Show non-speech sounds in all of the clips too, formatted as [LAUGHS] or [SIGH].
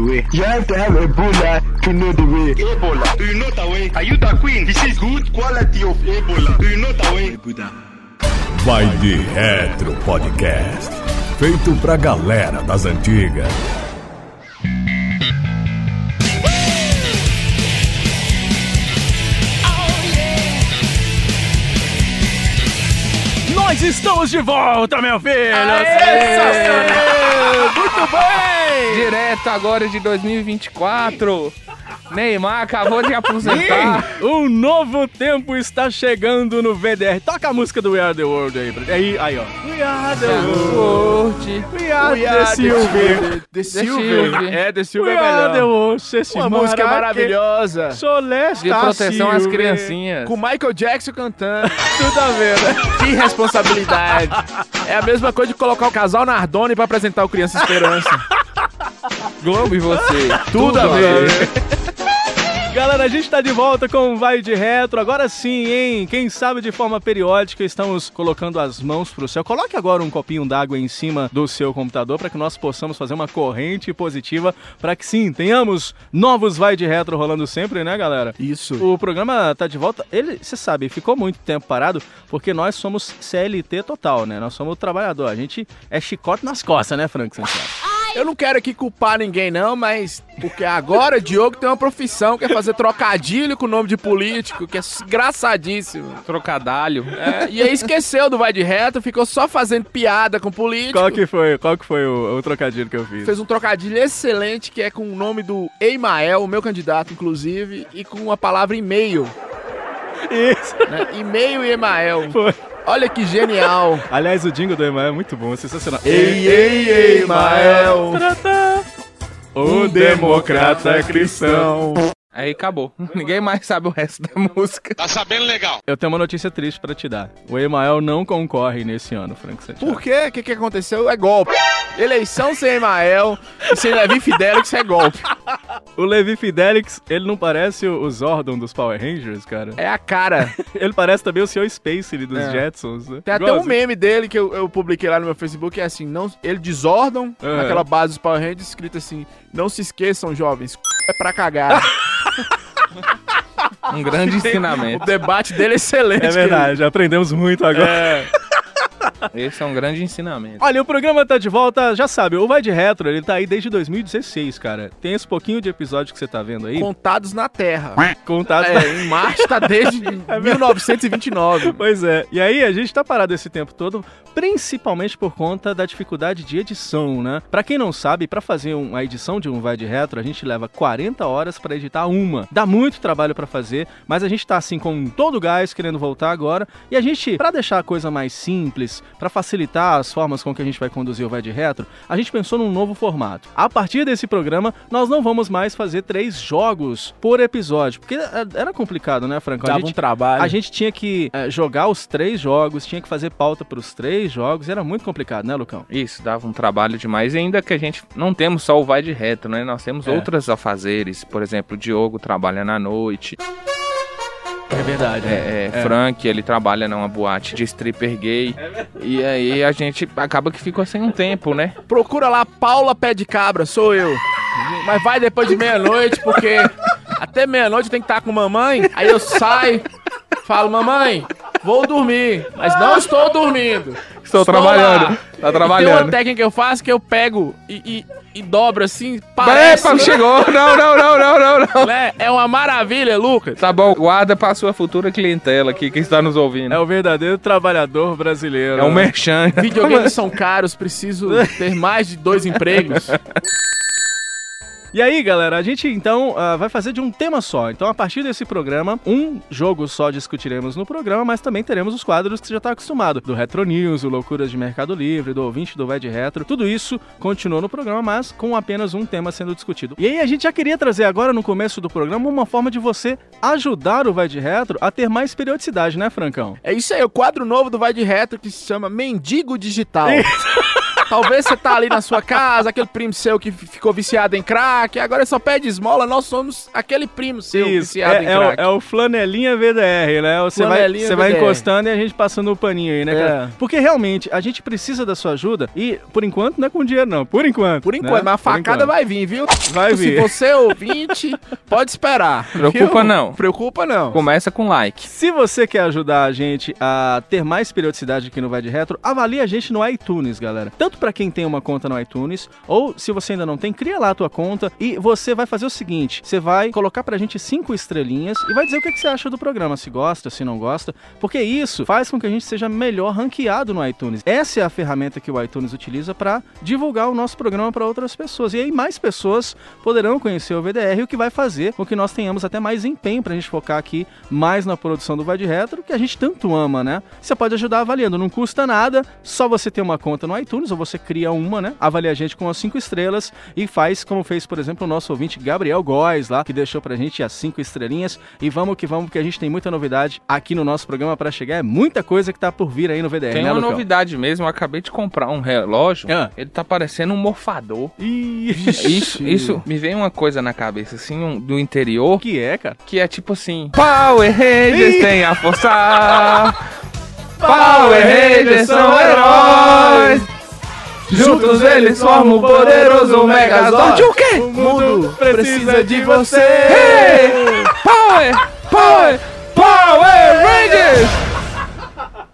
way. You have to have Ebola to know the way. Ebola, do you know the way? Are you the queen? This is good quality of Ebola. Do you know the way? Buda. Vai de Retro Podcast. Feito pra galera das antigas. Nós estamos de volta, meu filho! Sensacional! Muito bem! Direto agora de 2024. Neymar acabou de aposentar. Um novo tempo está chegando no VDR. Toca a música do We Are The World aí. pra- Aí, aí ó. We Are The World. World. Ah. We Are We The are the Silver. The Silver. É, The We Silver é Are The melhor. World. Cê se Uma música maraca- maravilhosa. Solesta De proteção às Silver. criancinhas. Com Michael Jackson cantando. Tudo a ver, né? Que responsabilidade. É a mesma coisa de colocar o casal Nardone pra apresentar o Criança Esperança. Globo e você. Tudo, a ver. Galera, a gente tá de volta com o Vai de Retro. Agora sim, hein? Quem sabe de forma periódica estamos colocando as mãos pro céu. Coloque agora um copinho d'água em cima do seu computador para que nós possamos fazer uma corrente positiva para que sim, tenhamos novos Vai de Retro rolando sempre, né, galera? Isso. O programa tá de volta. Ele, você sabe, ficou muito tempo parado porque nós somos CLT total, né? Nós somos trabalhador. A gente é chicote nas costas, né, Frank Santiago? Eu não quero aqui culpar ninguém, não, mas. Porque agora Diogo tem uma profissão que é fazer trocadilho com o nome de político, que é engraçadíssimo. Trocadalho. É, e aí esqueceu do vai de reto, ficou só fazendo piada com político. Qual que foi, qual que foi o, o trocadilho que eu fiz? Fez um trocadilho excelente que é com o nome do Eimael, meu candidato, inclusive, e com a palavra e-mail. Isso. né? E-mail e Emael. Foi. Olha que genial. Aliás, o jingle do Emael é muito bom, é sensacional. ei, ei, Um Mael. O democrata Um cristão. Aí acabou. Ninguém mais sabe o resto da música. Tá sabendo legal. Eu tenho uma notícia triste pra te dar. O Emael não concorre nesse ano, Frank Santiago. Por quê? O que, que aconteceu? É golpe. Eleição sem Emael e sem Levi Fidelix é golpe. Uh. O Levi Fidelix, ele não parece o o Zordon dos Power Rangers, cara. É a cara. Ele parece também o Sr. Spacey dos É. Jetsons, né? Tem até Igualzinho. um meme dele que eu, eu publiquei lá no meu Facebook, que é assim, não, ele desordam É. naquela base dos Power Rangers, escrito assim, não se esqueçam, jovens, é pra cagar. Um grande o ensinamento. debate dele é excelente. É verdade, aprendemos muito agora. Esse é um grande ensinamento. Olha, o programa tá de volta, já sabe, o Vai de Retro, ele tá aí desde 2016, cara. Tem esse pouquinho de episódio que você tá vendo aí, querido. Contados na Terra. contado É, em Marte tá [LAUGHS] desde 1929. [LAUGHS] Pois é, e aí a gente tá parado esse tempo todo, principalmente por conta da dificuldade de edição, né? Pra quem não sabe, pra fazer um- a edição de um Vai de Retro, a gente leva 40 horas pra editar uma. Dá muito trabalho pra fazer, mas a gente tá assim com todo o gás querendo voltar agora. E a gente, pra deixar a coisa mais simples, pra facilitar as formas com que a gente vai conduzir o Vai de Retro, a gente pensou num novo formato. A partir desse programa, nós não vamos mais fazer três jogos por episódio, porque eh, era complicado, né, Franco? A Dava gente- um trabalho. a gente tinha que eh, jogar os três jogos, tinha que fazer pauta pros três jogos, era muito complicado, né, Lucão? Isso, dava um trabalho demais. E ainda que a gente não temos só o vai de reto, né? Nós temos É. outras afazeres. Por exemplo, o Diogo trabalha na noite. É É verdade. É, é, Frank, ele trabalha numa boate de stripper gay. E aí a gente acaba que ficou sem um [LAUGHS] tempo, né? Procura lá Paula Pé de Cabra, sou eu. Mas vai depois de meia-noite, porque até meia-noite eu tenho que estar com mamãe. Aí eu saio, falo, mamãe, vou dormir. Mas não estou dormindo. Estou trabalhando, tá E Tem uma trabalhando. técnica que eu faço que eu pego e, e, e dobro assim, parece... né? Epa, É, chegou! Não, não, não, não, não, não. né? É uma maravilha, Lucas. Tá bom, guarda pra sua futura clientela aqui, quem está nos ouvindo. É o verdadeiro trabalhador brasileiro. né? É um [LAUGHS] merchan. Videogames são caros, preciso ter mais de dois empregos. E aí, galera, a gente então ah, vai fazer de um tema só. Então, a partir desse programa, um jogo só discutiremos no programa, mas também teremos os quadros que você já está acostumado: do Retro News, do Loucuras de Mercado Livre, do Ouvinte do Vai de Retro. Tudo isso continua no programa, mas com apenas um tema sendo discutido. E aí, a gente já queria trazer agora no começo do programa uma forma de você ajudar o Vai de Retro a ter mais periodicidade, né, Francão? É isso aí, o quadro novo do Vai de Retro que se chama Mendigo Digital. Talvez você tá ali na sua casa, aquele primo seu que f- ficou viciado em crack, agora só pede esmola, nós somos aquele primo seu Isso, um viciado é, em é o, crack. é o flanelinha VDR, né? Você vai, Flanelinha você vai VDR. encostando e a gente passando o paninho aí, né, cara? É. Porque realmente, a gente precisa da sua ajuda e, por enquanto, não é com dinheiro, não. Por enquanto. Por né? enquanto, mas a facada enquanto. vai vir, viu? Vai Se vir. você é ouvinte, pode esperar. Preocupa viu? não. Preocupa não. Começa com like. Se você quer ajudar a gente a ter mais periodicidade aqui no Vai de Retro, avalie a gente no iTunes, galera. Tanto pra quem tem uma conta no iTunes, ou se você ainda não tem, cria lá a tua conta e você vai fazer o seguinte, você vai colocar pra gente cinco estrelinhas e vai dizer o que, que você acha do programa, se gosta, se não gosta, porque isso faz com que a gente seja melhor ranqueado no iTunes. Essa é a ferramenta que o iTunes utiliza pra divulgar o nosso programa pra outras pessoas. E aí mais pessoas poderão conhecer o VDR, o que vai fazer com que nós tenhamos até mais empenho pra gente focar aqui mais na produção do Vai de Retro, que a gente tanto ama, né? Você pode ajudar avaliando, não custa nada, só você ter uma conta no iTunes, ou você cria uma, né? Avalia a gente com as cinco estrelas e faz como fez, por exemplo, o nosso ouvinte Gabriel Góes lá, que deixou pra gente as cinco estrelinhas. E vamos que vamos, porque a gente tem muita novidade aqui no nosso programa pra chegar, é muita coisa que tá por vir aí no VDR, Tem né, uma Lucão? novidade mesmo, eu acabei de comprar um relógio, Ah. ele tá parecendo um morfador. Ih, [LAUGHS] Isso, isso me veio uma coisa na cabeça, assim, um- do interior, O que é, cara? que é tipo assim: Power Rangers tem a força, [LAUGHS] Power Rangers são heróis, juntos eles formam o poderoso Megazord. O quê? O mundo precisa de você. Hey! Power, [LAUGHS] Power, Power Rangers!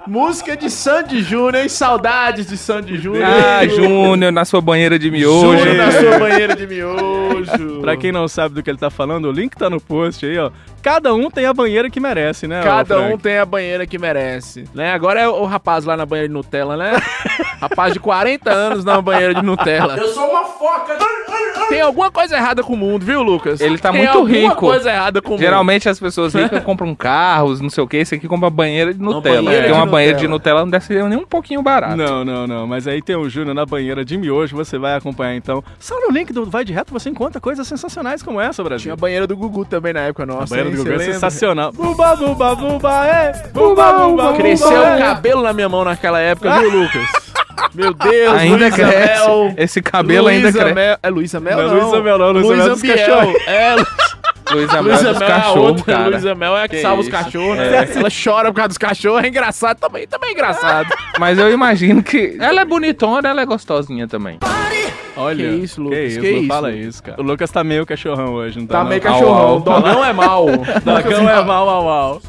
Música de Sandy Júnior, hein? Saudades de Sandy Júnior. Ah, Júnior, na sua banheira de miojo. Júnior na sua banheira de miojo. Pra quem não sabe do que ele tá falando, o link tá no post aí, ó. Cada um tem a banheira que merece, né? ô Cada Frank? um tem a banheira que merece. Né? Agora é o rapaz lá na banheira de Nutella, né? rapaz de 40 anos na banheira de Nutella. Eu sou uma foca. Tem alguma coisa errada com o mundo, viu, Lucas? Ele tá tem muito alguma rico. coisa errada com o mundo. Geralmente as pessoas ricas compram carros, um não sei o que, esse aqui compra banheira de Nutella. banheira Porque de uma banheira de Nutella. Nutella não deve ser nem um pouquinho barato. Não, não, não. Mas aí tem o Júnior na banheira de miojo, você vai acompanhar então. Só no link do Vai de Reto você encontra coisas sensacionais como essa, Tinha Brasil. a banheira do Gugu também na época nossa. A banheira hein? do Cê governo é lembra? sensacional. Buba, buba, buba, é! Buba, buba, buba, Cresceu é. o cabelo na minha mão naquela época, [LAUGHS] viu, Lucas? Meu Deus, Ainda Luísa cresce. Mel. Esse cabelo ainda Luísa cresce. Mel. É Luísa Mel, Não é não. Luísa Mel, não, Luísa Mel dos cachorros. É, Luísa Mel Luísa dos Mel é a cachorros, outra. cara. Luísa Mel é a que, Que salva os isso. cachorros. né? Ela chora por causa dos cachorros. É engraçado também. Também é [LAUGHS] engraçado. Mas eu imagino que. Ela é bonitona, ela é gostosinha também. Olha, Que isso, Lucas, Que isso, que não isso, fala Lucas. isso, cara. O Lucas tá meio cachorrão hoje, não tá? Tá não? meio Au, cachorrão. au. Dogão é [LAUGHS] mal. Dogão é mal, mal, mal.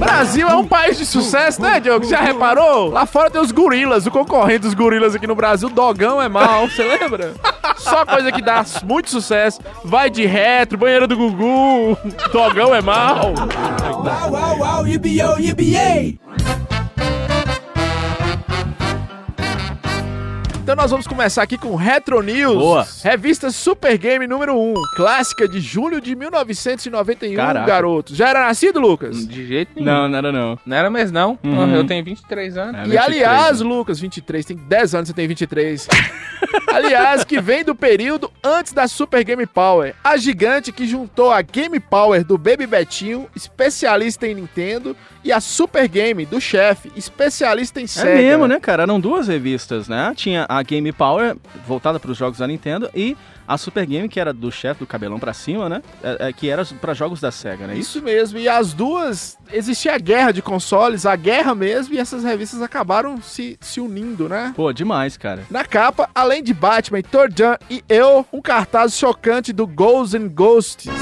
Brasil é um país de sucesso, né, Diogo? Já reparou? Lá fora tem os gorilas. O concorrente dos gorilas aqui no Brasil, Dogão é mal. Você lembra? Só coisa que dá muito sucesso. Vai de retro, banheiro do Gugu. Dogão é mal. Então nós vamos começar aqui com Retro News. Boa. Revista Super Game número 1, clássica de julho de 1991, Caraca. Hum, garoto. um, Já era nascido, Lucas? De jeito nenhum. Não, nada não. Não era mesmo, não. Uhum. Eu tenho 23 anos. É, E 23, aliás, né? Lucas, 23, tem 10 anos você tem 23. [LAUGHS] aliás, que vem do período antes da Super Game Power, a gigante que juntou a Game Power do Baby Betinho, especialista em Nintendo, e a Super Game do chefe, especialista em Sega. É mesmo, né, cara? Eram duas revistas, né? Tinha a Game Power, voltada para os jogos da Nintendo, e a Super Game, que era do chefe do cabelão pra cima, né? É- é que era pra jogos da SEGA, né? É Isso mesmo, e as duas, existia a guerra de consoles, a guerra mesmo, e essas revistas acabaram se, se unindo, né? Pô, demais, cara. Na capa, além de Batman, Torjan e eu, um cartaz chocante do Ghosts and Ghosts.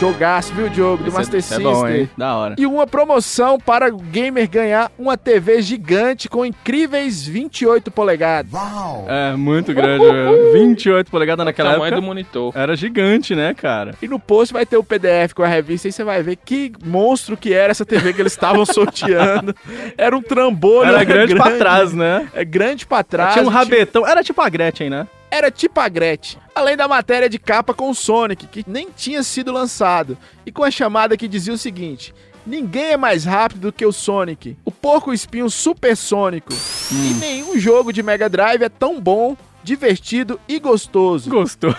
Jogaço, viu, Diogo? Do Isso é- Master isso é System. bom, hein? Da hora. E uma promoção para o gamer ganhar uma TV gigante com incríveis 28 polegadas. É, muito grande, é velho. 28 polegadas naquela tamanho época. do monitor. Era gigante, né, cara? E no post vai ter o PDF com a revista e você vai ver que monstro que era essa TV que [LAUGHS] eles estavam sorteando. Era um trambolho. Era grande pra trás, né? É grande pra trás. Tinha um tinha- rabetão. Era tipo a Gretchen, né? era tipo a Gretchen. Além da matéria de capa com o Sonic, que nem tinha sido lançado, e com a chamada que dizia o seguinte: Ninguém é mais rápido do que o Sonic, o porco espinho supersônico. E Hum. [LAUGHS] nenhum jogo de Mega Drive é tão bom, divertido e gostoso. Gostou.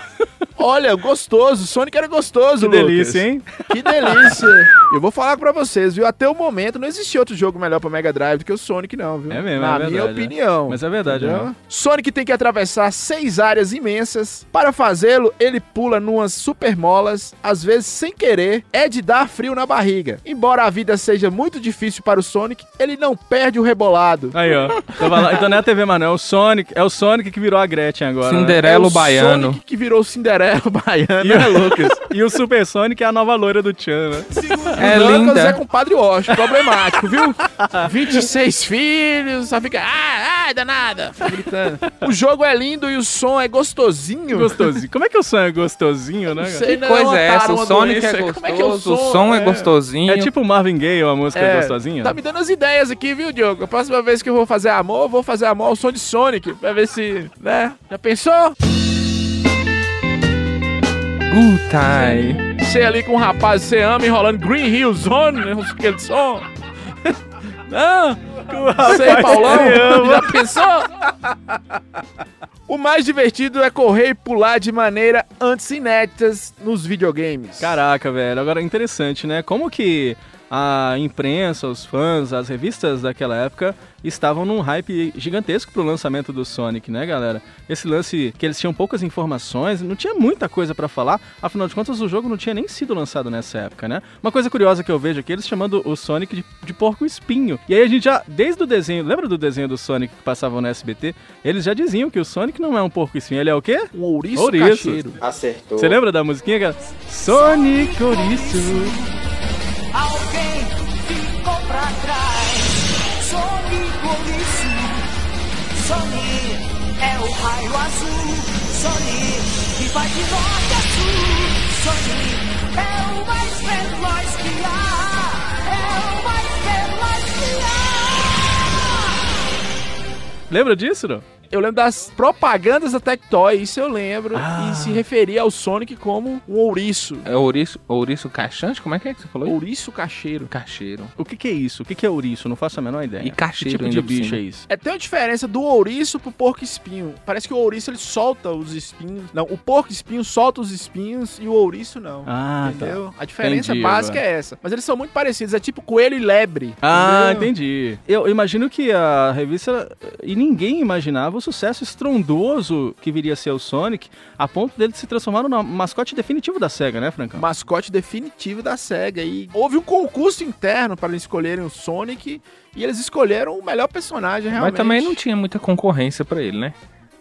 Olha, gostoso. Sonic era gostoso, Que Lucas. delícia, hein? Que delícia. Eu vou falar pra vocês, viu? Até o momento não existia outro jogo melhor pra Mega Drive do que o Sonic, não, viu? É mesmo, Na é minha verdade, opinião. Mas é verdade, Entendeu? né? Sonic tem que atravessar seis áreas imensas. Para fazê-lo, ele pula numas super molas, às vezes sem querer, é de dar frio na barriga. Embora a vida seja muito difícil para o Sonic, ele não perde o rebolado. Aí, ó. Tava lá- Então não é a TV, mano. É o Sonic. É o Sonic que virou a Gretchen agora. né? É Cinderelo o Baiano. Sonic que virou o Cinderela [LAUGHS] Baiano, E o- né, Lucas? E o [LAUGHS] Super Sonic é a nova loira do Chan, né? É Não, quando linda. Zé compadre Washington, problemático, viu? [LAUGHS] 26 filhos, só fica. Ah, ah, danada. fica Gritando. O jogo é lindo e o som é gostosinho. Gostosinho. Como é que o Sonic é gostosinho, né? Não cara? sei, Que não, coisa é essa? otário, O uma Sonic é doença. gostoso, Como é que é o som? o som é, gostosinho. É tipo o Marvin Gaye, uma música É, gostosinha. [LAUGHS] Tá me dando as ideias aqui, viu, Diogo? A próxima vez que eu vou fazer amor, eu vou fazer amor ao som de Sonic. Pra ver se. né? Já pensou? Good time. Você ali com um rapaz, você ama enrolando Green Hill Zone, né? aquele som. [LAUGHS] Não, você e Paulão, já pensou? O mais divertido é correr e pular de maneira antes inéditas nos videogames. Caraca, velho. Agora, interessante, né? Como que a imprensa, os fãs, as revistas daquela época estavam num hype gigantesco pro lançamento do Sonic, né, galera? Esse lance que eles tinham poucas informações, não tinha muita coisa pra falar, afinal de contas o jogo não tinha nem sido lançado nessa época, né? Uma coisa curiosa que eu vejo aqui, eles chamando o Sonic de, de porco espinho. E aí a gente já, desde o desenho, lembra do desenho do Sonic que passavam no SBT? Eles já diziam que o Sonic não é um porco espinho, ele é o quê? Um ouriço, Ouriço. cacheiro. Você lembra da musiquinha, cara? Sonic Ouriço. Alguém ficou pra trás. Sonic Ouriço. Sonic é o raio azul. Sonic que vai de norte a sul. Sonic é o mais veloz que há. É o mais veloz que há. Lembra disso, não? Eu lembro das propagandas da Tectoy, isso eu lembro. E se referia ao Sonic como um ouriço. É ouriço, ouriço caixante? Como é que é que você falou? Ouriço cacheiro. Cacheiro. O que, que é isso? O que, que é ouriço? Não faço a menor ideia. E cacheiro que tipo de ainda por bicho cima. é isso? É, tem uma diferença do ouriço pro porco espinho. Parece que o ouriço ele solta os espinhos. Não, o porco espinho solta os espinhos e o ouriço não. Ah, tá. entendeu? A diferença Entendi básica agora. é essa. Mas eles são muito parecidos. É tipo coelho e lebre. Ah, entendeu? entendi. Eu imagino que a revista. E ninguém imaginava o sucesso estrondoso que viria a ser o Sonic, a ponto dele se transformar no mascote definitivo da SEGA, né, Francão? Mascote definitivo da SEGA. E houve um concurso interno para eles escolherem o Sonic. E eles escolheram o melhor personagem, realmente. Mas também não tinha muita concorrência pra ele, né?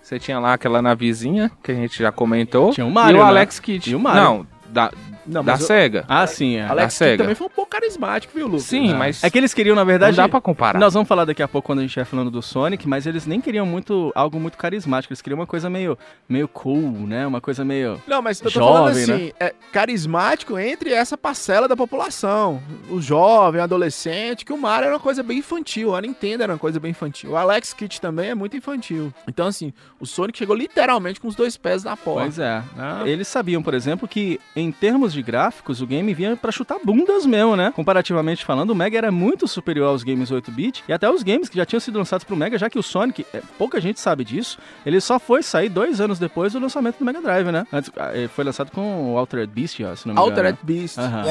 Você tinha lá aquela navezinha que a gente já comentou. Tinha o Mario, E o né? Alex Kidd. E o Mario. Não, da, Não, da mas eu- SEGA. Ah, sim, é. Alex- Alex Kidd SEGA. também foi um pouco carismático, viu, Lucas? Sim, Ah. mas É que eles queriam, na não verdade. dá pra comparar. Nós vamos falar daqui a pouco quando a gente estiver falando do Sonic, mas eles nem queriam muito algo muito carismático, eles queriam uma coisa meio, meio cool, né? Uma coisa meio. Não, mas eu tô falando Jovem, né? assim, é carismático entre essa parcela da população. O jovem, o adolescente, que o Mario era uma coisa bem infantil, a Nintendo era uma coisa bem infantil. O Alex Kidd também é muito infantil. Então, assim, o Sonic chegou literalmente com os dois pés na porta. Pois é. Eles sabiam, por exemplo, que em termos de gráficos, o game vinha pra chutar bundas mesmo, né? Comparativamente falando, o Mega era muito superior aos games 8-bit e até aos games que já tinham sido lançados pro Mega, já que o Sonic, é, pouca gente sabe disso, ele só foi sair dois anos depois do lançamento do Mega Drive, né? Antes, ah, ele foi lançado com o Altered Beast, ó, se não me engano. né? Altered Beast. Aham.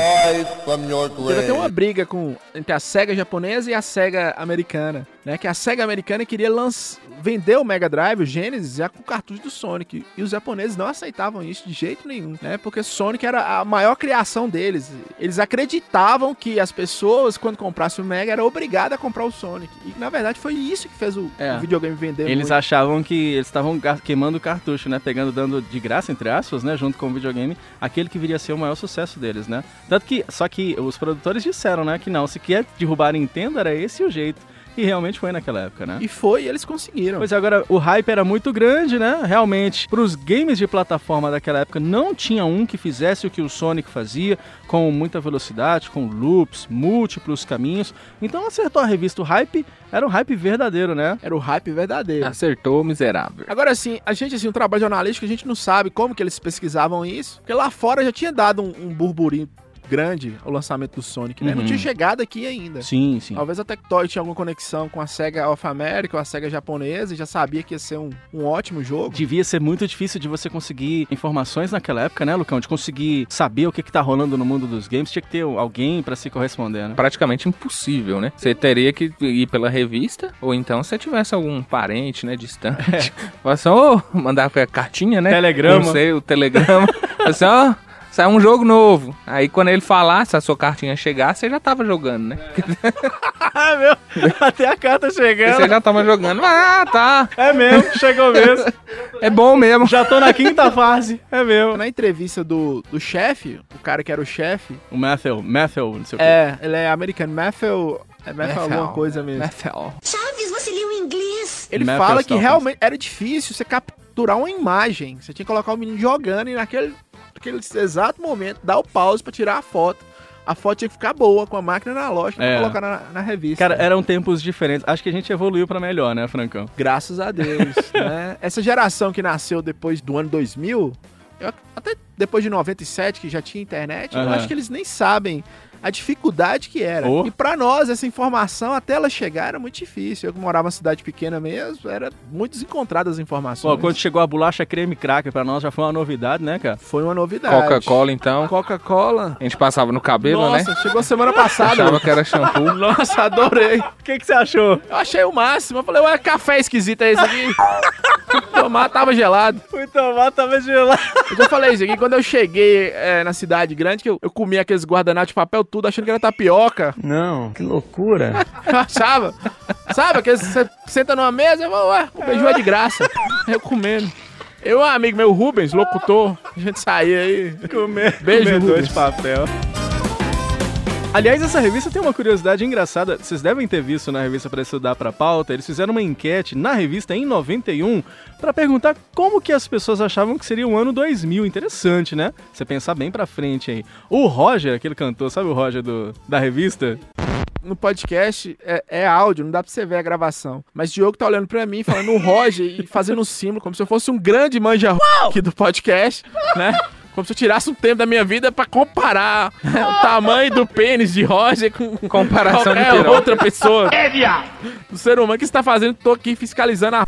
Teve até uma briga com, entre a SEGA japonesa e a SEGA americana, né? Que a SEGA americana queria lanç- vender o Mega Drive, o Genesis, já com o cartucho do Sonic. E os japoneses não aceitavam isso de jeito nenhum, né? Porque Sonic era a maior criação deles. Eles acreditavam que as pessoas, quando comprassem o Mega, eram obrigadas a comprar o Sonic. E, na verdade, foi isso que fez o, É. o videogame vender Eles muito. achavam que eles estavam ga- queimando o cartucho, né? Pegando, dando de graça, entre aspas, né? Junto com o videogame, aquele que viria a ser o maior sucesso deles, né? Tanto que, só que os produtores disseram, né? Que não, se quer derrubar a Nintendo, era esse o jeito. E realmente foi naquela época, né? E foi, e eles conseguiram. Pois é, agora o hype era muito grande, né? Realmente, para os games de plataforma daquela época, não tinha um que fizesse o que o Sonic fazia, com muita velocidade, com loops, múltiplos caminhos. Então acertou a revista. O hype era um hype verdadeiro, né? Era o hype verdadeiro. Acertou o miserável. Agora sim, a gente, assim, o trabalho jornalístico, a gente não sabe como que eles pesquisavam isso, porque lá fora já tinha dado um, um burburinho grande o lançamento do Sonic, né? Não Uhum. tinha chegado aqui ainda. Sim, sim. Talvez a Tectoy tinha alguma conexão com a SEGA Alpha America ou a SEGA japonesa e já sabia que ia ser um, um ótimo jogo. Devia ser muito difícil de você conseguir informações naquela época, né, Lucão? De conseguir saber o que, que tá rolando no mundo dos games. Tinha que ter alguém pra se corresponder, né? Praticamente impossível, né? Você teria que ir pela revista, ou então se tivesse algum parente, [LAUGHS] né, distante. Fala assim, ô, mandar pra cartinha, né? É. Telegrama. Não sei, [LAUGHS] o telegrama. Fala assim, ó, saiu um jogo novo. Aí quando ele falasse, a sua cartinha chegar, você já tava jogando, né? [LAUGHS] Ah, meu! Até a carta chegando. Você já tava jogando. Ah, tá. É mesmo, chegou mesmo. É bom mesmo. Já tô na quinta fase. É meu. [LAUGHS] Na entrevista do, do chefe, o cara que era o chefe, O Matthew, Matthew, não sei o quê. é, ele é americano, Matthew, é Matthew alguma coisa mesmo. Methel. Chaves, você leu em inglês? Ele Matthew fala que Stafford. realmente era difícil você capturar uma imagem. Você tinha que colocar o menino jogando e naquele, naquele exato momento dar o pause pra tirar a foto. A foto tinha que ficar boa com a máquina analógica É. pra colocar na, na revista. Cara, é- eram tempos diferentes. Acho que a gente evoluiu pra melhor, né, Francão? Graças a Deus, [LAUGHS] né? Essa geração que nasceu depois do ano 2000, eu ac- até depois de 97, que já tinha internet, eu Aham. acho que eles nem sabem a dificuldade que era. Oh. E pra nós, essa informação, até ela chegar, era muito difícil. Eu que morava em uma cidade pequena mesmo, era muito desencontrada as Pô, informações. quando chegou a bolacha creme cracker pra nós já foi uma novidade, né, cara? Foi uma novidade. Coca-Cola, então. Coca-Cola. A gente passava no cabelo, Nossa, né? chegou semana passada. Achava que era shampoo. [LAUGHS] Nossa, adorei. O que, que você achou? Eu achei o máximo. Eu falei, ué, café esquisito é esse aqui? [LAUGHS] Tomar tava gelado. Fui tomar, tava gelado. Eu já falei isso aqui, quando eu cheguei é, na cidade grande, que eu, eu comia aqueles guardanapos de papel tudo, achando que era tapioca. Não. Que loucura. Eu [LAUGHS] achava. Sabe, que você senta numa mesa e fala, ué, o beiju é de graça. Eu comendo. Eu e um amigo meu, Rubens, locutor, a gente saía aí. Comer, Beijo, comedor Rubens. de papel. Aliás, essa revista tem uma curiosidade engraçada. Vocês devem ter visto na revista para estudar para pauta. Eles fizeram uma enquete na revista em 91 para perguntar como que as pessoas achavam que seria o ano 2000. Interessante, né? Você pensar bem para frente aí. O Roger, aquele cantor, sabe o Roger do, da revista? No podcast é, é áudio, não dá pra você ver a gravação. Mas Diogo tá olhando pra mim, falando o Roger e fazendo um símbolo, como se eu fosse um grande manja aqui do podcast, né? Como se eu tirasse um tempo da minha vida pra comparar né, o tamanho do pênis de Roger com Comparação qualquer literal. outra pessoa. O ser humano que está fazendo, tô aqui fiscalizando a.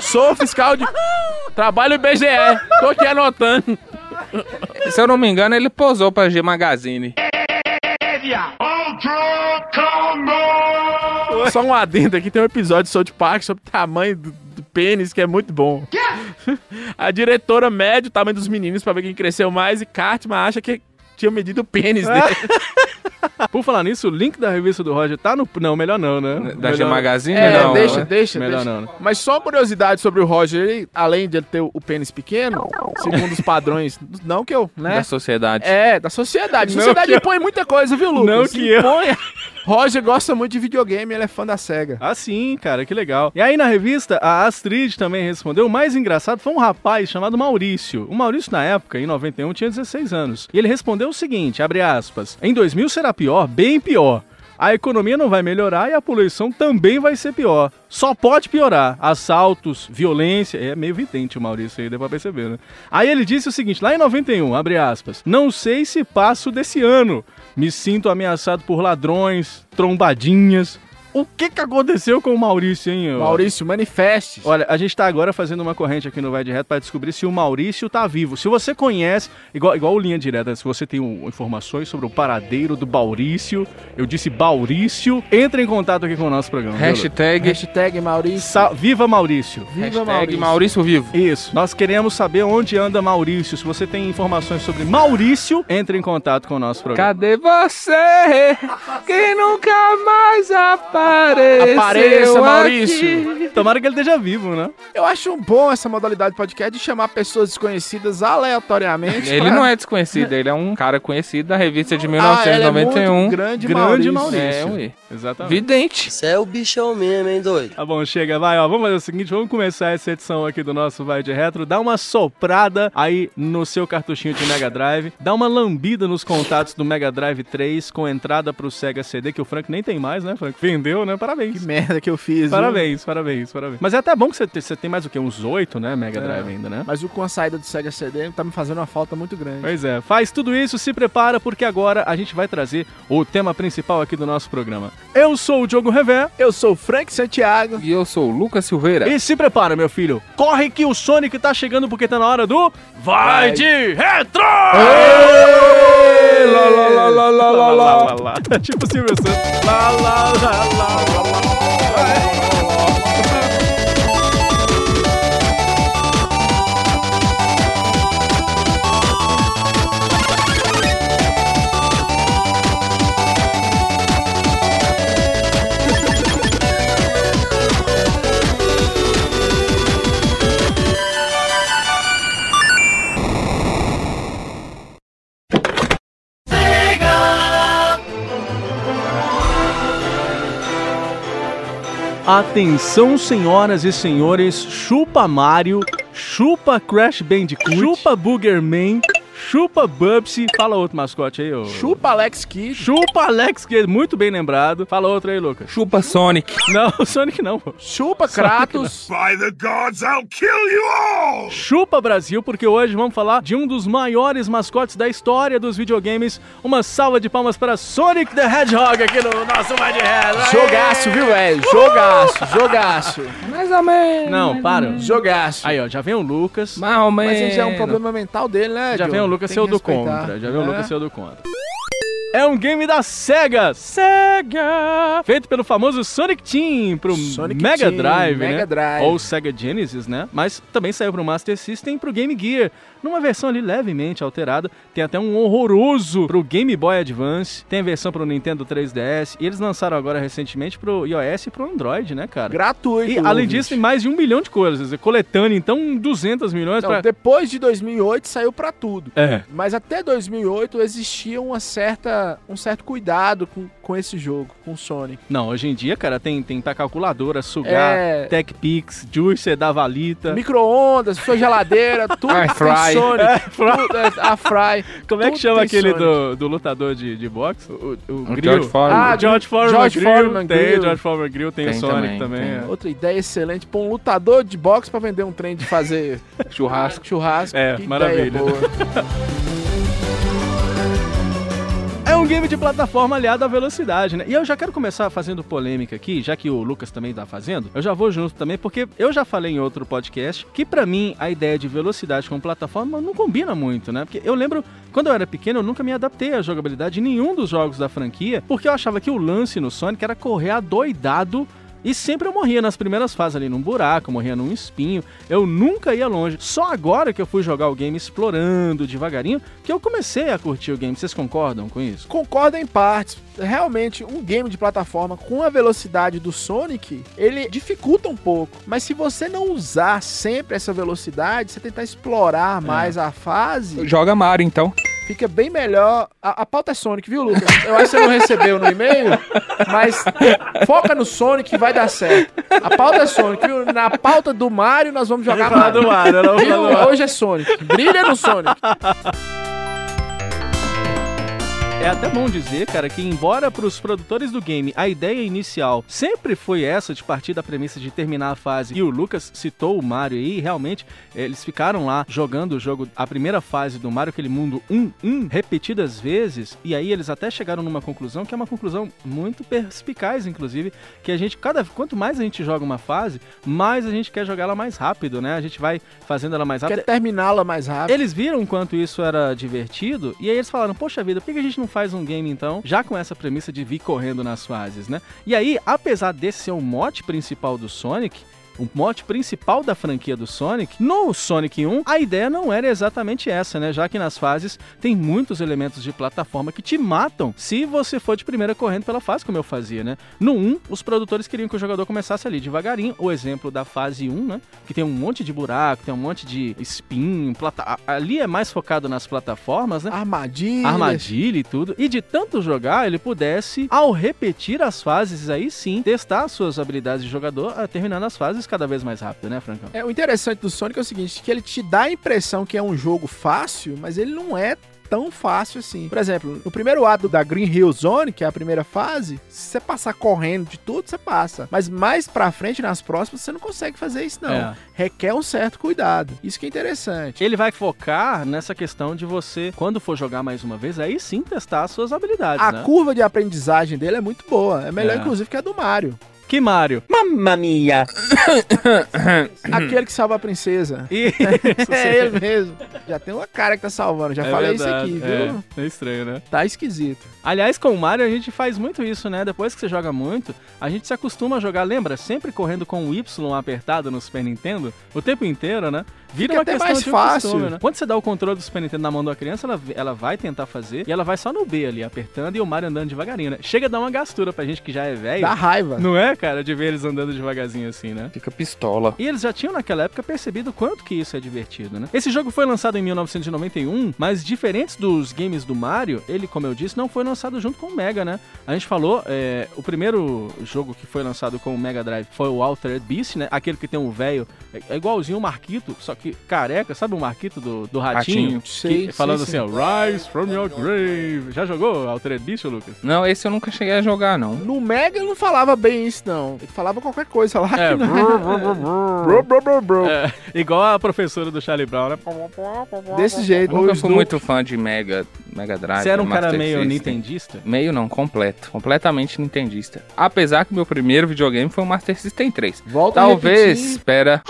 Sou fiscal de. Trabalho IBGE, tô aqui anotando. Se eu não me engano, ele posou pra G Magazine. Só um adendo aqui, tem um episódio de South Park sobre o tamanho do, do pênis, que é muito bom. [LAUGHS] A diretora mede o tamanho dos meninos pra ver quem cresceu mais e Cartman acha que tinha medido o pênis [LAUGHS] dele. Por falar nisso, o link da revista do Roger tá no. Não, melhor não, né? Da G melhor... Magazine? É, não. deixa, né? deixa, Melhor deixa. não, né? Mas só uma curiosidade sobre o Roger, ele, além de ele ter o o pênis pequeno, segundo os padrões, não que eu, né? Da sociedade. É, da sociedade. Não sociedade que eu- impõe muita coisa, viu, Lucas? Não que eu- Impõe. Roger gosta muito de videogame, ele é fã da SEGA. [LAUGHS] Ah, sim, cara, que legal. E aí na revista, a Astrid também respondeu. O mais engraçado foi um rapaz chamado Maurício. O Maurício, na época, em 91, tinha 16 anos. E ele respondeu o seguinte, abre aspas, em 2000 será pior, bem pior. A economia não vai melhorar e a poluição também vai ser pior. Só pode piorar. Assaltos, violência. É meio evidente o Maurício aí, deu pra perceber, né? Aí ele disse o seguinte, lá em 91, abre aspas, não sei se passo desse ano. Me sinto ameaçado por ladrões, trombadinhas, o que que aconteceu com o Maurício, hein? ó? Maurício, manifeste. Olha, a gente tá agora fazendo uma corrente aqui no Vai Direto para descobrir se o Maurício tá vivo. Se você conhece, igual, igual o Linha Direta, se você tem um- informações sobre o paradeiro do Maurício, eu disse Maurício, entre em contato aqui com o nosso programa. viu, Lu? Hashtag, Hashtag Maurício. Sa- Viva Maurício! Viva hashtag Maurício. Maurício. Vivo. Isso, nós queremos saber onde anda Maurício. Se você tem informações sobre Maurício, entre em contato com o nosso programa. Cadê você que nunca mais apareceu? Apareça, aqui? Maurício. Tomara que ele esteja vivo, né? Eu acho bom essa modalidade podcast de chamar pessoas desconhecidas aleatoriamente. Ele não é desconhecido, ele é um cara conhecido da revista de Ah, ele é muito 1991. grande, Grande Maurício. É, Maurício. ué. Exatamente. um. Vidente. Você é o bichão mesmo, hein, doido? Tá bom, chega, vai, ó. Vamos fazer o seguinte, vamos começar essa edição aqui do nosso Vai de Retro. Dá uma soprada aí no seu cartuchinho de Mega Drive. Dá uma lambida nos contatos do Mega Drive 3 com entrada pro Sega CD, que o Frank nem tem mais, né, Frank? Vendeu respondeu, né? Parabéns. Que merda que eu fiz. viu? Parabéns, parabéns, parabéns. Mas é até bom que você te- você tem mais o quê? Uns oito, né? Mega É. Drive ainda, né? Mas o com a saída do Sega CD tá me fazendo uma falta muito grande. Pois é, faz tudo isso, se prepara, porque agora a gente vai trazer o tema principal aqui do nosso programa. Eu sou o Diogo Revé, Eu sou o Frank Santiago. E eu sou o Lucas Silveira. e se prepara, meu filho. Corre que o Sonic tá chegando, porque tá na hora do... Vai de Retro! Lá, lá, lá, lá, lá, lá, lá. [LAUGHS] tipo Silvio Santos. Atenção, senhoras e senhores, chupa Mario, chupa Crash Bandicoot, chupa Boogerman, chupa Bubsy. Fala outro mascote aí, ô. Chupa Alex Kidd. Chupa Alex, que é muito bem lembrado. Fala outro aí, [LAUGHS] Lucas. Chupa Sonic. Não, o Sonic não. pô. Chupa Kratos. By the gods, I'll kill you all! Chupa Brasil, porque hoje vamos falar de um dos maiores mascotes da história dos videogames. Uma salva de palmas para Sonic the Hedgehog aqui no nosso Vai de Retro. Aê! Jogaço, É. viu, velho? Jogaço, jogaço, Mais ou menos. Não, para. jogaço. Aí, ó, já vem o Lucas. Mais ou menos. Mas isso é um problema mental dele, né? Já Diogo? vem o Lucas Tem seu que do respeitar. contra. Já vem o É. Lucas seu do contra. É um game da SEGA! SEGA! Feito pelo famoso Sonic Team pro Sonic Mega Team, Drive, né? Mega Drive. Ou Sega Genesis, né? Mas também saiu pro Master System e pro Game Gear. Numa versão ali levemente alterada. Tem até um horroroso pro Game Boy Advance. Tem a versão pro Nintendo 3DS. E eles lançaram agora recentemente pro iOS e pro Android, né, cara? Gratuito. e além ouvinte. disso, tem mais de um milhão de coisas. Coletando, então, 200 É milhões Não, pra... Depois de 2008 saiu pra tudo. É. Mas até 2008 existia uma certa, um certo cuidado com, com esse jogo, com o Sonic. Não, hoje em dia, cara, tem, tem tá calculadora, sugar, É. TechPix, Juicer da Valita. Micro-ondas, sua geladeira, [LAUGHS] tudo Air tem fry. Sonic. Tudo, é, a Fry. Como é que tudo chama tem aquele Sonic. do, do lutador de, de boxe? O, o, o O Grill. George Foreman. Ah, George Foreman George Grill. Foreman tem, Grill. George Foreman Grill, tem, o Tem Sonic também. também, tem. é. Outra ideia excelente, pôr um lutador de boxe pra vender um trem de [LAUGHS] fazer Churrasco. churrasco. É, Que maravilha. ideia boa. É um game de plataforma aliado à velocidade, né? E eu já quero começar fazendo polêmica aqui, já que o Lucas também tá fazendo, eu já vou junto também, porque eu já falei em outro podcast que pra mim a ideia de velocidade com plataforma não combina muito, né? Porque eu lembro, quando eu era pequeno, eu nunca me adaptei à jogabilidade de nenhum dos jogos da franquia, porque eu achava que o lance no Sonic era correr adoidado e sempre eu morria nas primeiras fases ali num buraco, eu morria num espinho. Eu nunca ia longe. Só agora que eu fui jogar o game explorando devagarinho que eu comecei a curtir o game. Vocês concordam com isso? Concordo em partes. Realmente, um game de plataforma com a velocidade do Sonic, ele dificulta um pouco. Mas se você não usar sempre essa velocidade, você tentar explorar mais a fase, Joga Mario, então. fica bem melhor. A, a pauta é Sonic, viu, Lucas? Eu acho que você não recebeu no e-mail, mas foca no Sonic que vai dar certo. A pauta é Sonic, viu? Na pauta do Mario, nós vamos jogar Mario. Mario, [LAUGHS] Viu? Hoje é Sonic. Brilha no Sonic. É até bom dizer, cara, que embora para os produtores do game a ideia inicial sempre foi essa de partir da premissa de terminar a fase, e o Lucas citou o Mario aí, realmente eh, eles ficaram lá jogando o jogo, a primeira fase do Mario, aquele mundo 1-1, repetidas vezes, e aí eles até chegaram numa conclusão que é uma conclusão muito perspicaz, inclusive, que a gente, cada quanto mais a gente joga uma fase, mais a gente quer jogar ela mais rápido, né? A gente vai fazendo ela mais rápido. Quer terminá-la mais rápido. Eles viram o quanto isso era divertido e aí eles falaram: Poxa vida, por que que a gente não faz um game então, já com essa premissa de vir correndo nas fases, né? E aí, apesar desse ser o mote principal do Sonic. O mote principal da franquia do Sonic, no Sonic 1, a ideia não era exatamente essa, né? Já que nas fases tem muitos elementos de plataforma que te matam se você for de primeira correndo pela fase, como eu fazia, né? No 1, os produtores queriam que o jogador começasse ali devagarinho. O exemplo da fase 1, né? Que tem um monte de buraco, tem um monte de espinho, plata... a- ali é mais focado nas plataformas, né? Armadilhas. Armadilha e tudo. E de tanto jogar, ele pudesse, ao repetir as fases, aí sim, testar as suas habilidades de jogador, ah, terminando as fases cada vez mais rápido, né, Francão? É, o interessante do Sonic é o seguinte, que ele te dá a impressão que é um jogo fácil, mas ele não é tão fácil assim. Por exemplo, no primeiro ato da Green Hill Zone, que é a primeira fase, se você passar correndo de tudo, você passa. Mas mais pra frente, nas próximas, você não consegue fazer isso, não. É. Requer um certo cuidado. Isso que é interessante. Ele vai focar nessa questão de você, quando for jogar mais uma vez, aí sim testar as suas habilidades, A né? curva de aprendizagem dele é muito boa. É melhor, É. inclusive, que a do Mario. Que Mario. Uhum. Aquele que salva [LAUGHS] a princesa. [LAUGHS] E... É ele mesmo. Já tem uma cara que tá salvando. Já falei isso aqui, viu? É, é estranho, né? Tá esquisito. Aliás, com o Mario a gente faz muito isso, né? Depois que você joga muito, a gente se acostuma a jogar, lembra? Sempre correndo com o Y apertado no Super Nintendo, o tempo inteiro, né? Vira Fica uma até questão mais de fácil. costume, né? Quando você dá o controle do Super Nintendo na mão da criança, ela, ela vai tentar fazer e ela vai só no B ali, apertando e o Mario andando devagarinho, né? Chega a dar uma gastura pra gente que já é velho. Dá raiva. Não é, cara, de ver eles andando devagarzinho assim, né? Fica pistola. E eles já tinham naquela época percebido quanto que isso é divertido, né? Esse jogo foi lançado em 1991, mas diferente dos games do Mario, ele, como eu disse, não foi lançado junto com o Mega, né? A gente falou, é, o primeiro jogo que foi lançado com o Mega Drive foi o Altered Beast, né? Aquele que tem um velho, é- é igualzinho o Marquito, só que careca, sabe o Marquito do, do Ratinho? Ratinho. Que- Sei, falando sei, assim, ó, Rise from your grave. Já jogou Altered Beast, Lucas? Não, esse eu nunca cheguei a jogar, não. No Mega eu não falava bem isso, não. Ele falava qualquer coisa lá. [LAUGHS] É, brr, brr, brr, brr. [LAUGHS] Bro, bro, bro, bro. é, igual a professora do Charlie Brown, né? Desse jeito. Eu nunca Os fui do- muito fã de Mega, Mega Drive. Você era um Ah, Master cara meio System. nintendista? Meio não, completo. Completamente nintendista. Apesar que meu primeiro videogame foi o Master System 3. Volta a Talvez, repetir. espera.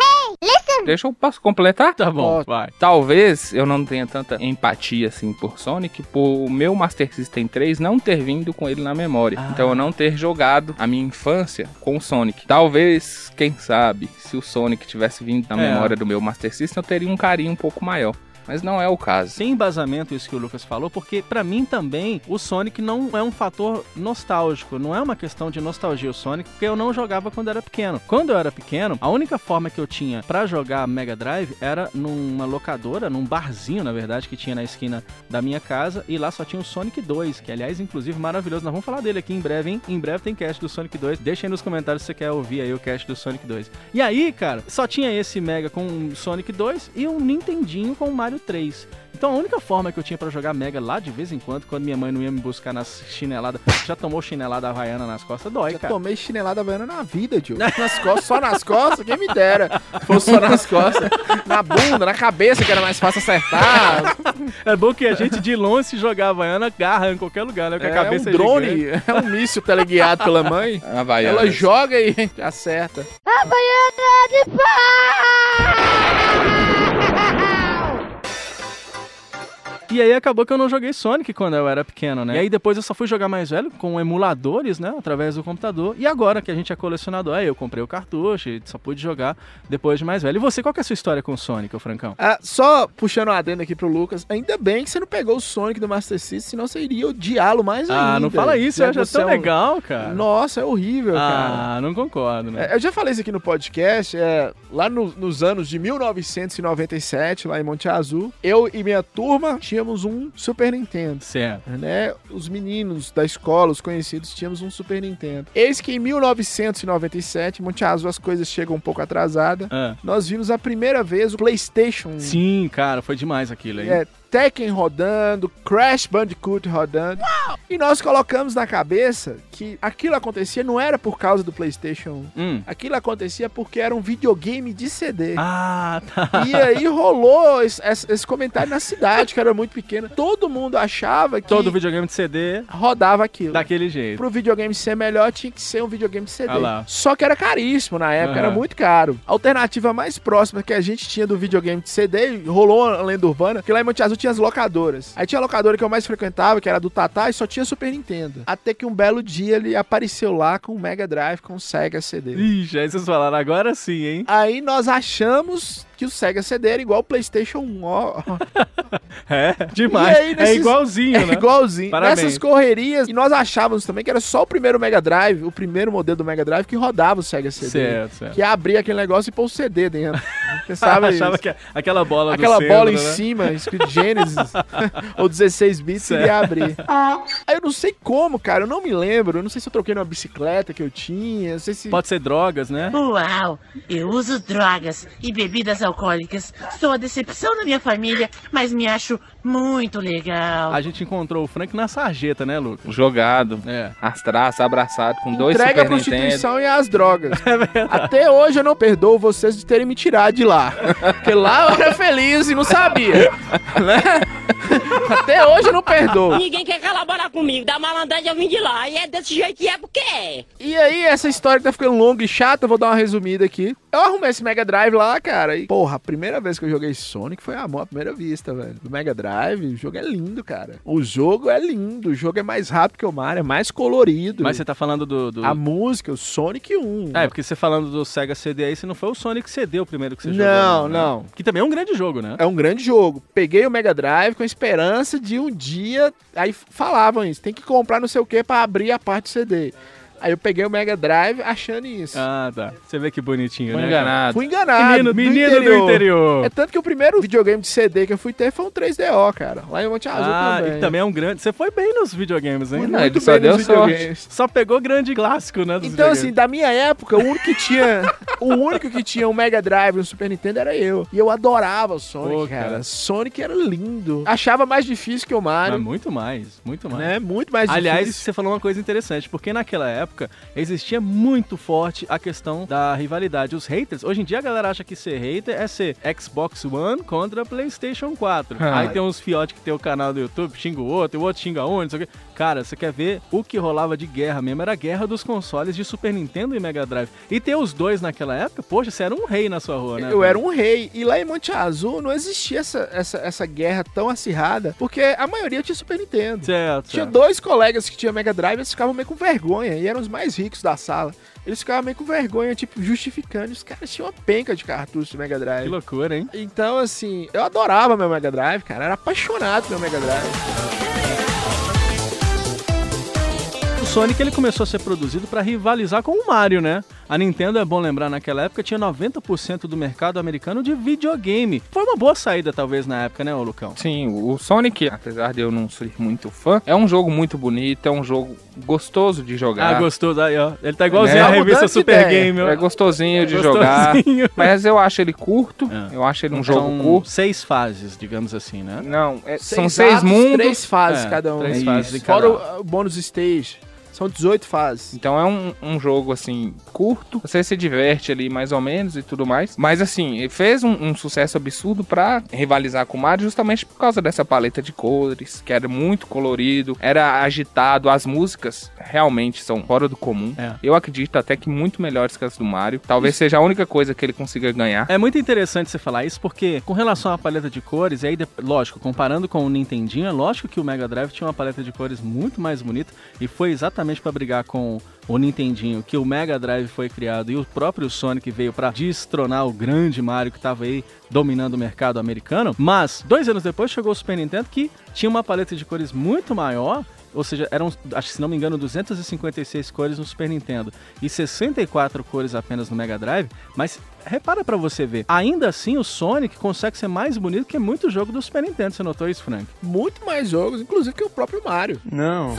Deixa eu posso completar? Tá bom, Ó, vai. Talvez eu não tenha tanta empatia assim por Sonic, por o meu Master System 3 não ter vindo com ele na memória. Então eu não ter jogado a minha infância com o Sonic. Talvez, quem sabe, se o Sonic tivesse vindo na É. memória do meu Master System, eu teria um carinho um pouco maior. Mas não é o caso. Sem embasamento isso que o Lucas falou, porque pra mim também o Sonic não é um fator nostálgico, não é uma questão de nostalgia o Sonic, porque eu não jogava quando era pequeno. Quando eu era pequeno, a única forma que eu tinha pra jogar Mega Drive era numa locadora, num barzinho, na verdade, que tinha na esquina da minha casa, e lá só tinha o Sonic 2, que aliás, inclusive, maravilhoso. Nós vamos falar dele aqui em breve, hein? Em breve tem cast do Sonic 2. Deixa aí nos comentários se você quer ouvir aí o cast do Sonic 2. E aí, cara, só tinha esse Mega com o Sonic 2 e um Nintendinho com o Mario 3. Então a única forma que eu tinha pra jogar Mega lá de vez em quando, quando minha mãe não ia me buscar nas chineladas, já tomou chinelada havaiana nas costas, dói, Já cara. tomei chinelada baiana na vida, tio. Nas costas, só nas costas, quem me dera. Fosse só nas costas. Na bunda, na cabeça, que era mais [LAUGHS] fácil acertar. É bom que a gente de longe se jogar havaiana, garra em qualquer lugar, né? Porque É, a cabeça um drone, é gigante. é um míssil teleguiado pela mãe. Ah, vai, Ela Anderson. joga e [LAUGHS] acerta. E aí acabou que eu não joguei Sonic quando eu era pequeno, né? E aí depois eu só fui jogar mais velho com emuladores, né? Através do computador. E agora que a gente é colecionador, aí eu comprei o cartucho e só pude jogar depois de mais velho. E você, qual que é a sua história com o Sonic, ô Francão? Ah, só puxando uma adenda aqui pro Lucas, ainda bem que você não pegou o Sonic do Master System, senão você iria odiá-lo mais ainda. Ah, não fala isso, eu Já acho você é tão um- legal, cara. Nossa, é horrível, cara. ah, não concordo, né? É, Eu já falei isso aqui no podcast, é, lá no- nos anos de 1997, lá em Monte Azul, eu e minha turma tínhamos um Super Nintendo. Certo. Né? Os meninos da escola, os conhecidos, tínhamos um Super Nintendo. Eis que em 1997, em Monte Azul as coisas chegam um pouco atrasadas. Ah. Nós vimos a primeira vez o PlayStation. Sim, cara, foi demais aquilo aí. É, Tekken rodando, Crash Bandicoot rodando. E nós colocamos na cabeça que aquilo acontecia não era por causa do PlayStation 1. Hum. Aquilo acontecia porque era um videogame [LAUGHS] de CD. Ah, tá. E aí rolou esse, esse- esse comentário na cidade, que era muito pequena. Todo mundo achava [LAUGHS] que Todo videogame de CD rodava aquilo. daquele jeito. Pro videogame ser melhor, tinha que ser um videogame de CD. Ah lá. Só que era caríssimo na época, era Aham. muito caro. A alternativa mais próxima que a gente tinha do videogame de CD, e rolou a lenda urbana, que lá em Monte Azul tinha as locadoras. Aí tinha a locadora que eu mais frequentava, que era do Tatá, e só tinha Super Nintendo. Até que um belo dia ele apareceu lá com o Mega Drive, com o Sega CD. Ixi, aí vocês falaram, agora sim, hein? Aí nós achamos que o Sega CD era igual o PlayStation 1. ó. É, demais. E aí, É nesses- igualzinho, É né? igualzinho. Parabéns. Nessas correrias. E nós achávamos também que era só o primeiro Mega Drive, o primeiro modelo do Mega Drive que rodava o Sega CD. Certo, certo. Que abria aquele negócio e pôs o CD dentro. [LAUGHS] Você sabe Achava isso. que aquela bola do Aquela centro, bola em né? cima, escrito Genesis, [LAUGHS] ou 16 bits, Certo. iria abrir. Aí eu não sei como, cara, eu não me lembro. Eu não sei se eu troquei numa bicicleta que eu tinha, eu não sei se... Pode ser drogas, né? Uau! Eu uso drogas e bebidas alcoólicas. Sou a decepção da minha família, mas me acho muito legal. A gente encontrou o Frank na sarjeta, né, Lucas? Jogado, É. as traças, abraçado, com dois Entrega a Super Nintendo. prostituição e [LAUGHS] as drogas. É Até hoje eu não perdoo vocês de terem me tirado de lá. Porque lá eu era feliz e não sabia. né? Até hoje eu não perdoo. Ninguém quer colaborar comigo, da malandragem eu vim de lá, e é desse jeito que é porque é. E aí, essa história que tá ficando longa e chata, eu vou dar uma resumida aqui. Eu arrumei esse Mega Drive lá, cara. E, porra, a primeira vez que eu joguei Sonic foi amor à primeira vista, velho. O Mega Drive, o jogo é lindo, cara. O jogo é lindo, o jogo é mais rápido que o Mario, é mais colorido. Mas você tá falando do. do- A música, o Sonic 1. Ah, É, porque você falando do Sega CD aí, você não foi o Sonic CD o primeiro que você jogou. Não, né? não. Que também é um grande jogo, né? É um grande jogo. Peguei o Mega Drive com a esperança de um dia. Aí falavam isso: tem que comprar não sei o que pra abrir a parte do CD. Aí eu peguei o Mega Drive achando isso. Ah, tá. Você vê que bonitinho, Foi né? cara? enganado. Fui Menino, enganado. menino do interior. Ah, É tanto que o primeiro videogame de CD que eu fui ter foi um 3DO, cara. Lá em Monte Azul Ah, também. e também né? é um grande. Você foi bem nos videogames, hein? Não, ele só deu nos sorte. videogames. Só pegou grande clássico, né? dos Então, videogames. assim, da minha época, o único [LAUGHS] que tinha. o único que tinha um Mega Drive e um Super Nintendo era eu. E eu adorava o Sonic, Pô, cara. cara. Sonic era lindo. Achava mais difícil que o Mas Mario. muito mais, muito mais. né? Muito mais Aliás, difícil. você falou uma coisa interessante, porque naquela época existia muito forte a questão da rivalidade. Os haters, hoje em dia a galera acha que ser hater é ser Xbox One contra PlayStation 4. Ah. Aí tem uns fiotes que tem o canal do YouTube, xinga o outro, o outro xinga um, não sei o quê. Cara, você quer ver o que rolava de guerra mesmo? Era a guerra dos consoles de Super Nintendo e Mega Drive. E ter os dois naquela época, poxa, você era um rei na sua rua, né? Eu era um rei. E lá em Monte Azul não existia essa, essa, essa guerra tão acirrada, porque a maioria tinha Super Nintendo. Certo. um Tinha é certo. dois colegas que tinham Mega Drive, eles ficavam meio com vergonha, e eram os mais ricos da sala. Eles ficavam meio com vergonha, tipo, justificando. Os caras tinham uma penca de cartucho de Mega Que Drive. loucura, hein? Então, assim, eu adorava meu Mega Drive, cara. Era apaixonado pelo Mega Drive. O Sonic ele começou a ser produzido para rivalizar com o Mario, né? A Nintendo, é bom lembrar, naquela época tinha 90% do mercado americano de videogame. Foi uma boa saída, talvez, na época, né, ô Lucão? Sim, o o Sonic, apesar de eu não ser muito fã, é um jogo muito bonito, é um jogo gostoso de Ah, jogar. gostoso. Aí, ó. Ele tá igualzinho É, à tá revista mudando de Super ideia. Game, ó. É gostosinho de Gostosinho. jogar, [LAUGHS] mas eu acho ele curto, É. eu acho ele um São jogo curto. seis fases, digamos assim, né? Não, é- são seis mundos, Três fases É, cada um. três Isso. fases de Fora cada um. o, o bônus stage. São 18 fases. Então é um, um jogo, assim, curto. Você se diverte ali, mais ou menos, e tudo mais. Mas, assim, ele fez um, um sucesso absurdo pra rivalizar com o Mario, justamente por causa dessa paleta de cores, que era muito colorido, era agitado. As músicas realmente são fora do comum. É. Eu acredito até que muito melhores que as do Mario. Talvez seja a única coisa que ele consiga ganhar. É muito interessante você falar isso, porque com relação à paleta de cores, e aí, de- lógico, comparando com o Nintendinho, é lógico que o Mega Drive tinha uma paleta de cores muito mais bonita, e foi exatamente pra brigar com o Nintendinho que o Mega Drive foi criado e o próprio Sonic veio pra destronar o grande Mario que tava aí dominando o mercado americano. Mas, dois anos depois, chegou o Super Nintendo que tinha uma paleta de cores muito maior. Ou seja, eram, acho que se não me engano, 256 cores no Super Nintendo e 64 cores apenas no Mega Drive, mas repara pra você ver, ainda assim o Sonic consegue ser mais bonito que muito jogo do Super Nintendo, você notou isso, Frank? Muito mais jogos, inclusive que o próprio Mario. Não.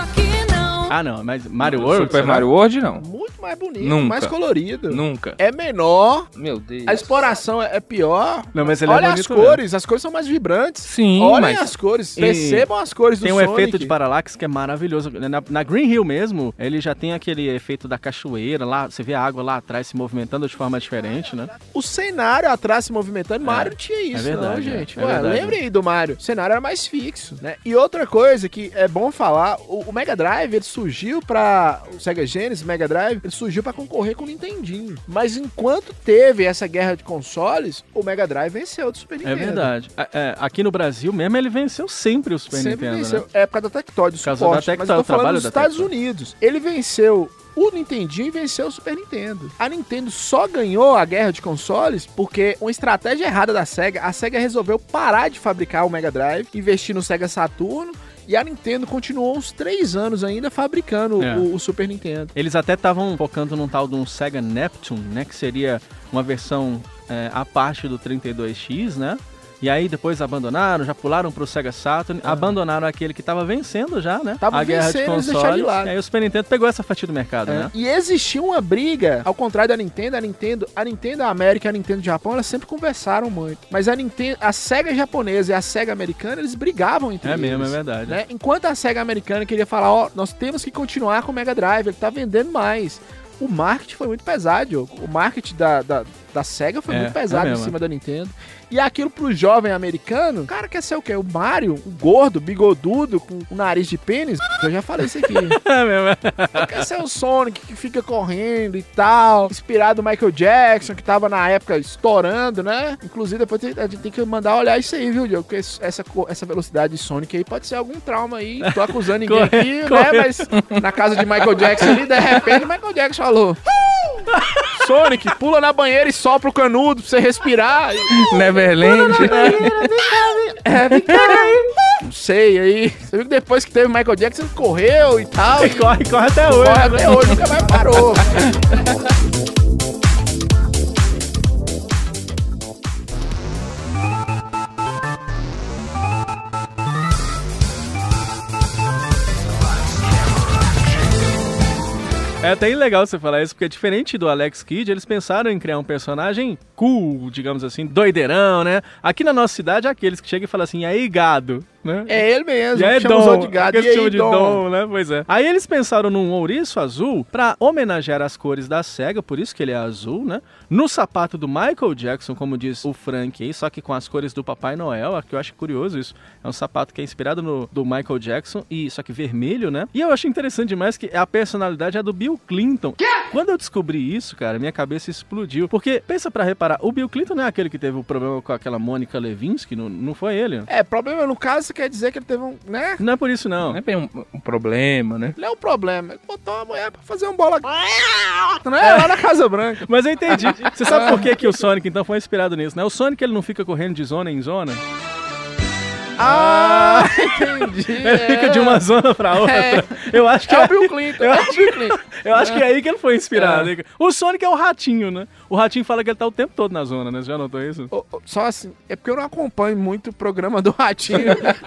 Ah não, mas Mario World? Super será? Mario World, não. Muito mais bonito, Nunca. mais colorido. Nunca. É menor, Meu Deus. A exploração é é pior. Não, mas ele é Olha as bonito cores, as cores são mais vibrantes. Sim, Olhem mas... as cores, E percebam as cores do Tem um Sonic. efeito de paralaxe que é maravilhoso. Na, na Green Hill mesmo, ele já tem aquele efeito da cachoeira lá, você vê a água lá atrás se movimentando de forma diferente, né? O cenário atrás se movimentando, Mario tinha isso, verdade, não, é. gente. É Ué, verdade. lembrem aí do Mario. O cenário era mais fixo, né? E outra coisa que é bom falar, o, o Mega Drive, ele surgiu pra... O Sega Genesis, Mega Drive, ele surgiu pra concorrer com o Nintendinho. Mas enquanto teve essa guerra de consoles, o Mega Drive venceu do Super É Nintendo. verdade. A- é, aqui no Brasil mesmo ele venceu sempre o Super Sempre Nintendo, venceu. né? É por causa da Tectoy, do Por causa suporte. da Tectoy, mas eu o tô trabalho falando dos da Estados Tectoy. Unidos. Ele venceu o Nintendinho e venceu o Super Nintendo. A Nintendo só ganhou a guerra de consoles porque uma estratégia errada da SEGA, a SEGA resolveu parar de fabricar o Mega Drive, investir no Sega Saturno, e a Nintendo continuou uns três anos ainda fabricando É. o, o Super Nintendo. Eles até estavam focando num tal de um Sega eh, Neptune, né? Que seria uma versão é, à parte do 32X, né? E aí depois abandonaram, já pularam pro Sega Saturn, abandonaram aquele que tava vencendo já, né? Ah. Tava a guerra de vencendo, eles consoles. É, deixaram de lado. E aí o Super Nintendo pegou essa fatia do mercado, É. né? E existia uma briga, ao contrário da Nintendo, a Nintendo, a Nintendo América e a Nintendo Japão, elas sempre conversaram muito. Mas a Nintendo, a SEGA japonesa e a SEGA americana, eles brigavam entre É eles. mesmo, é verdade. né? Enquanto a SEGA americana queria falar, ó, nós temos que continuar com o Mega Drive, ele tá vendendo mais. O marketing foi muito pesado, Diogo. O marketing da, da, da SEGA foi É, muito pesado é em mesmo. cima da Nintendo. E aquilo pro jovem americano, o cara quer ser o quê? O Mario, o gordo, bigodudo, com o nariz de pênis? Eu já falei isso aqui. É mesmo. Porque esse é o Sonic que fica correndo e tal. Inspirado no Michael Jackson, que tava na época estourando, né? Inclusive, depois tem- a gente tem que mandar olhar isso aí, viu, Diogo? Porque esse- essa, co- essa velocidade de Sonic aí pode ser algum trauma aí. Tô acusando ninguém [LAUGHS] Corre- aqui, né? corre. Mas na casa de Michael Jackson ali, de repente, Michael Jackson falou. Sonic, pula na banheira e sopra o canudo pra você respirar. Neverland. É, vem cá. Não sei, aí. Você viu que depois que teve Michael Jackson, ele correu e tal. E Corre, corre até hoje. corre até hoje, nunca mais parou. É até legal você falar isso, porque diferente do Alex Kidd, eles pensaram em criar um personagem cool, digamos assim, doideirão, né? Aqui na nossa cidade, é aqueles que chegam e falam assim, "E aí gado, né? É ele mesmo. E aí, chama Dom, os outros de gado. aqueles E aí, que chamam de Dom? Dom. né? Pois é. Aí eles pensaram num ouriço azul pra homenagear as cores da SEGA, por isso que ele é azul, né? No sapato do Michael Jackson, como diz o Frank aí, só que com as cores do Papai Noel, que eu acho curioso isso. É um sapato que é inspirado no do Michael Jackson, e só que vermelho, né? E eu achei interessante demais que a personalidade é do Bill Clinton. Quando eu descobri isso, cara, minha cabeça explodiu. Porque, pensa pra reparar, o Bill Clinton não é aquele que teve o problema com aquela Mônica Levinsky, não, não foi ele? É, problema no caso quer dizer que ele teve um. né? Não é por isso, não. Não é bem um, um problema, né? Ele é um problema. Ele botou uma mulher pra fazer um bola. Não é lá na Casa Branca. Mas eu entendi. Você sabe por que, que o Sonic então foi inspirado nisso, né? O Sonic ele não fica correndo de zona em zona, Ah, entendi. ele fica de uma zona pra outra. É. Eu acho que É é, o Bill Clinton. Eu é acho- o Bill Clinton. eu acho que é aí que ele foi inspirado. O Sonic é o ratinho, né? O ratinho fala que ele tá o tempo todo na zona, né? Você já notou isso? Ô, ô, Só assim, é porque eu não acompanho muito o programa do Ratinho.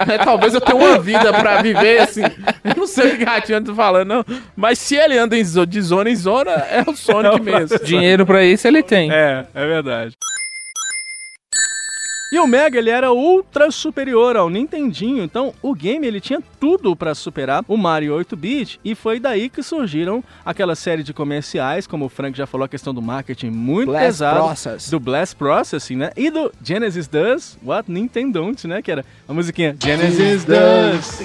né? Talvez eu tenha uma vida pra viver, assim. Eu não sei o que o Ratinho anda falando, não. Mas se ele anda em zo- de zona em zona, é o Sonic mesmo. Dinheiro pra isso ele tem. É, é verdade. E o Mega, ele era ultra superior ao Nintendinho, então o game ele tinha tudo pra superar o Mario 8-bit, e foi daí que surgiram aquela série de comerciais, como o Frank já falou, a questão do marketing muito Blast pesado. Process. Do Blast Processing, né? E do Genesis Does What Nintendo Don't, né? Que era a musiquinha Genesis Does.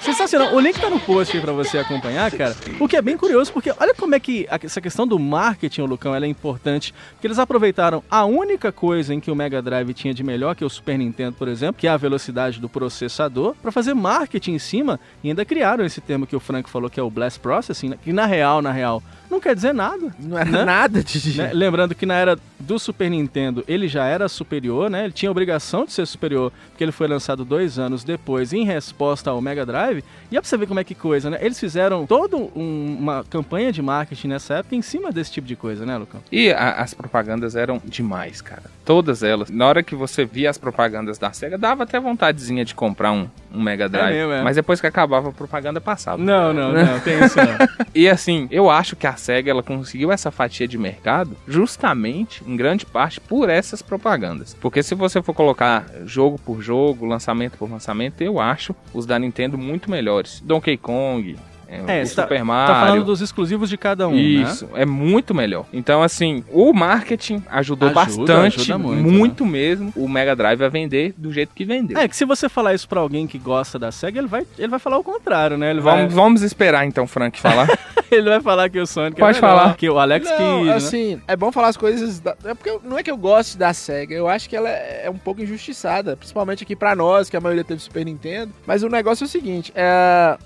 Sensacional. O link tá no post aí pra você acompanhar, cara. O que é bem curioso, porque olha como é que a- essa questão do marketing, ô Lucão, ela é importante. Porque eles aproveitaram a única coisa em que o Mega Drive tinha de melhor, que é o Super Nintendo, por exemplo, que é a velocidade do processador, pra fazer marketing em cima. E ainda criaram esse termo que o Frank falou, que é o Blast Processing, né? que na real, na real, não quer dizer nada. Não era né? nada de. Né? Lembrando que na era do Super Nintendo ele já era superior, né? Ele tinha a obrigação de ser superior, porque ele foi lançado dois anos depois em resposta ao Mega Drive. E é pra você ver como é que coisa, né? Eles fizeram toda um- uma campanha de marketing nessa época em cima desse tipo de coisa, né, Lucão? E a- as propagandas eram demais, cara. Todas elas. Na hora que você via as propagandas da SEGA, dava até vontadezinha de comprar um, um Mega Drive. mesmo, é. Mas depois que acabava a propaganda, passava. Não, não, [LAUGHS] não, tem isso não. E assim, eu acho que a SEGA ela conseguiu essa fatia de mercado justamente, em grande parte, por essas propagandas. Porque se você for colocar jogo por jogo, lançamento por lançamento, eu acho os da Nintendo muito melhores. Donkey Kong, é, É, o você tá- Super Mario. Tá falando dos exclusivos de cada um, né? Isso, é muito melhor. Então, assim, o marketing ajudou Ajuda, bastante, ajuda muito, né? muito, mesmo, o Mega Drive a vender do jeito que vendeu. É que se você falar isso pra alguém que gosta da SEGA, ele vai, ele vai falar o contrário, né? Ele vai, [LAUGHS] Vamos, vamos esperar então, Frank, falar. ele vai falar que o Sonic Pode é melhor, falar. que o Alex não, Kidd, né? assim, é bom falar as coisas. da- É porque eu- não é que eu goste da SEGA, eu acho que ela é é um pouco injustiçada, principalmente aqui pra nós, que a maioria teve Super Nintendo. Mas o negócio é o seguinte: é...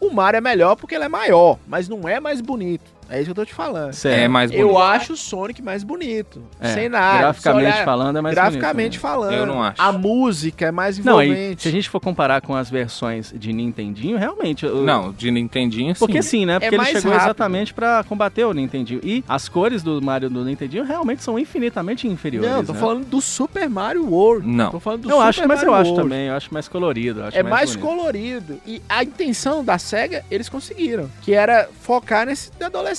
o Mario é melhor porque ele é maior, mas não é mais bonito. É isso que eu tô te falando. Certo. [LAUGHS] É mais Eu bonito. acho o Sonic mais bonito. É, Sem nada. graficamente Se olhar- falando, é mais Graficamente bonito, né? falando. Eu não acho. A música é mais Não, envolvente. e se a gente for comparar com as versões de Nintendinho, realmente... eu- Não, de Nintendinho sim. Porque sim, né? Porque ele É mais chegou rápido. exatamente pra combater o Nintendinho. E as cores do Mario do Nintendinho realmente são infinitamente inferiores. Não, tô né? falando do Super Mario World. Não. Tô falando do Eu Super acho, mas Mario eu acho World. também, eu acho mais colorido. eu acho É mais bonito. colorido. E a intenção da SEGA, eles conseguiram. Que era focar nesse adolescente.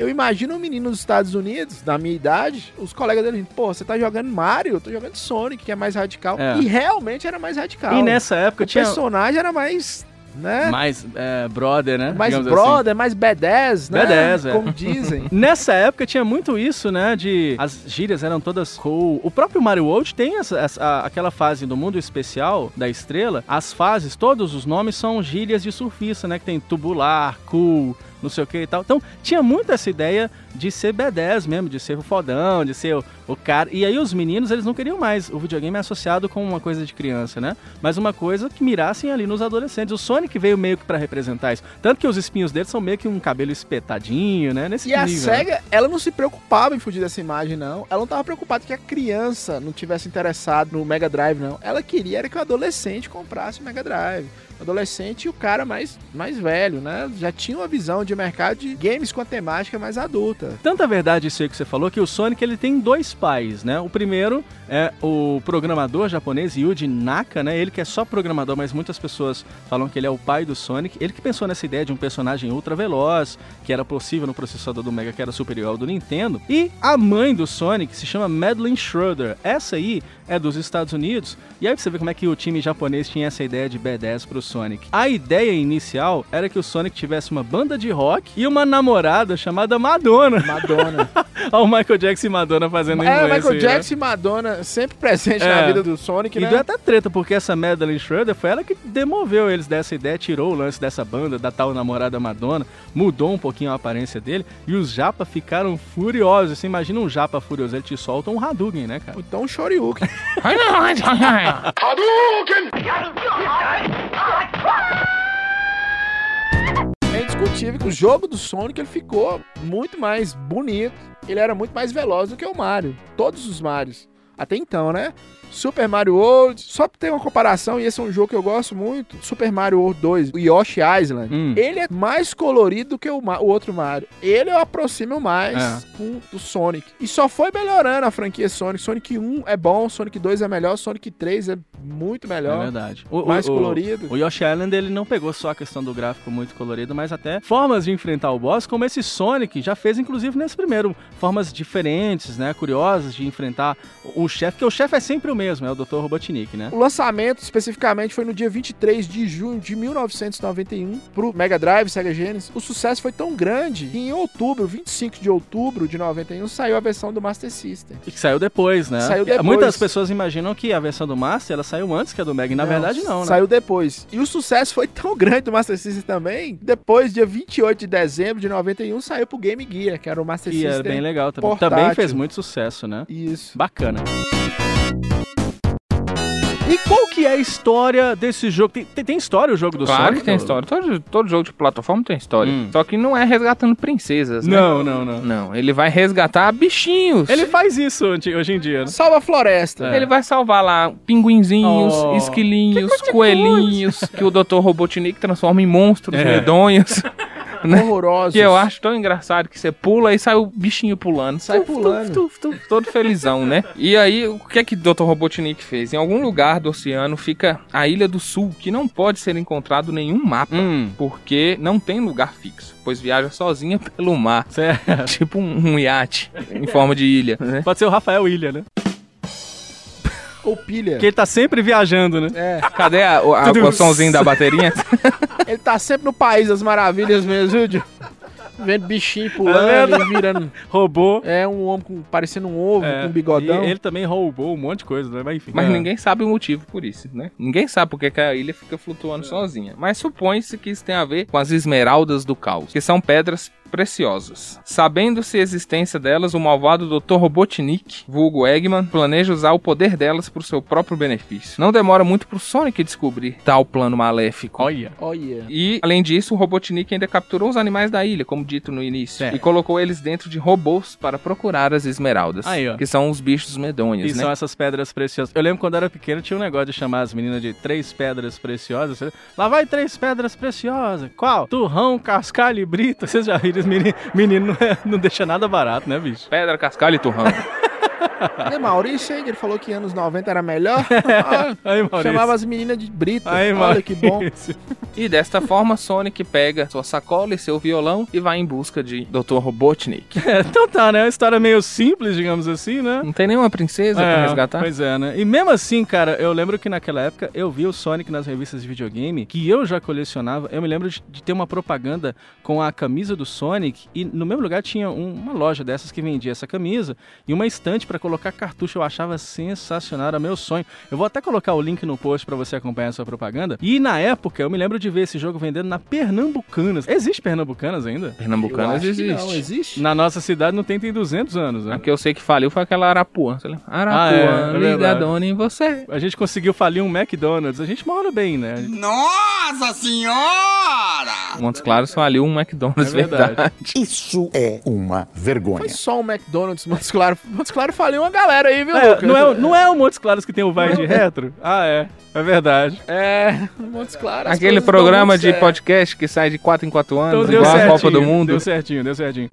Eu imagino um menino dos Estados Unidos, da minha idade, os colegas dele, pô, você tá jogando Mario, eu tô jogando Sonic, que é mais radical. É. E realmente era mais radical. E nessa época o tinha personagem era mais, né? mais é, brother, né? Mais Digamos assim. brother, mais B10, né? B10, é. Como [LAUGHS] dizem. Nessa época tinha muito isso, né? De as gírias eram todas cool. O próprio Mario World tem essa, essa- a- aquela fase do mundo especial da estrela. As fases, todos os nomes são gírias de surfista, né? Que tem tubular, cool, não sei o que e tal. Então tinha muito essa ideia de ser B10 mesmo, de ser o fodão, de ser o, o cara. E aí os meninos, eles não queriam mais. O videogame é associado com uma coisa de criança, né? Mas uma coisa que mirassem ali nos adolescentes. O Sonic veio meio que pra representar isso. Tanto que os espinhos dele são meio que um cabelo espetadinho, né? Nesse E a nível, né? SEGA, ela não se preocupava em fugir dessa imagem, não. Ela não tava preocupada que a criança não tivesse interessado no Mega Drive, não. Ela queria era que o adolescente comprasse o Mega Drive. O adolescente e o cara mais, mais velho, né? Já tinha uma visão de mercado de games com a temática mais adulta. Tanta verdade isso aí que você falou que o Sonic ele tem dois pais, né? O primeiro é o programador japonês Yuji Naka, né? Ele que é só programador, mas muitas pessoas falam que ele é o pai do Sonic. Ele que pensou nessa ideia de um personagem ultra veloz, que era possível no processador do Mega, que era superior ao do Nintendo. E a mãe do Sonic se chama Madeline Schroeder. Essa aí é dos Estados Unidos. E aí pra você vê como é que o time japonês tinha essa ideia de B10 pro Sonic. A ideia inicial era que o Sonic tivesse uma banda de rock e uma namorada chamada Madonna. Madonna. [LAUGHS] Olha o Michael Jackson e Madonna fazendo é, inglês Michael aí, né? Jackson e Madonna sempre presente É. na vida do Sonic, E né? deu até treta, porque essa Madeline Schroeder foi ela que demoveu eles dessa ideia, tirou o lance dessa banda, da tal namorada Madonna, mudou um pouquinho a aparência dele, e os japa ficaram furiosos. Você imagina um japa furioso, ele te solta um Hadouken, né, cara? Então, Shoryuken. É indiscutível que o jogo do Sonic ele ficou muito mais bonito. Ele era muito mais veloz do que o Mario. Todos os Marios. Até então, né? Super Mario World. Só pra ter uma comparação, e esse é um jogo que eu gosto muito: Super Mario World 2, o Yoshi Island. Hum. Ele é mais colorido do que o, Ma- o outro Mario. Ele eu aproximo mais É. com- do Sonic. E só foi melhorando a franquia Sonic. Sonic 1 é bom, Sonic 2 é melhor, Sonic 3 é muito É melhor. verdade. O, o- mais o- colorido. O Yoshi Island ele não pegou só a questão do gráfico muito colorido, mas até formas de enfrentar o boss, como esse Sonic já fez, inclusive nesse primeiro. Formas diferentes, né? Curiosas de enfrentar o o chefe, porque o chefe é sempre o mesmo, é o Dr. Robotnik, né? O lançamento especificamente foi no dia 23 de junho de 1991 pro Mega Drive, Sega Genesis. O sucesso foi tão grande que em outubro, 25 de outubro de 91, saiu a versão do Master System. E que saiu depois, né? Saiu depois. Muitas pessoas imaginam que a versão do Master ela saiu antes que a do Mega, e na verdade não, né? Saiu depois. E o sucesso foi tão grande do Master System também, depois, dia 28 de dezembro de 91, saiu pro Game Gear, que era o Master E System. era é bem legal também. portátil. Também fez muito sucesso, né? Isso. Bacana. E qual que é a história desse jogo? Tem, tem- tem história o jogo do Claro Sonic? que tem não? história. Todo, todo jogo de plataforma tem história. Hum. Só que não é resgatando princesas, né? Não, não, não. Não, ele vai resgatar bichinhos. É. Ele faz isso anti- hoje em dia, né? Salva a Floresta. Ele vai salvar lá pinguinzinhos, Oh. esquilinhos, coelhinhos, que o Dr. Robotnik transforma em monstros É. medonhos. né? Horrorosos. Que eu acho tão engraçado que você pula e sai o bichinho pulando. Sai Tuf, tuf, pulando. tuf, tuf, todo felizão, [LAUGHS] né? E aí, o que é que o Dr. Robotnik fez? Em algum lugar do oceano fica a Ilha do Sul, que não pode ser encontrado nenhum mapa. Hum. Porque não tem lugar fixo, pois viaja sozinha [LAUGHS] pelo mar. Certo. Tipo um, um iate em forma de ilha, né? [LAUGHS] Pode ser o Rafael Ilha, né? Ou pilha. Porque ele tá sempre viajando, né? É. Cadê a, o- a, [LAUGHS] Tudo. o somzinho da bateria? Ele tá sempre no País das Maravilhas mesmo, viu, Dio? Vendo bichinho É pulando e virando. Roubou. É um homem com- parecendo um ovo, É, com um bigodão. e ele também roubou um monte de coisa, né? Mas enfim. Mas É. ninguém sabe o motivo por isso, né? Ninguém sabe porque que a ilha É. fica flutuando sozinha. Mas supõe-se que isso tem a ver com as esmeraldas do caos, que são pedras preciosas. Sabendo-se a existência delas, o malvado Dr. Robotnik, vulgo Eggman, planeja usar o poder delas para o seu próprio benefício. Não demora muito pro Sonic descobrir tal plano maléfico. Olha. Olha. E, além disso, o Robotnik ainda capturou os animais da ilha, como dito no início, É. e colocou eles dentro de robôs para procurar as esmeraldas, Aí, ó. que são os bichos medonhos, E né? são essas pedras preciosas. Eu lembro quando eu era pequeno, tinha um negócio de chamar as meninas de três pedras preciosas. Lá vai três pedras preciosas. Qual? Turrão, cascalho e brito. Vocês já viram, menino, menino não, é- não deixa nada barato, né, bicho? Pedra, cascalho e turrão. E Maurício, hein? que Ele falou que anos 90 [LAUGHS] era melhor. Ah, Aí, Maurício. Chamava as meninas de Brita. Aí, Olha Maurício. que bom. e desta forma, Sonic pega sua sacola e seu violão e vai em busca de Dr. Robotnik. É, [LAUGHS] então tá, né? Uma história meio simples, digamos assim, né? Não tem nenhuma princesa pra resgatar? Pois é, né? E mesmo assim, cara, eu lembro que naquela época eu vi o Sonic nas revistas de videogame, que eu já colecionava. Eu me lembro de, de ter uma propaganda com a camisa do Sonic e no meu lugar tinha um- uma loja dessas que vendia essa camisa e uma estante pra colocar cartucho. Eu achava sensacional, era meu sonho. Eu vou até colocar o link no post pra você acompanhar essa propaganda. E na época eu me lembro de ver esse jogo vendendo na Pernambucanas. Existe Pernambucanas ainda? Pernambucanas Acho que existe. Não, existe? Na nossa cidade não tem, tem 200 anos, né? A que eu sei que faliu foi aquela Arapuã. Você lembra? Ah, é, é Arapuã, liga a verdade. dona em você. A gente conseguiu falir um McDonald's. A gente mora bem, né? Nossa senhora! Montes Claros faliu um McDonald's, É verdade. verdade. Isso é uma Foi vergonha. só um McDonald's, Montes Claro. Montes Claro faliu uma galera aí, viu, É, Lucas? não, é, o- não é o Montes Claros que tem o vai de retro? Ah, é. É verdade. É, Montes Claros. Aquele programa de podcast que sai de 4 em 4 anos, Então deu igual certinho. a Copa do Mundo. Deu certinho, deu certinho.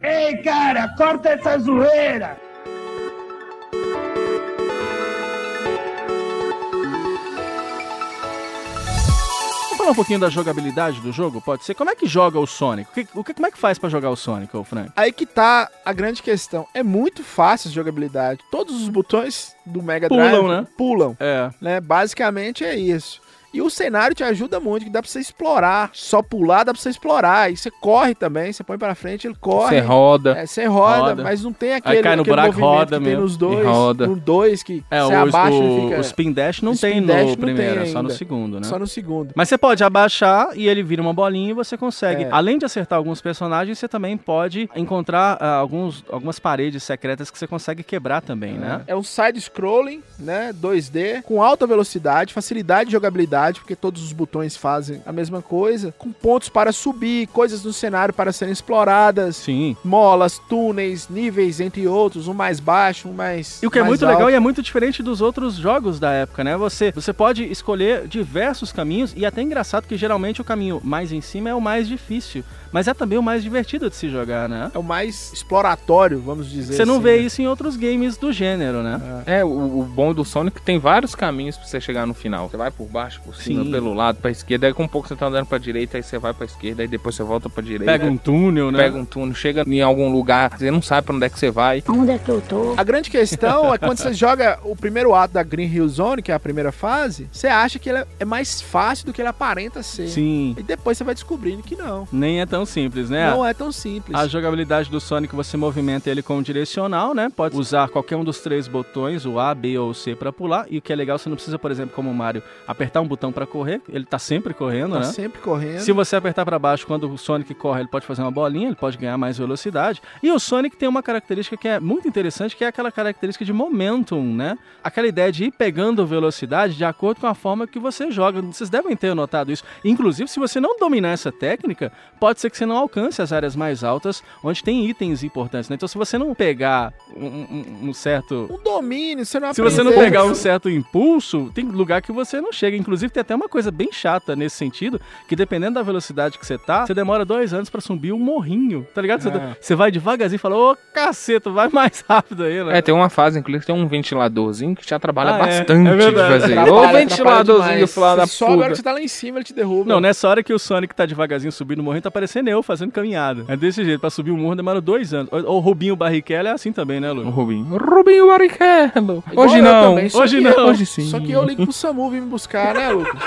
Vamos falar um pouquinho da jogabilidade do jogo? Pode ser? Como é que joga o Sonic? O que, o que- como é que faz pra jogar o Sonic, ô Frank? Aí que tá a grande questão. É muito fácil a jogabilidade. Todos os botões do Mega Drive Pulam, né? pulam, É. né? Basicamente é isso. E o cenário te ajuda muito, que dá pra você explorar. Só pular, dá pra você explorar. E você corre também, você põe pra frente, ele corre. Você roda. É, você roda, Roda. mas não tem aquele, cai no aquele buraco, movimento roda que tem mesmo. nos dois. E roda. No dois que É, você o, abaixa o- e fica o Spin Dash não Spin tem no Dash não primeiro, tem é só no ainda. segundo, né? só no segundo. Mas você pode abaixar e ele vira uma bolinha e você consegue. É. Além de acertar alguns personagens, você também pode encontrar ah, alguns, algumas paredes secretas que você consegue quebrar também, né? É um side-scrolling, né? 2D, com alta velocidade, facilidade de jogabilidade, porque todos os botões fazem a mesma coisa, com pontos para subir, coisas no cenário para serem exploradas, Sim. molas, túneis, níveis, entre outros, um mais baixo, um mais. E o que é mais muito alto. legal e é muito diferente dos outros jogos da época, né? Você, você pode escolher diversos caminhos e até é engraçado que geralmente o caminho mais em cima é o mais difícil, mas é também o mais divertido de se jogar, né? É o mais exploratório, vamos dizer Você não assim, vê né? isso em outros games do gênero, né? É, o, o bom do Sonic tem vários caminhos pra você chegar no final. Você vai por baixo, por cima, Sim. pelo lado, pra esquerda. Aí com um pouco você tá andando pra direita, aí você vai pra esquerda, aí depois você volta pra direita. Pega um túnel, né? Pega um túnel, chega em algum lugar, você não sabe pra onde é que você vai. Onde é que eu tô? A grande questão é que quando você joga o primeiro ato da Green Hill Zone, que é a primeira fase, você acha que ele é- é mais fácil do que ele aparenta ser. Sim. E depois você vai descobrindo que não. Nem é tão simples, né? Não é tão simples. A jogabilidade do Sonic, você movimenta ele com direcional, né? Pode usar qualquer um dos três botões, o A, B ou C, pra pular. E o que é legal, você não precisa, por exemplo, como o Mario, apertar um botão pra correr. Ele tá sempre correndo, Tá né? sempre correndo. Se você apertar pra baixo quando o Sonic corre, ele pode fazer uma bolinha, ele pode ganhar mais velocidade. E o Sonic tem uma característica que é muito interessante, que é aquela característica de momentum, né? Aquela ideia de ir pegando velocidade de acordo com a forma que você joga. Vocês devem ter notado isso. Inclusive, se você não dominar essa técnica, pode ser que você não alcance as áreas mais altas onde tem itens importantes, né? Então, se você não pegar um- um- um certo Um domínio, você não se você não é. aprendeu. pegar [LAUGHS] um certo impulso, tem lugar que você não chega. Inclusive, tem até uma coisa bem chata nesse sentido, que dependendo da velocidade que você tá, você demora dois anos pra subir um morrinho, tá ligado? Você, É. você vai devagarzinho e fala, ô, caceta, vai mais rápido aí, né? É, tem uma fase, inclusive, tem um ventiladorzinho que te atrapalha Ah, é. bastante É de verdade. fazer. Atrapalha, Ô atrapalha ventiladorzinho, demais. filho da Você sobe, a hora que puta. você tá lá em cima, ele te derruba. Não, nessa hora que o Sonic tá devagarzinho subindo o morrinho, tá parecendo eu fazendo caminhada. É desse jeito, pra subir um morro demora dois anos. Ou o Rubinho Barrichello é assim também, né, O Lu? Rubinho. Rubinho Barrichello. Igual Hoje eu não. também, só hoje que não. eu- Hoje sim. Só que eu ligo pro SAMU vir me buscar, né, Lucas?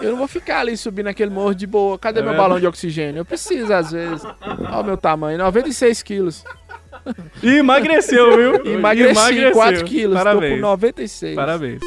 Eu não vou ficar ali subindo aquele morro de boa. Cadê meu balão de oxigênio? Eu preciso, às vezes. Olha o meu tamanho, 96 quilos. E emagreceu, viu? Emagreci 4 Emagreceu. quilos, tô com Parabéns. 96. Parabéns.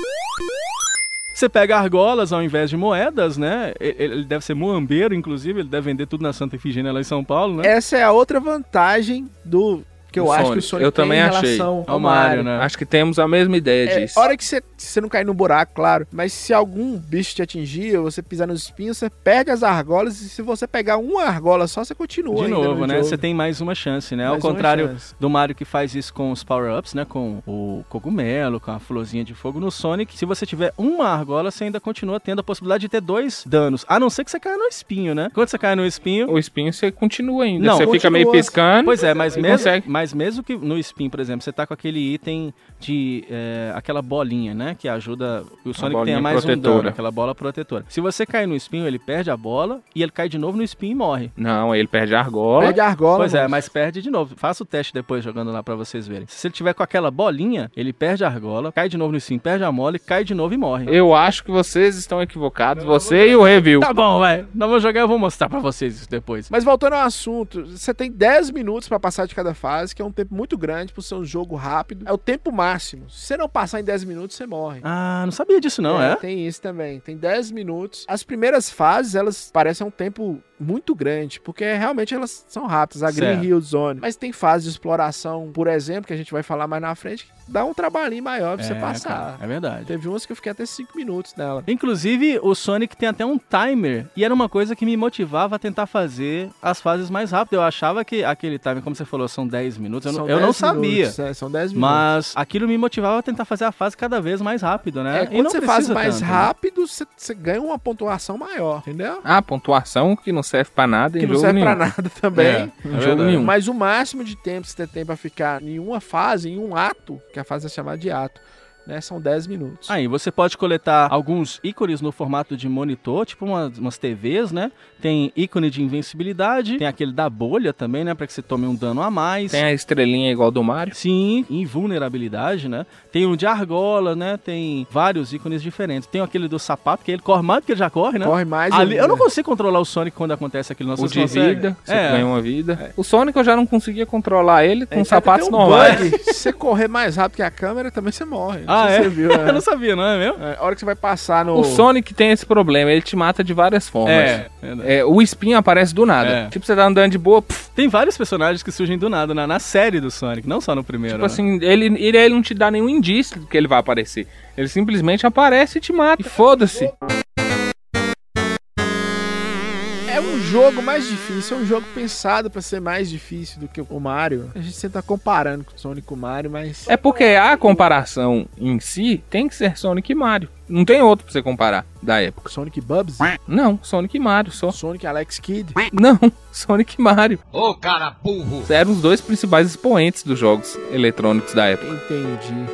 Você pega argolas ao invés de moedas, né? E- Ele deve ser moambeiro, inclusive, ele deve vender tudo na Santa Efigênia lá em São Paulo, né? Essa é a outra vantagem do que eu Do acho que o Sonic. Sonic Eu tem também em achei. relação Ao ao Mario, Mario, né? Acho que temos a mesma ideia É, disso. hora que você, você não cair no buraco, claro, mas se algum bicho te atingir ou você pisar nos espinhos, você perde as argolas e se você pegar uma argola só, você continua De ainda novo, no né? jogo. Você tem mais uma chance, né? Ao Mais uma contrário chance. do Mario que faz isso com os power-ups, né? Com o cogumelo, com a florzinha de fogo no Sonic. Se você tiver uma argola, você ainda continua tendo a possibilidade de ter dois danos. A não ser que você caia no espinho, né? Quando você cai no espinho. O espinho você continua ainda. Não, você fica continua. meio piscando. Pois é, mas Aí mesmo, consegue. mas mesmo que no espinho, por exemplo, você tá com aquele item de. é, aquela bolinha, né? Que ajuda o Sonic bolinha tenha mais um dano, protetora. aquela bola protetora. Se você cair no espinho, ele perde a bola e ele cai de novo no espinho e morre. Não, aí ele perde a argola. Perde a argola. Pois é, mano. mas perde de novo. Faça o teste depois jogando lá pra vocês verem. Se ele tiver com aquela bolinha, ele perde a argola, cai de novo no sim, perde a mole, cai de novo e morre. Eu acho que vocês estão equivocados. Você e o review. Tá bom, vai. Não vou jogar, eu vou mostrar pra vocês isso depois. Mas voltando ao assunto, você tem 10 minutos pra passar de cada fase, que é um tempo muito grande por ser um jogo rápido. É o tempo máximo. Se você não passar em 10 minutos, você morre. Ah, não sabia disso não, é? Tem isso também. Tem 10 minutos. As primeiras fases, elas parecem um tempo muito grande, porque realmente elas são rápidas. A Green Certo. Hill Zone. Mas tem fase de exploração, por exemplo, que a gente vai falar mais na frente, que dá um trabalhinho maior pra você É, passar. cara, é verdade. Teve umas que eu fiquei até 5 minutos nela. Inclusive, o Sonic tem até um timer, e era uma coisa que me motivava a tentar fazer as fases mais rápido. Eu achava que aquele timer, como você falou, são 10 minutos, eu, não- São eu 10 não sabia. minutos, é, são 10 minutos. Mas aquilo me motivava a tentar fazer a fase cada vez mais rápido, né? É, E quando não você faz precisa mais tanto, né? rápido, você, você ganha uma pontuação maior, entendeu? Ah, pontuação que não serve pra nada em Que não jogo serve nenhum. pra nada É. também. Em jogo nenhum. Mas o máximo de tempo que você tem pra ficar em uma fase, em um ato, que a fase é chamada de ato, né? São 10 minutos. Aí, você pode coletar alguns ícones no formato de monitor, tipo umas, umas TVs, né? Tem ícone de invencibilidade, tem aquele da bolha também, né? Pra que você tome um dano a mais. Tem a estrelinha igual do Mario. Sim, invulnerabilidade, né? Tem um de argola, né? Tem vários ícones diferentes. Tem aquele do sapato, que ele corre mais do que ele já corre, né? Corre mais um, Ali, ainda. eu não consigo controlar o Sonic quando acontece aquilo. Não, o Vocês de conseguem? vida, você É. ganha um- uma vida. O Sonic eu já não conseguia controlar ele com Aí você sapatos tem um normais. bug, [LAUGHS] Se você correr mais rápido que a câmera, também você morre. Não é. Ah, sei se é? Você viu, [LAUGHS] Eu é. não sabia, não é mesmo? É, A hora que você vai passar no... O Sonic tem esse problema, ele te mata de várias formas. verdade. É, o espinho aparece do nada. É. Tipo, você tá andando de boa, pf, Tem vários personagens que surgem do nada na, na série do Sonic, não só no primeiro. tipo né? assim, ele, ele, ele não te dá nenhum indício que ele vai aparecer. Ele simplesmente aparece e te mata. E foda-se. É um jogo mais difícil, é um jogo pensado pra ser mais difícil do que o Mario. A gente sempre tá comparando com o Sonic e o Mario, mas... É porque a comparação em si tem que ser Sonic e Mario. Não tem outro pra você comparar da época. Sonic e Bubs? Não, Sonic e Mario só. Sonic e Alex Kidd? Não, [LAUGHS] Sonic e Mario. Ô, cara burro! Eram os dois principais expoentes dos jogos eletrônicos da época. Entendi.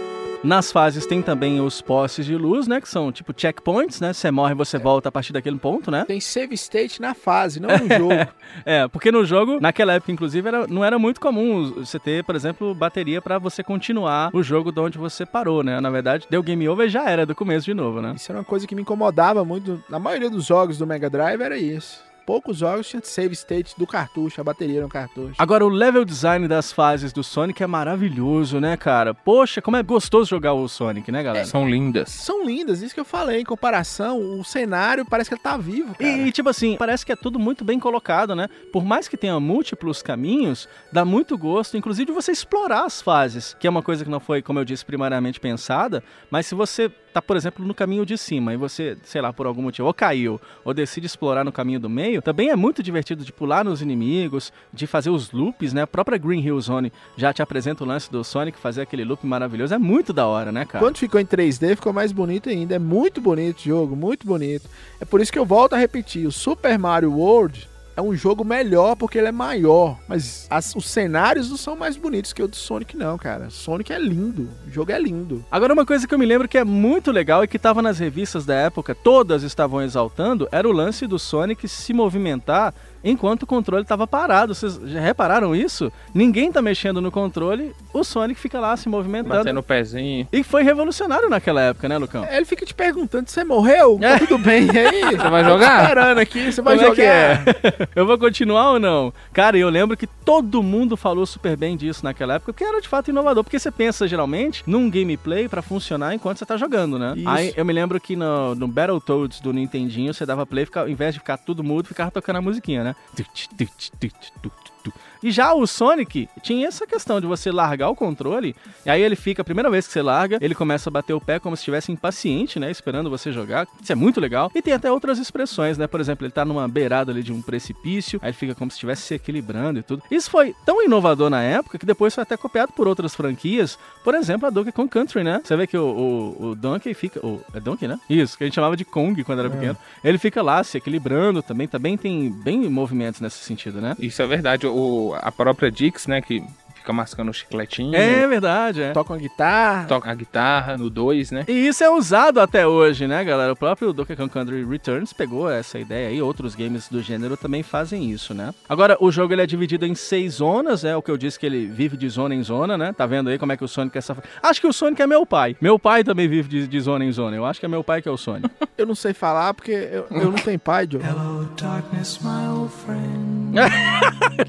Nas fases tem também os postes de luz, né? Que são tipo checkpoints, né? Você morre, É. você volta a partir daquele ponto, né? Tem save state na fase, não no jogo. É, porque no jogo, naquela época, inclusive, era- não era muito comum os- você ter, por exemplo, bateria pra você continuar o jogo de onde você parou, né? Na verdade, deu game over e já era do começo de novo, né? Isso era uma coisa que me incomodava muito. Na maioria dos jogos do Mega Drive era isso. Poucos jogos tinham save state do cartucho, a bateria era um cartucho. Agora, o level design das fases do Sonic é maravilhoso, né, cara? Poxa, como é gostoso jogar o Sonic, né, galera? São lindas. São lindas, isso que eu falei. Em comparação, o cenário parece que ele tá vivo, cara. E, tipo assim, parece que é tudo muito bem colocado, né? Por mais que tenha múltiplos caminhos, dá muito gosto, inclusive, de você explorar as fases, que é uma coisa que não foi, como eu disse, primariamente pensada, mas se você tá, por exemplo, no caminho de cima e você, sei lá, por algum motivo, ou caiu, ou decide explorar no caminho do meio, também é muito divertido de pular nos inimigos, de fazer os loops, né? A própria Green Hill Zone já te apresenta o lance do Sonic fazer aquele loop maravilhoso. É muito da hora, né, cara? Quando ficou em 3D, ficou mais bonito ainda. É muito bonito o jogo, muito bonito. É por isso que eu volto a repetir: o Super Mario World é um jogo melhor porque ele é maior. Mas as- os cenários não são mais bonitos que o do Sonic, não, cara. Sonic é lindo, o jogo é lindo. Agora, uma coisa que eu me lembro que é muito legal e que tava nas revistas da época, todas estavam exaltando, era o lance do Sonic se movimentar enquanto o controle tava parado. Vocês já repararam isso? Ninguém tá mexendo no controle, o Sonic fica lá se movimentando. Batendo o pezinho. E foi revolucionário naquela época, né, Lucão? Ele fica te perguntando se você morreu, É. tá tudo bem, e [LAUGHS] aí? Você vai jogar? Tô esperando aqui, você vai Como jogar. é que é? [LAUGHS] Eu vou continuar ou não? Cara, eu lembro que todo mundo falou super bem disso naquela época, porque era de fato inovador. Porque você pensa geralmente num gameplay pra funcionar enquanto você tá jogando, né? Isso. Aí eu me lembro que no, no Battletoads do Nintendinho, você dava play, ficava, ao invés de ficar tudo mudo, ficava tocando a musiquinha, né? Tut, tut, tut, tut, tu. E já o Sonic tinha essa questão de você largar o controle, e aí ele fica, a primeira vez que você larga, ele começa a bater o pé como se estivesse impaciente, né? Esperando você jogar. Isso é muito legal. E tem até outras expressões, né? Por exemplo, ele tá numa beirada ali de um precipício, aí ele fica como se estivesse se equilibrando e tudo. Isso foi tão inovador na época que depois foi até copiado por outras franquias, por exemplo, a Donkey Kong Country, né? Você vê que o, o, o Donkey fica. O, é Donkey, né? Isso, que a gente chamava de Kong quando era pequeno. Ele fica lá se equilibrando também, também tem bem movimentos nesse sentido, né? Isso é verdade. O, a própria Dix, né, que fica mascando o chicletinho, É verdade, é. Toca uma guitarra. toca a guitarra no 2, né? E isso é usado até hoje, né, galera? O próprio Donkey Kong Country Returns pegou essa ideia aí, outros games do gênero também fazem isso, né? Agora, o jogo ele é dividido em seis zonas, é o que eu disse que ele vive de zona em zona, né? Tá vendo aí como é que o Sonic é essa... Acho que o Sonic é meu pai. Meu pai também vive de, de zona em zona. Eu acho que é meu pai que é o Sonic. Eu não sei falar porque eu, eu não tenho pai, Joe. [LAUGHS]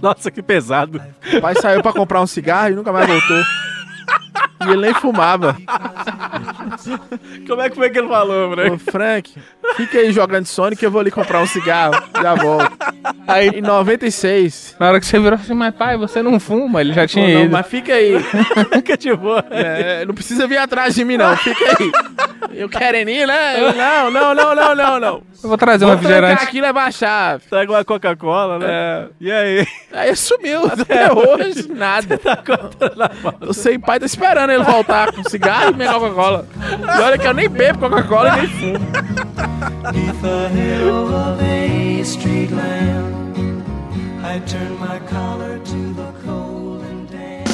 Nossa, que pesado. O pai saiu pra comprar um cigarro e nunca mais [LAUGHS] voltou. E ele nem fumava. Como é que foi que ele falou, Branco? [LAUGHS] Ô, Frank, fica aí jogando Sonic que eu vou ali comprar um cigarro. Já volto. Aí, em 96. Na hora que você virou assim, mas pai, você não fuma, ele já tinha Não, ido. mas fica aí. Cativou. É, não precisa vir atrás de mim, não. Fica aí. Eu quero ir, né? Eu- Não, não, não, não, não, não. Eu vou trazer um Vou trancar refrigerante. aqui e levar a chave. Pega uma Coca-Cola, né? E aí? Aí sumiu, até hoje, nada. Eu sei, pai tá esperando ele voltar com cigarro e minha Coca-Cola. E olha que eu nem bebo Coca-Cola e nem fumo. Neath the hill of a street lamp, I turn my collar to the cold and damp.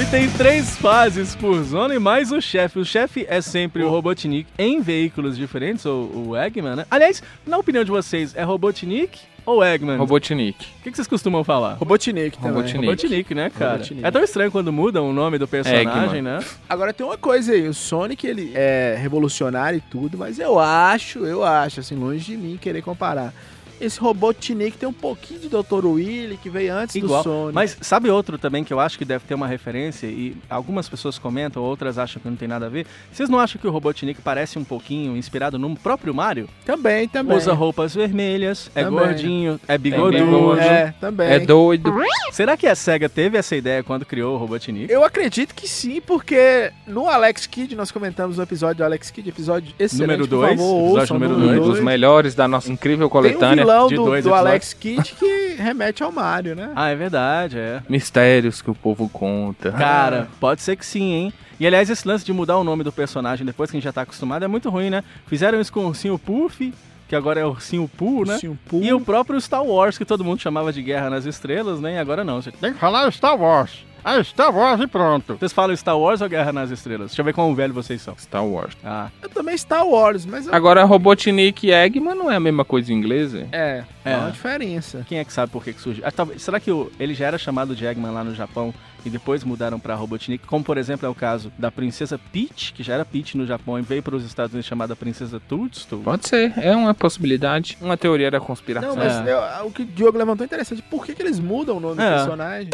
E tem três fases por zona e mais o chefe. O chefe é sempre o Robotnik em veículos diferentes, ou o Eggman, né? Aliás, na opinião de vocês, é Robotnik ou Eggman? Robotnik. O que que vocês costumam falar? Robotnik também. Robotnik. Robotnik, né, cara? Robotnik. É tão estranho quando mudam o nome do personagem, Eggman. né? Agora tem uma coisa aí, o Sonic ele é revolucionário e tudo, mas eu acho, eu acho, assim, longe de mim querer comparar. Esse Robotnik tem um pouquinho de Dr. Willy que veio antes Igual, do Sonic. Mas sabe outro também que eu acho que deve ter uma referência e algumas pessoas comentam, outras acham que não tem nada a ver? Vocês não acham que o Robotnik parece um pouquinho inspirado no próprio Mario? também, também. Usa roupas vermelhas, é Também. gordinho, é bigodudo. bigode. É, também. É doido. Será que a SEGA teve essa ideia quando criou o Robotnik? Eu acredito que sim, porque no Alex Kidd, nós comentamos no episódio do Alex Kidd, episódio excelente, Número por dois, favor, episódio ouçam, número Um dois. dos melhores da nossa incrível Tem um coletânea vilão de do, dois do episódios. Alex Kidd que remete ao Mario, né? [LAUGHS] Ah, é verdade, é. Mistérios que o povo conta. Cara, Ah. pode ser que sim, hein? E aliás, esse lance de mudar o nome do personagem depois que a gente já tá acostumado é muito ruim, né? Fizeram isso com o ursinho Puff, que agora é ursinho Poo, né? Ursinho Poo. E o próprio Star Wars, que todo mundo chamava de Guerra nas Estrelas, né? E agora não. Você- Tem que falar Star Wars. É Star Wars e pronto. Vocês falam Star Wars ou Guerra nas Estrelas? Deixa eu ver quão velho vocês são. Star Wars. Ah, Eu também Star Wars, mas é eu- Agora, Robotnik e Eggman não é a mesma coisa em inglês, é? é, é, É. uma diferença. quem é que sabe por que, que surgiu? Ah, talvez- será que o- ele já era chamado de Eggman lá no Japão e depois mudaram pra Robotnik? Como, por exemplo, é o caso da Princesa Peach, que já era Peach no Japão e veio pros Estados Unidos chamada Princesa Toadstool. Pode ser, é uma possibilidade. Uma teoria da conspiração. Não, mas É. eu- o que o Diogo levantou é interessante. Por que, que eles mudam o nome É. do personagem?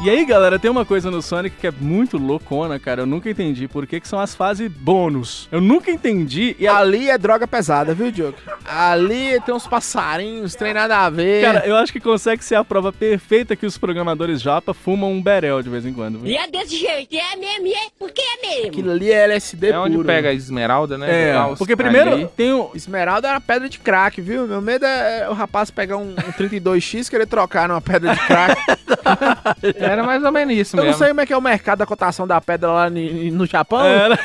E aí, galera, tem uma coisa no Sonic que é muito loucona, cara. Eu nunca entendi por que, que são as fases bônus. Eu nunca entendi. E E a... ali é droga pesada, viu, Diogo? Ali tem uns passarinhos, tem nada a ver. Cara, eu acho que consegue ser a prova perfeita que os programadores japa fumam um berel de vez em quando. viu? E é desse jeito, é mesmo, e é porque é mesmo. aquilo ali é LSD é puro. onde pega a esmeralda, né? É, Ah, os- porque primeiro ali. tem o. Esmeralda era pedra de crack, viu? Meu [LAUGHS] é medo é o rapaz pegar um, um 32X e querer trocar numa pedra de crack. Era mais ou menos isso [LAUGHS] Eu mesmo. não sei como é que é o mercado da cotação da pedra lá ni- no Japão. Era.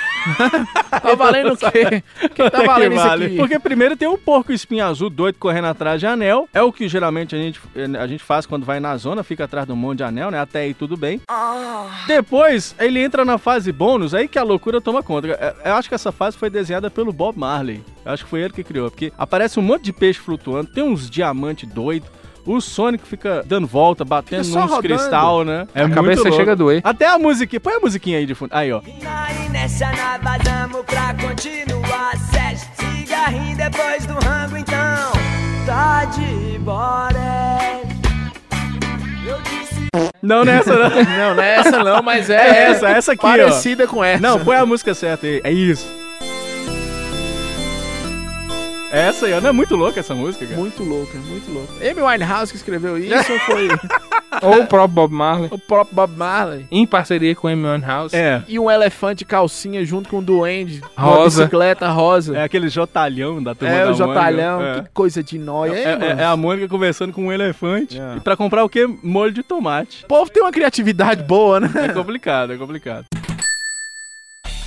tá [LAUGHS] valendo o quê? O que tá Até que valendo isso vale. aqui? Porque primeiro tem o porco espinho azul doido correndo atrás de anel. É o que geralmente a gente, a gente faz quando vai na zona, fica atrás de um monte de anel, né? Até aí tudo bem. Ah. Depois ele entra na fase bônus, aí que a loucura toma conta. É, Eu- Eu acho que essa fase foi desenhada pelo Bob Marley. Eu acho que foi ele que criou, porque aparece um monte de peixe flutuando, tem uns diamantes doidos. O Sonic fica dando volta, batendo Fica só nos rodando. cristal, né? A cabeça chega a doer. Até a musiquinha. Põe a musiquinha aí de fundo. Aí, ó. E nessa nós vazamos pra continuar. Sete cigarrinho depois do rango, então tá de bora. Eu disse. Não, não é essa não. Não, não é essa não, mas é, É essa, essa aqui, ó. Parecida com essa. Não, põe a música certa aí. É isso. É essa aí, ó. Não é muito louca essa música, cara? Muito louco, é muito louco. Amy Winehouse que escreveu isso ou foi Ou o próprio Bob Marley, o próprio Bob Marley? em parceria com o M. House. É. E um elefante calcinha junto com um duende. Uma Rosa. bicicleta rosa. É aquele jotalhão da turma É, da o Jotalhão, Mônica. que coisa de É. nóia. hein, É, é- mano? É. é a Mônica conversando com um elefante. E pra comprar o quê? Molho de tomate. O povo tem uma criatividade boa, né? É complicado, é complicado.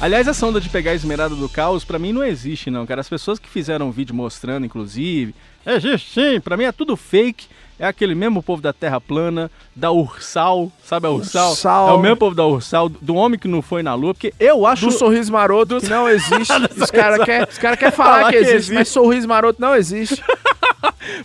Aliás, essa onda de pegar a esmeralda do caos, pra mim não existe, não, cara. As pessoas que fizeram um vídeo mostrando, inclusive, existe sim, pra mim é tudo fake. É aquele mesmo povo da Terra Plana, da Ursal, sabe a Ursal? Ursal. É o mesmo povo da Ursal, do homem que não foi na Lua, porque eu acho. Do sorriso maroto que não [LAUGHS] existe. Os caras querem cara quer falar, Falar que, que existe, existe. mas sorriso maroto não [LAUGHS] existe.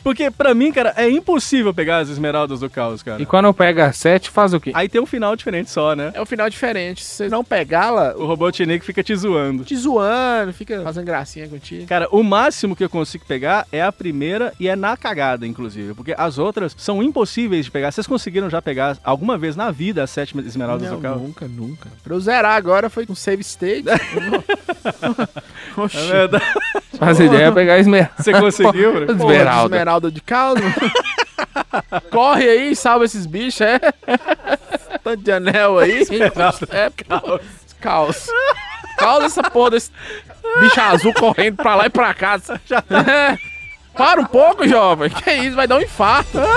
Porque pra mim, cara, é impossível pegar as esmeraldas do caos, cara. E quando pega sete, faz o quê? Aí tem um final diferente só, né? É um final diferente. Se você não pegá-la, O Robotnik fica te zoando. te zoando, fica fazendo gracinha contigo. Cara, o máximo que eu consigo pegar é a primeira e é na cagada, inclusive. Porque as outras são impossíveis de pegar. Vocês conseguiram já pegar alguma vez na vida as sete esmeraldas do carro? nunca, nunca. Pra eu zerar agora foi com save state. [LAUGHS] Oxi. É verdade. [LAUGHS] Faz ideia é pegar a esmeralda. Você conseguiu, bro? Porra, [LAUGHS] Esmeralda. esmeralda de caldo. [LAUGHS] Corre aí, salva esses bichos, é. [LAUGHS] Tanto de anel aí. É, pô, caos. Caos essa porra desse bicho azul correndo pra lá e pra [LAUGHS] cá. tá. É. Para um pouco, jovem. Que isso, vai dar um infarto. [LAUGHS]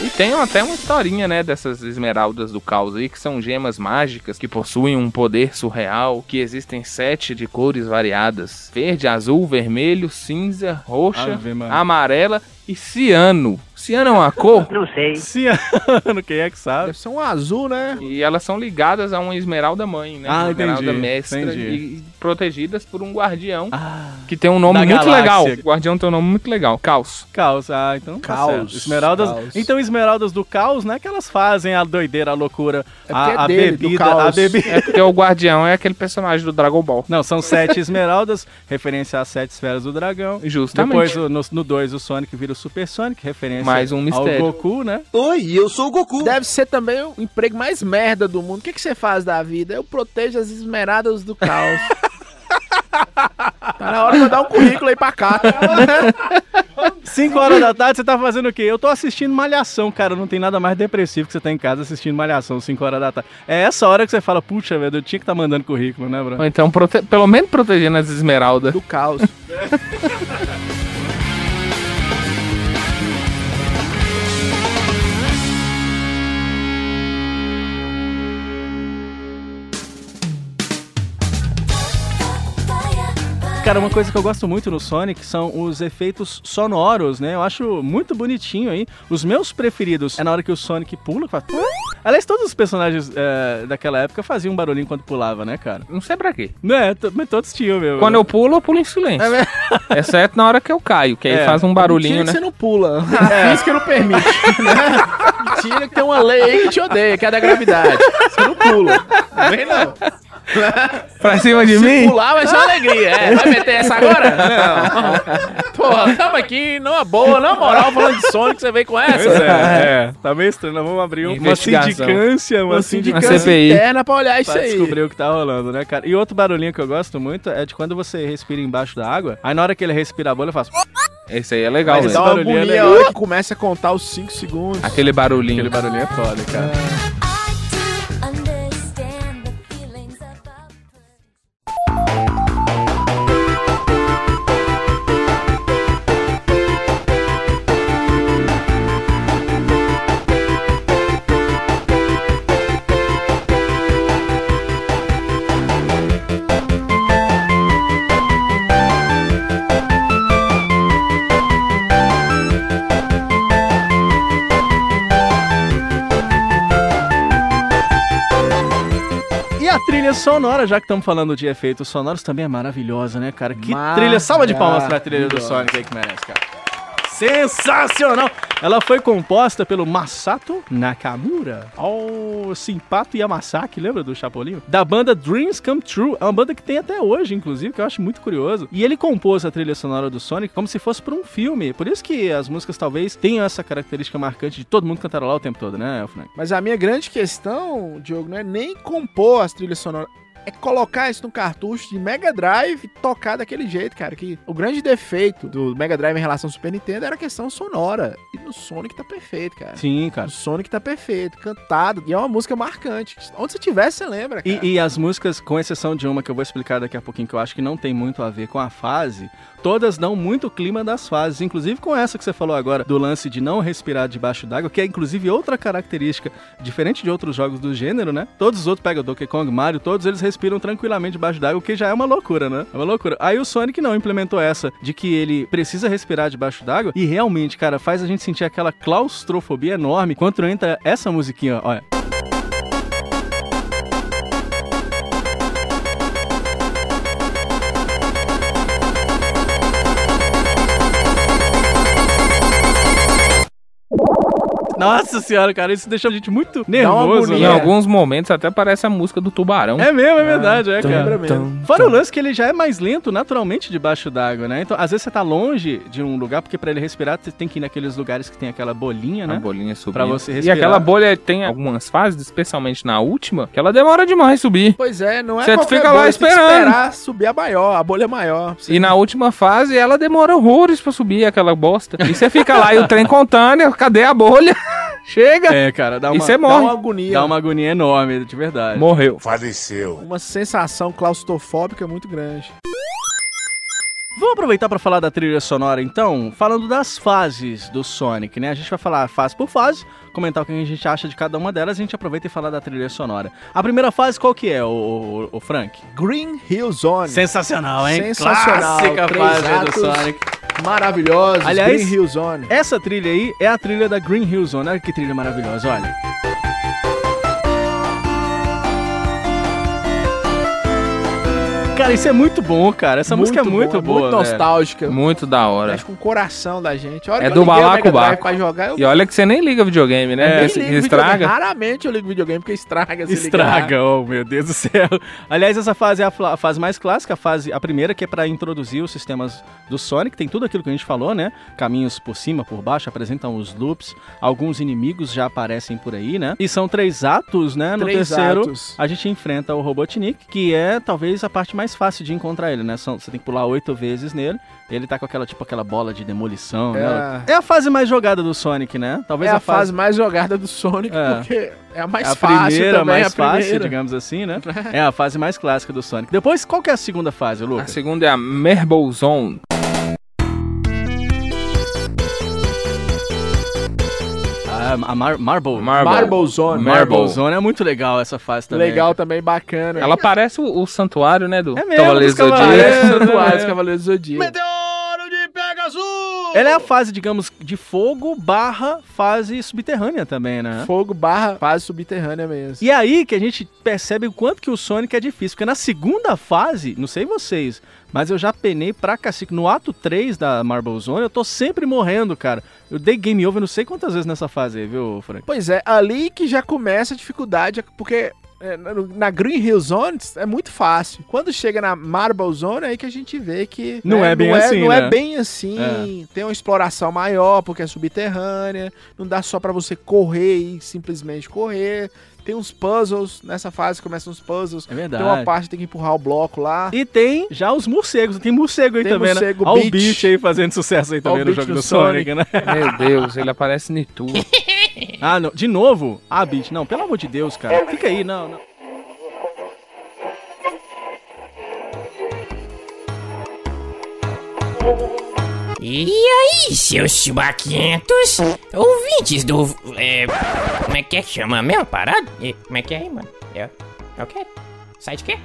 E tem até uma historinha, né, dessas esmeraldas do caos aí, que são gemas mágicas que possuem um poder surreal, que existem sete de cores variadas: verde, azul, vermelho, cinza, roxa, Ave Maria. amarela e ciano. Ciano é uma cor Não sei. [LAUGHS] Ciano, quem é que sabe? Deve ser um azul, né? e elas são ligadas a uma esmeralda mãe, né? Ah, uma esmeralda entendi, mestra entendi. e, e protegidas por um guardião Ah, que tem um nome Da muito galáxia. legal. O guardião tem um nome muito legal, caos. caos. Ah, então. tá Caos, certo. Esmeraldas. caos. Então, esmeraldas do caos, né? Que elas fazem a doideira, a loucura, É a, porque é a dele, do bebida, a caos. bebida. É porque o guardião é aquele personagem do Dragon Ball. [LAUGHS] Não, são sete esmeraldas, referência às sete esferas do dragão. Justamente. Depois, o- no- no 2, o Sonic vira o Super Sonic, referência Mais um mistério. ao Goku, né? Oi, eu sou o Goku. Deve ser também o emprego mais merda do mundo. O que, que você faz da vida? Eu protejo as esmeraldas do [LAUGHS] caos. tá na hora de eu dar um currículo aí pra [LAUGHS] cá. 5 horas da tarde, você tá fazendo o quê? Eu tô assistindo Malhação, cara. Não tem nada mais depressivo que você tá em casa assistindo Malhação 5 horas da tarde. É essa hora que você fala, puxa, velho, eu tinha que tá mandando currículo, né, bro? Ou então, prote- pelo menos protegendo as esmeraldas. do caos. Cara, uma coisa que eu gosto muito no Sonic são os efeitos sonoros, né? Eu acho muito bonitinho aí. Os meus preferidos é na hora que o Sonic pula. que Faz... Aliás, todos os personagens é, daquela época faziam um barulhinho quando pulava, né, cara? Não sei pra quê. Né, to- mas todos tinham, meu. Quando eu pulo, eu pulo em silêncio. Exceto na hora que eu caio, que aí É. faz um barulhinho, Mentira né? que você não pula. É, A física não permite. né? Mentira que tem uma lei aí que te odeia, que é da gravidade. Você não pula. Vem não. Pra cima de Se pular vai ser uma alegria. É, vai meter essa agora? Não. Porra, tamo aqui numa boa, na moral, falando de Sonic, você veio com essa? Pois [LAUGHS] é, é, tá meio estranho. Nós vamos abrir uma Investigação. sindicância, uma, assim Uma sindicância. Uma sindicância CPI. interna pra olhar isso Pra aí. descobrir o que tá rolando, né, cara? E outro barulhinho que eu gosto muito é de quando você respira embaixo da ága. Aí na hora que ele respira a bolha, eu faço. Esse aí é legal, Mas velho. dá um Dá uma uma agonia agonia legal. a hora que começa a contar os 5 segundos. Aquele barulhinho. Aquele barulhinho é foda, cara. trilha sonora, já que estamos falando de efeitos sonoros, também é maravilhosa, né, cara? Que trilha, salva de palmas pra trilha do Sonic aí que merece, cara. Sensacional! Ela foi composta pelo Masato Nakamura, ao Simpato Yamasaki, lembra do Chapolin? Da banda Dreams Come True, é uma banda que tem até hoje, inclusive, que eu acho muito curioso. E ele compôs a trilha sonora do Sonic como se fosse para um filme, por isso que as músicas talvez tenham essa característica marcante de todo mundo cantarolar o tempo todo, né, Frank? Mas a minha grande questão, Diogo, não é nem compor as trilhas sonoras. É colocar isso num cartucho de Mega Drive e tocar daquele jeito, cara. Que o grande defeito do Mega Drive em relação ao Super Nintendo era a questão sonora. E no Sonic tá perfeito, cara. Sim, cara. O Sonic tá perfeito, cantado. E é uma música marcante. Onde você tiver, você lembra, cara. E, e as músicas, com exceção de uma que eu vou explicar daqui a pouquinho, que eu acho que não tem muito a ver com a fase, todas dão muito clima das fases, inclusive com essa que você falou agora, do lance de não respirar debaixo d'água, que é inclusive outra característica, diferente de outros jogos do gênero, né? Todos os outros, pega o Donkey Kong, Mario, todos eles respiram tranquilamente debaixo d'água, o que já é uma loucura, né? É uma loucura. Aí o Sonic não implementou essa, de que ele precisa respirar debaixo d'água, e realmente, cara, faz a gente sentir aquela claustrofobia enorme quando entra essa musiquinha, olha. Nossa senhora, cara, isso deixa a gente muito nervoso, né? Em alguns momentos até parece a música do Tubarão. É mesmo, é verdade, é, cara. Fora o lance que ele já é mais lento naturalmente debaixo d'água, né? Então, às vezes você tá longe de um lugar, porque pra ele respirar, você tem que ir naqueles lugares que tem aquela bolinha, né? A bolinha subindo. Pra você E respirar. aquela bolha tem algumas fases, especialmente na última, que ela demora demais subir. Pois é, não é Você qualquer fica lá bolha, você tem que esperando. esperar subir a maior, a bolha maior. Você- E na última fase ela demora horrores pra subir aquela bosta. E você fica lá e o trem contando, e cadê a bolha? [LAUGHS] Chega! É, cara, dá E uma, você Dá morre. uma agonia, dá uma agonia enorme, de verdade. Morreu. uma sensação claustrofóbica muito grande. Vamos aproveitar pra falar da trilha sonora, então, falando das fases do Sonic, né? A gente vai falar fase por fase, comentar o que a gente acha de cada uma delas, a gente aproveita e fala da trilha sonora. A primeira fase, qual que é, o, o- o Frank? Green Hill Zone. Sensacional, hein? Sensacional. Clássica Três fase aí do atos. Sonic. Maravilhosos. Aliás- Green Hill Zone. Essa trilha aí é a trilha da Green Hill Zone. Olha que trilha maravilhosa, olha. Cara, isso é muito bom, cara. Essa música é muito bom, boa. Muito velho. nostálgica. Muito da hora. Mexe com o coração da gente. A hora É que do eu liguei o Mega balacobaco. Drive Pra jogar, eu E olha que você nem liga videogame, né? é, nem Esse- ligo videogame. estraga. Raramente eu ligo videogame porque estraga. se ligar. Estraga, oh meu Deus do céu. Aliás, essa fase é a, fla- a fase mais clássica, a, fase, a primeira que é pra introduzir os sistemas do Sonic. Tem tudo aquilo que a gente falou, né? Caminhos por cima, por baixo, apresentam os loops. Alguns inimigos já aparecem por aí, né? E são três atos, né? No [LAUGHS] Três terceiro, atos. a gente enfrenta o Robotnik, que é talvez a parte mais fácil de encontrar ele, né? São- você tem que pular oito vezes nele. Ele tá com aquela, tipo, aquela bola de demolição, É. né? É a fase mais jogada do Sonic, né? É Talvez a fase mais jogada do Sonic, É. porque é a é mais a fácil primeira, também. mais é a primeira. fácil, digamos assim, [LAUGHS] né? É a fase mais clássica do Sonic. Depois, qual que é a segunda fase, A Ah, Lucas? segunda é a Merble Zone. A, a Mar- Marble. Marble. Marble Zone. Mar- Marble Marble. Zone é muito legal essa fase também. Legal também, bacana. Ela parece o, o santuário, né? Do É mesmo, Cavaleiro dos Cavaleiros. Zodíaco. Santuários, Cavaleiros do Zodíaco. Ela é a fase, digamos, de fogo barra fase subterrânea também, né? Fogo barra fase subterrânea mesmo. E é aí que a gente percebe o quanto que o Sonic é difícil. Porque na segunda fase, não sei vocês, mas eu já penei pra cacique. No ato 3 da Marble Zone, eu tô sempre morrendo, cara. Eu dei game over não sei quantas vezes nessa fase aí, viu, Frank? Pois é, ali que já começa a dificuldade, porque é, na- na Green Hill Zone é muito fácil. Quando chega na Marble Zone, é aí que a gente vê que. Não é bem assim, Não né? é bem assim. Tem uma exploração maior, porque é subterrânea. Não dá só pra você correr e simplesmente correr. Tem uns puzzles. Nessa fase começam os puzzles. É Tem verdade. uma parte que tem que empurrar o bloco lá. E tem já os morcegos, tem morcego aí Tem também, morcego, né? Olha o Beat. Beat aí fazendo sucesso aí também Olha o no Beat jogo no do Sonic, né? [LAUGHS] [LAUGHS] Meu Deus, ele aparece em tudo. Ah, não. De novo? Ah, Beat, não, pelo amor de Deus, cara. Fica aí, não, não. E aí, seus chubaquentos? Ouvintes do. É, como é que é que chama mesmo? Parado? E, como é que é aí, mano? É, é o quê? Sai de quê?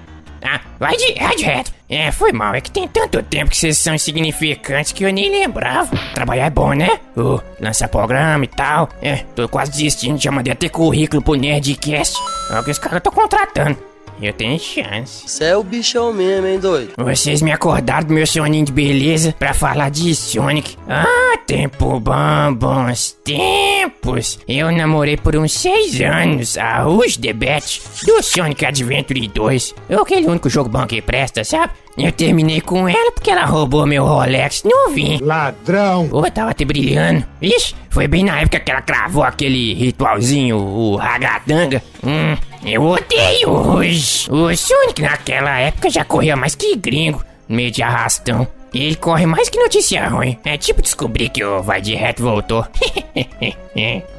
Ah, vai de, vai direto. É, foi mal. É que tem tanto tempo que vocês são insignificantes que eu nem lembrava. Trabalhar é bom, né? Uh, lançar programa e tal. É, tô quase desistindo. Já mandei até currículo pro Nerdcast. É o que os caras estão contratando. Eu tenho chance. Você é o bichão mesmo, hein, doido? Vocês me acordaram do meu soninho de beleza pra falar de Sonic. Ah, tempo bom, bons tempos. Eu namorei por uns seis anos a Rouge the Bat do Sonic Adventure 2. É aquele único jogo bom que presta, sabe? Eu terminei com ela porque ela roubou meu Rolex novinho. Ladrão! Ô, tava até brilhando. Ixi, foi bem na época que ela cravou aquele ritualzinho, o ragatanga. Hum, eu odeio hoje. O Sonic naquela época já corria mais que gringo, no meio de arrastão. Ele corre mais que notícia ruim. É tipo descobrir que o Vai de Reto voltou. [LAUGHS]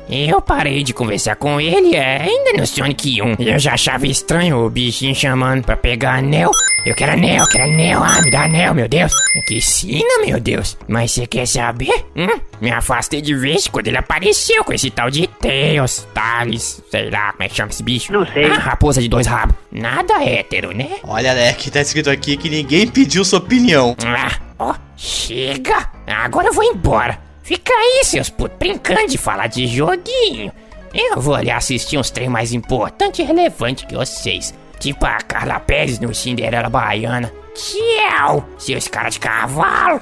eu parei de conversar com ele é, ainda no Sonic 1. Eu já achava estranho o bichinho chamando pra pegar anel. Eu quero anel, quero anel. Ah, me dá anel, meu Deus. Que sina, meu Deus. Mas você quer saber? Hum? Me afastei de vez quando ele apareceu com esse tal de Tails, Thales, sei lá como é que chama esse bicho. Não sei. Ah, raposa de dois rabos. Nada hétero, né? Olha, Leque, tá escrito aqui que ninguém pediu sua opinião. Ah, ó, chega! Agora eu vou embora. Fica aí, seus putos, brincando de falar de joguinho. Eu vou ali assistir uns trem mais importante e relevante que vocês. Tipo a Carla Pérez no Cinderela Baiana. Tchau, seus caras de cavalo.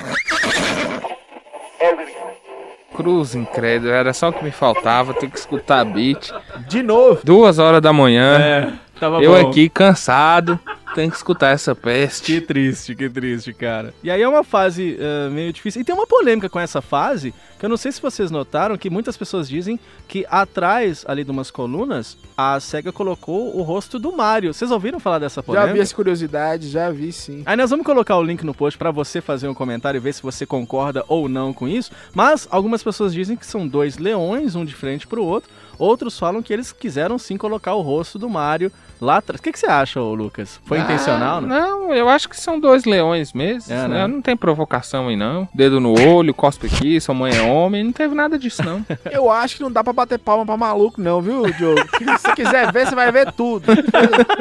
Cruz incrédulo, era só o que me faltava, ter que escutar beat. De novo. tá Duas horas da manhã. É, tava eu bom. aqui cansado, tenho que escutar essa peste. Que triste, que triste, cara. E aí é uma fase eh, meio difícil. E tem uma polêmica com essa fase, que eu não sei se vocês notaram, que muitas pessoas dizem que atrás ali de umas colunas, a SEGA colocou o rosto do Mario. Vocês ouviram falar dessa polêmica? Já vi essa curiosidade, já vi sim. Aí nós vamos colocar o link no post pra você fazer um comentário e ver se você concorda ou não com isso. Mas algumas pessoas dizem que são dois leões, um de frente pro outro. Outros falam que eles quiseram sim colocar o rosto do Mario lá atrás. O que, que você acha, ô Lucas? Foi Ah, intencional, né? Não, eu acho que são dois leões mesmo. É, né? né? Não tem provocação aí, não. Dedo no olho, cospe aqui, sua mãe é homem. Não teve nada disso, [LAUGHS] não. Eu acho que não dá pra bater palma pra maluco, não, viu, Diogo? Se [LAUGHS] você quiser ver, você vai ver tudo.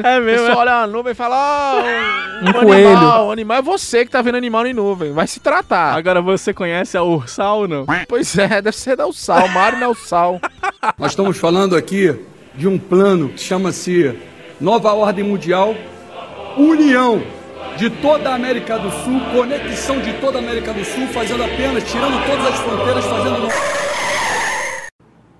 É mesmo, Você olha uma nuvem e fala: Ó, um, Um coelho. animal, um animal é você que tá vendo animal em nuvem. Vai se tratar. Agora você conhece a ursal ou não? Pois é, deve ser da Ursal. Mário não é Ursal. Nós estamos falando aqui de um plano que chama-se Nova Ordem Mundial, união de toda a América do Sul, conexão de toda a América do Sul, fazendo apenas, tirando todas as fronteiras, fazendo...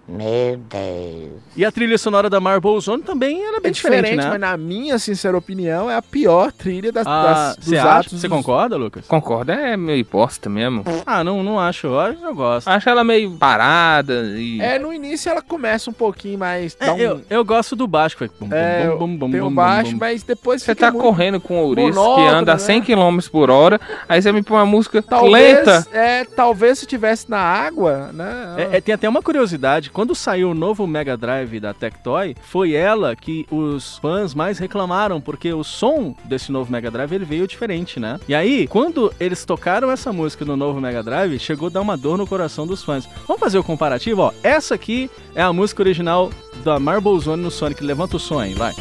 Meu Deus. E a trilha sonora da Marble Zone também era [LAUGHS] É bem diferente, diferente, né? mas na minha sincera opinião, é a pior trilha das, Ah, das- dos você acha? atos. Você concorda, Lucas? Concorda, é meio bosta mesmo. Ah, não, não acho. Eu, eu gosto. Ah, Acho ela meio parada e. É, no início ela começa um pouquinho mais. É, dá um- eu, eu gosto do baixo. que Foi... bum, bum, É, bum, bum, bum, tem o bum, baixo, bum, bum. mas depois Você fica tá muito- correndo com o ouriço que monótono, anda a né? 100 km por hora, aí você me põe uma música Talvez, lenta. É, talvez se tivesse na água, né? É, é, tem até uma curiosidade, quando saiu o novo Mega Drive da Tectoy, foi ela que os fãs mais reclamaram, porque o som desse novo Mega Drive ele veio diferente, né? E aí, quando eles tocaram essa música no novo Mega Drive, chegou a dar uma dor no coração dos fãs. Vamos fazer o comparativo, ó. Essa aqui é a música original da Marble Zone no Sonic. Levanta o som aí, vai.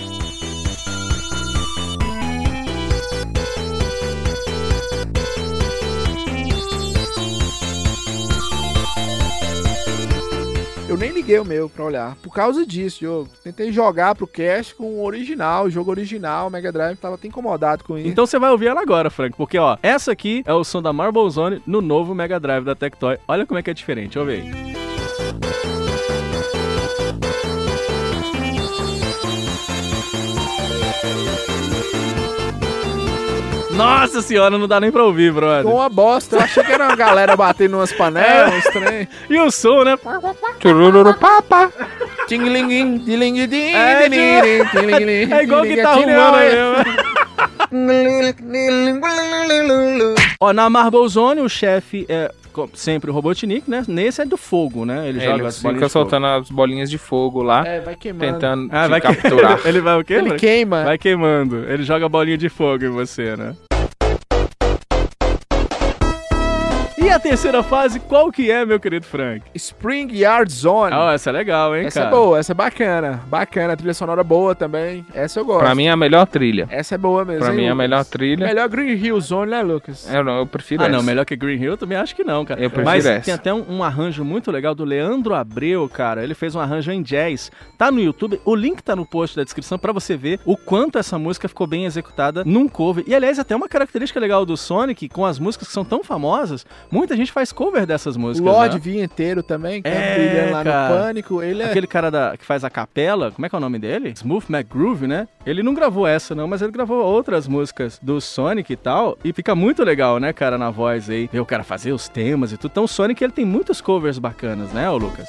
Eu nem liguei o meu pra olhar. Por causa disso, eu tentei jogar pro cast com o original, o jogo original, o Mega Drive, tava até incomodado com isso. Então você vai ouvir ela agora, Frank, porque ó, essa aqui é o som da Marble Zone no novo Mega Drive da Tectoy. Olha como é que é diferente, ouve aí. Nossa senhora, não dá nem pra ouvir, brother. Ficou uma bosta. Eu achei que era uma galera batendo umas panelas, É. uns trem. E o som, né? Papa. Tinglinguim, dilinguidim, É, dilinguidim, tipo- dilinguidim, é igual que tá dilinguidim, arrumando aí, dilinguidim. né? Ó, na Marble Zone, o chefe é co- sempre o Robotnik, né? Nesse é do fogo, né? Ele, Ele joga as bolinhas fica de fogo. soltando as bolinhas de fogo lá, É, vai queimando. tentando Ah, te vai que- capturar. [LAUGHS] Ele vai o quê? Ele Frank? queima. Vai queimando. Ele joga bolinha de fogo em você, né? E a terceira fase, qual que é, meu querido Frank? Spring Yard Zone. Ah, essa é legal, hein, Essa cara? é boa, essa é bacana. Bacana, trilha sonora boa também. Essa eu gosto. Pra mim é a melhor trilha. Essa é boa mesmo. Pra hein, mim é a Lucas? melhor É, trilha. Melhor Green Hill Zone, né, Lucas? Eu, não, eu Ah, prefiro essa. não, melhor que Green Hill eu também acho que não, cara. Eu prefiro Mas essa. tem até um, um arranjo muito legal do Leandro Abreu, cara. Ele fez um arranjo em jazz. Tá no YouTube, o link tá no post da descrição pra você ver o quanto essa música ficou bem executada num cover. E aliás, até uma característica legal do Sonic, com as músicas que são tão famosas, muita gente faz cover dessas músicas. Lorde né? Vinheteiro também, que É, é brilhando lá cara. no Pânico. Ele é... Aquele cara da- que faz a capela, como é que é o nome dele? Smooth McGroove, né? Ele não gravou essa, não, mas ele gravou outras músicas do Sonic e tal. E fica muito legal, né, cara, na voz aí. Ver o cara fazer os temas e tudo. Então o Sonic, ele tem muitos covers bacanas, né, ô Lucas?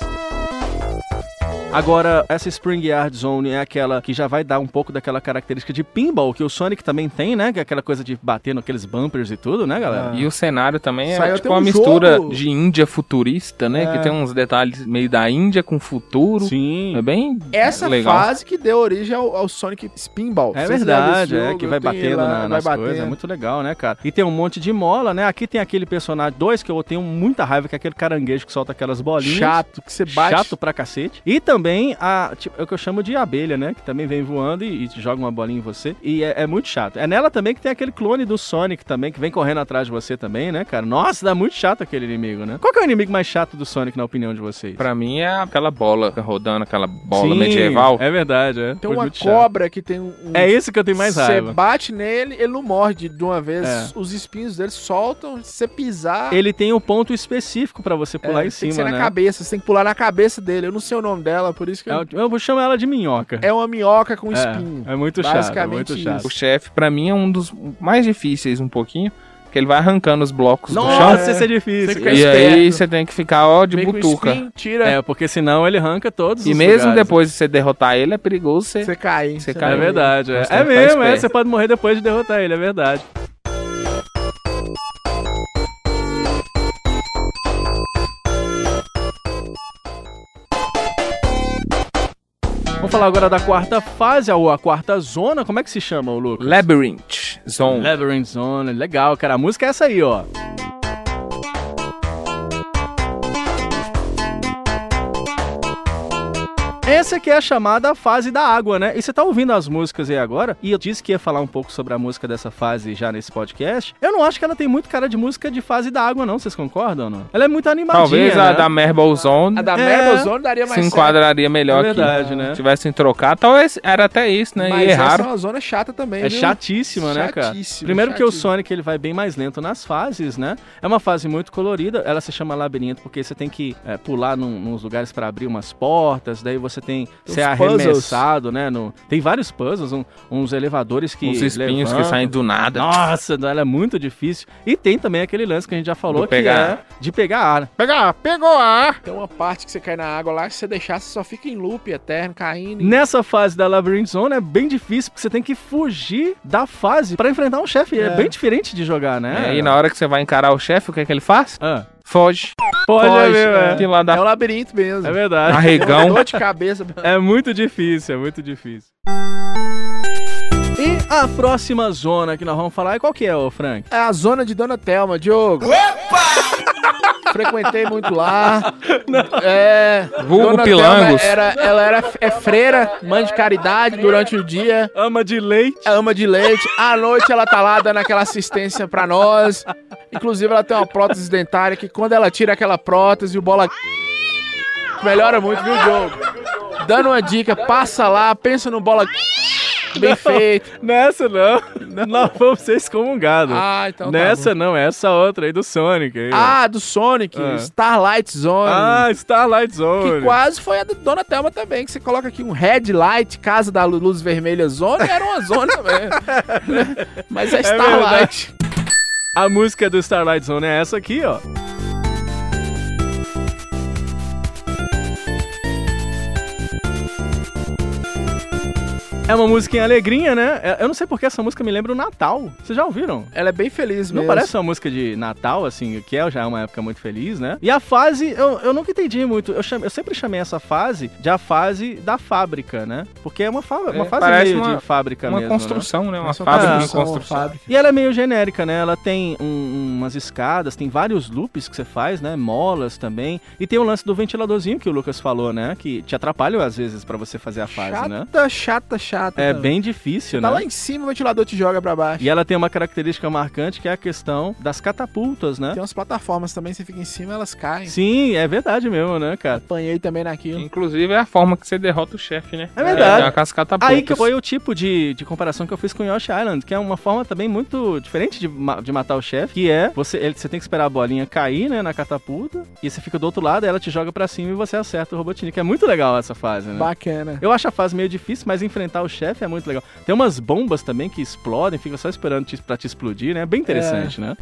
Agora, essa Spring Yard Zone é aquela que já vai dar um pouco daquela característica de pinball que o Sonic também tem, né? Que é aquela coisa de bater naqueles bumpers e tudo, né, galera? E o cenário também é Saiu até tipo uma um mistura jogo. de Índia futurista, né? É. Que tem uns detalhes meio da Índia com futuro. Sim. É bem Essa legal. fase que deu origem ao, ao Sonic Spinball. É Vocês lembram desse verdade, é, jogo? que vai Eu tenho batendo lá, na, vai nas batendo. coisas, é muito legal, né, cara? E tem um monte de mola, né? Aqui tem aquele personagem dois que eu tenho muita raiva, que é aquele caranguejo que solta aquelas bolinhas. Chato, que você bate. Chato pra cacete. E também a, tipo, é o que eu chamo de abelha, né? Que também vem voando e, e te joga uma bolinha em você. E é, é muito chato. É nela também que tem aquele clone do Sonic também, que vem correndo atrás de você também, né, cara? Nossa, dá muito chato aquele inimigo, né? Qual que é o inimigo mais chato do Sonic, na opinião de vocês? Pra mim é aquela bola rodando, aquela bola Sim, medieval. É verdade, é. Tem Foi uma muito chato. cobra que tem um. um- É esse que eu tenho mais raiva. Você bate nele, ele não morde de uma vez. É. Os espinhos dele soltam. Se você pisar. Ele tem um ponto específico pra você pular é, em tem que cima, ser né? na cabeça, você tem que pular na cabeça dele. Eu não sei o nome dela, por isso que É eu- o- Eu vou chamar ela de minhoca. é uma minhoca com É, espinho. é muito chato, é Basicamente muito isso. chato. O chefe, pra mim, é um dos mais difíceis um pouquinho, que ele vai arrancando os blocos do chão. Nossa, isso é difícil. E aí você tem que ficar, ó, de butuca. tira. É, porque senão ele arranca todos E os mesmo lugares. depois de você derrotar ele, é perigoso você... Você cai. Você cai. É verdade, é. Você tem É tá que ficar mesmo, é. esperto. Você pode morrer depois de derrotar ele, é verdade. Vamos falar agora da quarta fase, ou a quarta zona. Como é que se chama, ô Lucas? Labyrinth Zone. Labyrinth Zone, legal, cara. A música é essa aí, ó. Essa que é a chamada fase da água, né? E você tá ouvindo as músicas aí agora, e eu disse que ia falar um pouco sobre a música dessa fase já nesse podcast. Eu não acho que ela tem muito cara de música de fase da água, não. Vocês concordam ou não? Ela é muito animadinha, Talvez a né? da Marble Zone. A da É, Marble Zone daria Se mais enquadraria melhor É verdade, que né? tivessem trocado. Talvez era até isso, né? Mas e essa é erraram. uma zona chata também, É viu? chatíssima, né, cara? Chatíssima, Primeiro que o chatíssima. Sonic ele vai bem mais lento nas fases, né? É uma fase muito colorida, ela se chama labirinto porque você tem que é, pular num, nos lugares pra abrir umas portas, daí você tem Os ser puzzles. arremessado, né? no- tem vários puzzles, um- uns elevadores que Uns espinhos levantam. que saem do nada. Nossa, ela é muito difícil. E tem também aquele lance que a gente já falou Do que pegar é ar. de pegar ar. Pegar, pegou ar. Tem uma parte que você cai na água lá, se você deixar, você só fica em loop eterno, caindo. Nessa fase da Labyrinth Zone é bem difícil, porque você tem que fugir da fase pra enfrentar um chefe. É. É. bem diferente de jogar, né? Ah. É, e na hora que você vai encarar o chefe, o que é que ele faz? Foge. Pode Foge, ver, é. é. Que lá da É um labirinto mesmo. É verdade. Arregão. Dor de cabeça. É muito difícil, é muito difícil. E a próxima zona que nós vamos falar é qual que é, ô Frank? É a zona de Dona Telma, Diogo. Frequentei muito lá. É. Vulgo Dona Pilangos. Thelma Era, ela era é freira, mãe de caridade durante o dia. Ama de leite. Ama de leite. À noite ela tá lá dando aquela assistência pra nós. Inclusive ela tem uma prótese dentária que quando ela tira aquela prótese, o bola melhora muito, viu, Diogo? Dando uma dica, passa lá, pensa no bola bem feito. Nessa não. Nós vamos ser excomungados. Ah, [LAUGHS] então tá Nessa não, é essa outra aí do Sonic. aí, ó. Ah, do Sonic, Ah. Starlight Zone. Ah, Starlight Zone. Que quase foi a da Dona Thelma também, que você coloca aqui um red light, casa da luz vermelha zona, era uma zona mesmo. Mas é Starlight. verdade. a música do Starlight Zone é essa aqui, ó. É uma música em alegria, né? É- Eu não sei porque essa música me lembra o Natal. Vocês já ouviram? Ela é bem feliz mesmo. Não parece uma música de Natal, assim, que é já é uma época muito feliz, né? E a fase, eu, eu nunca entendi muito. Eu, cham- eu sempre chamei essa fase de a fase da fábrica, né? Porque é uma, fa- uma É, fase parece meio uma- de fábrica uma mesmo. né? construção, né? Uma uma fábrica em construção, construção. E ela é meio genérica, né? Ela tem um- um- umas escadas, tem vários loops que você faz, né? Molas também. E tem o lance do ventiladorzinho que o Lucas falou, né? Que te atrapalha às vezes pra você fazer a fase, né? Chata, chata, chata. É também. bem difícil, Tá né? lá em cima, o ventilador te joga pra baixo. E ela tem uma característica marcante que é a questão das catapultas, né? Tem umas plataformas também, você fica em cima, elas caem. Sim, é verdade mesmo, né, cara? Apanhei também naquilo. Inclusive é a forma que você derrota o chefe, né? É verdade. É, com as catapultas. Aí que foi o tipo de, de comparação que eu fiz com Yoshi Island, que é uma forma também muito diferente de, ma- de matar o chefe, que é você, ele- você tem que esperar a bolinha cair, né, na catapulta, e você fica do outro lado, aí ela te joga pra cima e você acerta o Robotnik. É muito legal essa fase, né? Bacana. Eu acho a fase meio difícil, mas enfrentar o chefe é muito legal. Tem umas bombas também que explodem, fica só esperando te, pra te explodir, né? É bem interessante, né?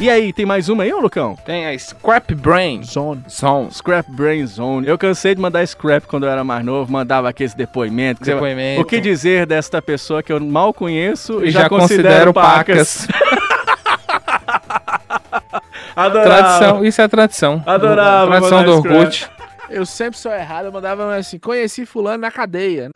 E aí, tem mais uma aí, ô Lucão? Tem a Scrap Brain Zone. Zone. Scrap Brain Zone. Eu cansei de mandar scrap quando eu era mais novo, mandava aqueles depoimentos. que você- Depoimento. O que dizer desta pessoa que eu mal conheço e, E já, já considero, considero pacas? Adorava. Tradição, isso é tradição. Adorava Tradição mandar do scrap. Orkut. Eu sempre sou errado, eu mandava assim, conheci fulano na cadeia.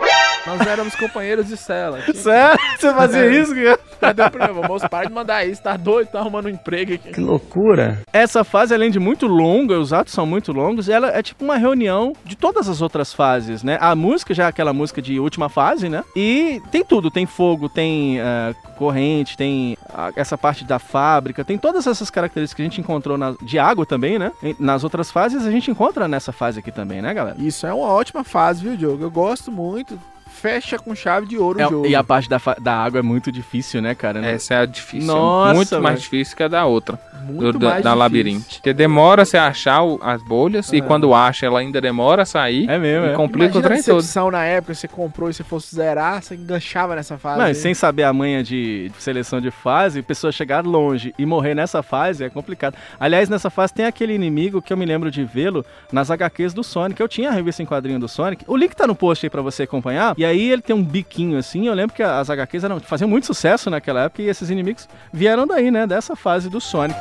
Nós éramos companheiros de cela. [LAUGHS] Sério? Você fazia isso, cara? Não deu problema, moço, para de mandar isso, tá doido, tá arrumando um emprego aqui. loucura. Essa fase, além de muito longa, os atos são muito longos, ela é tipo uma reunião de todas as outras fases, né? A música já é aquela música de última fase, né? E tem tudo: tem fogo, tem ah, corrente, tem ah, essa parte da fábrica, tem todas essas características que a gente encontrou na- de água também, né? E Nas outras fases, a gente encontra nessa fase aqui também, né, galera? Isso é uma ótima fase, viu, Diogo? Eu gosto muito. Fecha com chave de ouro o jogo. É, e a parte da, fa- da água é muito difícil, né, cara? Essa é a difícil. Nossa, muito mais velho. difícil que a da outra. Muito do- da, mais da difícil. labirinto. Porque demora você achar o- as bolhas e quando acha, ela ainda demora a sair. É mesmo. E é. complica o Imagina a trem todo. decepção na época, você comprou e você fosse zerar, você enganchava nessa fase. Não, aí. e sem saber a manha de seleção de fase, pessoa chegar longe e morrer nessa fase é complicado. Aliás, nessa fase tem aquele inimigo que eu me lembro de vê-lo nas HQs do Sonic. Eu tinha a revista em quadrinho do Sonic. O link tá no post aí pra você acompanhar. E aí ele tem um biquinho assim. Eu lembro que as HQs eram, faziam muito sucesso naquela época e esses inimigos vieram daí, né? Dessa fase do Sonic.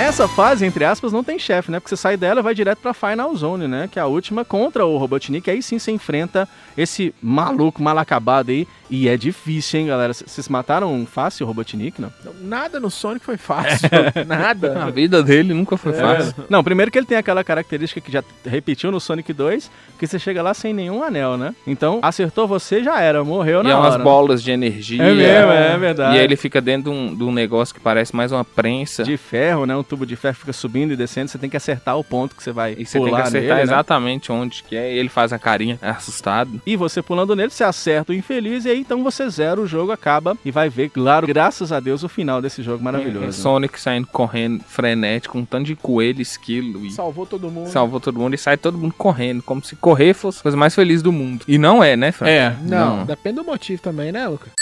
Essa fase, entre aspas, não tem chefe, né? Porque você sai dela e vai direto pra Final Zone, né? Que é a última contra o Robotnik. Aí sim você enfrenta esse maluco mal acabado aí. E é difícil, hein, galera? C- Vocês mataram fácil o Robotnik, [LAUGHS] não? Nada no Sonic [LAUGHS] foi fácil. É. Nada. A vida dele nunca foi fácil. Não, primeiro que ele tem aquela característica que já repetiu no Sonic 2, que você chega lá sem nenhum anel, né? Então, acertou você, já era, morreu E na é umas hora. né? bolas de energia. É mesmo, é verdade. E aí ele fica dentro de um, de um negócio que parece mais uma prensa. De ferro, né? Um tubo de ferro fica subindo e descendo, você tem que acertar o ponto que você vai E você tem que pular acertar nele, né? exatamente onde que é. E ele faz a carinha assustado. E você pulando nele, você acerta o infeliz e aí então você zera o jogo, acaba e vai ver, claro, graças a Deus, o final desse jogo E maravilhoso. É Sonic saindo correndo, frenético, um tanto de coelho, esquilo e Salvou todo mundo. salvou todo mundo e sai todo mundo correndo, como se correr fosse a coisa mais feliz do mundo. E não é, né, Fran? É. Não, depende do motivo também, né, Lucas?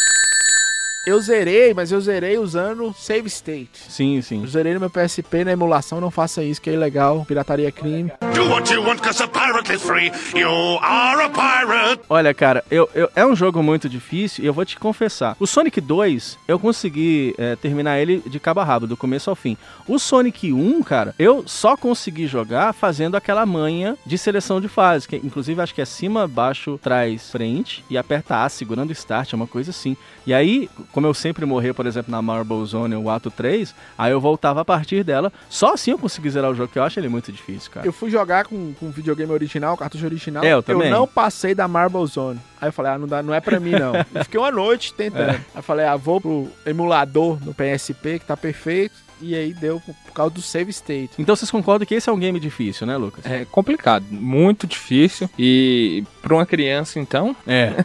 Eu zerei, mas eu zerei usando save state. Sim, sim. Eu zerei no meu PSP na emulação, não faça isso, que é ilegal. Pirataria é crime. Do what you want, cause a pirate is free. You are a pirate. Olha, cara, eu, eu- é um jogo muito difícil e eu vou te confessar. O Sonic 2, eu consegui é, terminar ele de cabo a rabo, do começo ao fim. O Sonic 1, cara, eu só consegui jogar fazendo aquela manha de seleção de fase, que inclusive acho que é cima, baixo, trás, frente e aperta A, segurando o start, é uma coisa assim. E aí, como eu sempre morria, por exemplo, na Marble Zone ou Ato 3, aí eu voltava a partir dela. Só assim eu consegui zerar o jogo, que eu acho ele muito difícil, cara. Eu fui jogar com, com um videogame original, cartucho original. É, eu também. não passei da Marble Zone. Aí eu falei, ah, não, dá, não é pra mim, [LAUGHS] não. Eu fiquei uma noite tentando. É. Aí eu falei, ah, vou pro emulador no PSP, que tá perfeito. E aí deu por por causa do save state. Então vocês concordam que esse é um game difícil, né, Lucas? É complicado, muito difícil. E pra uma criança, então, É.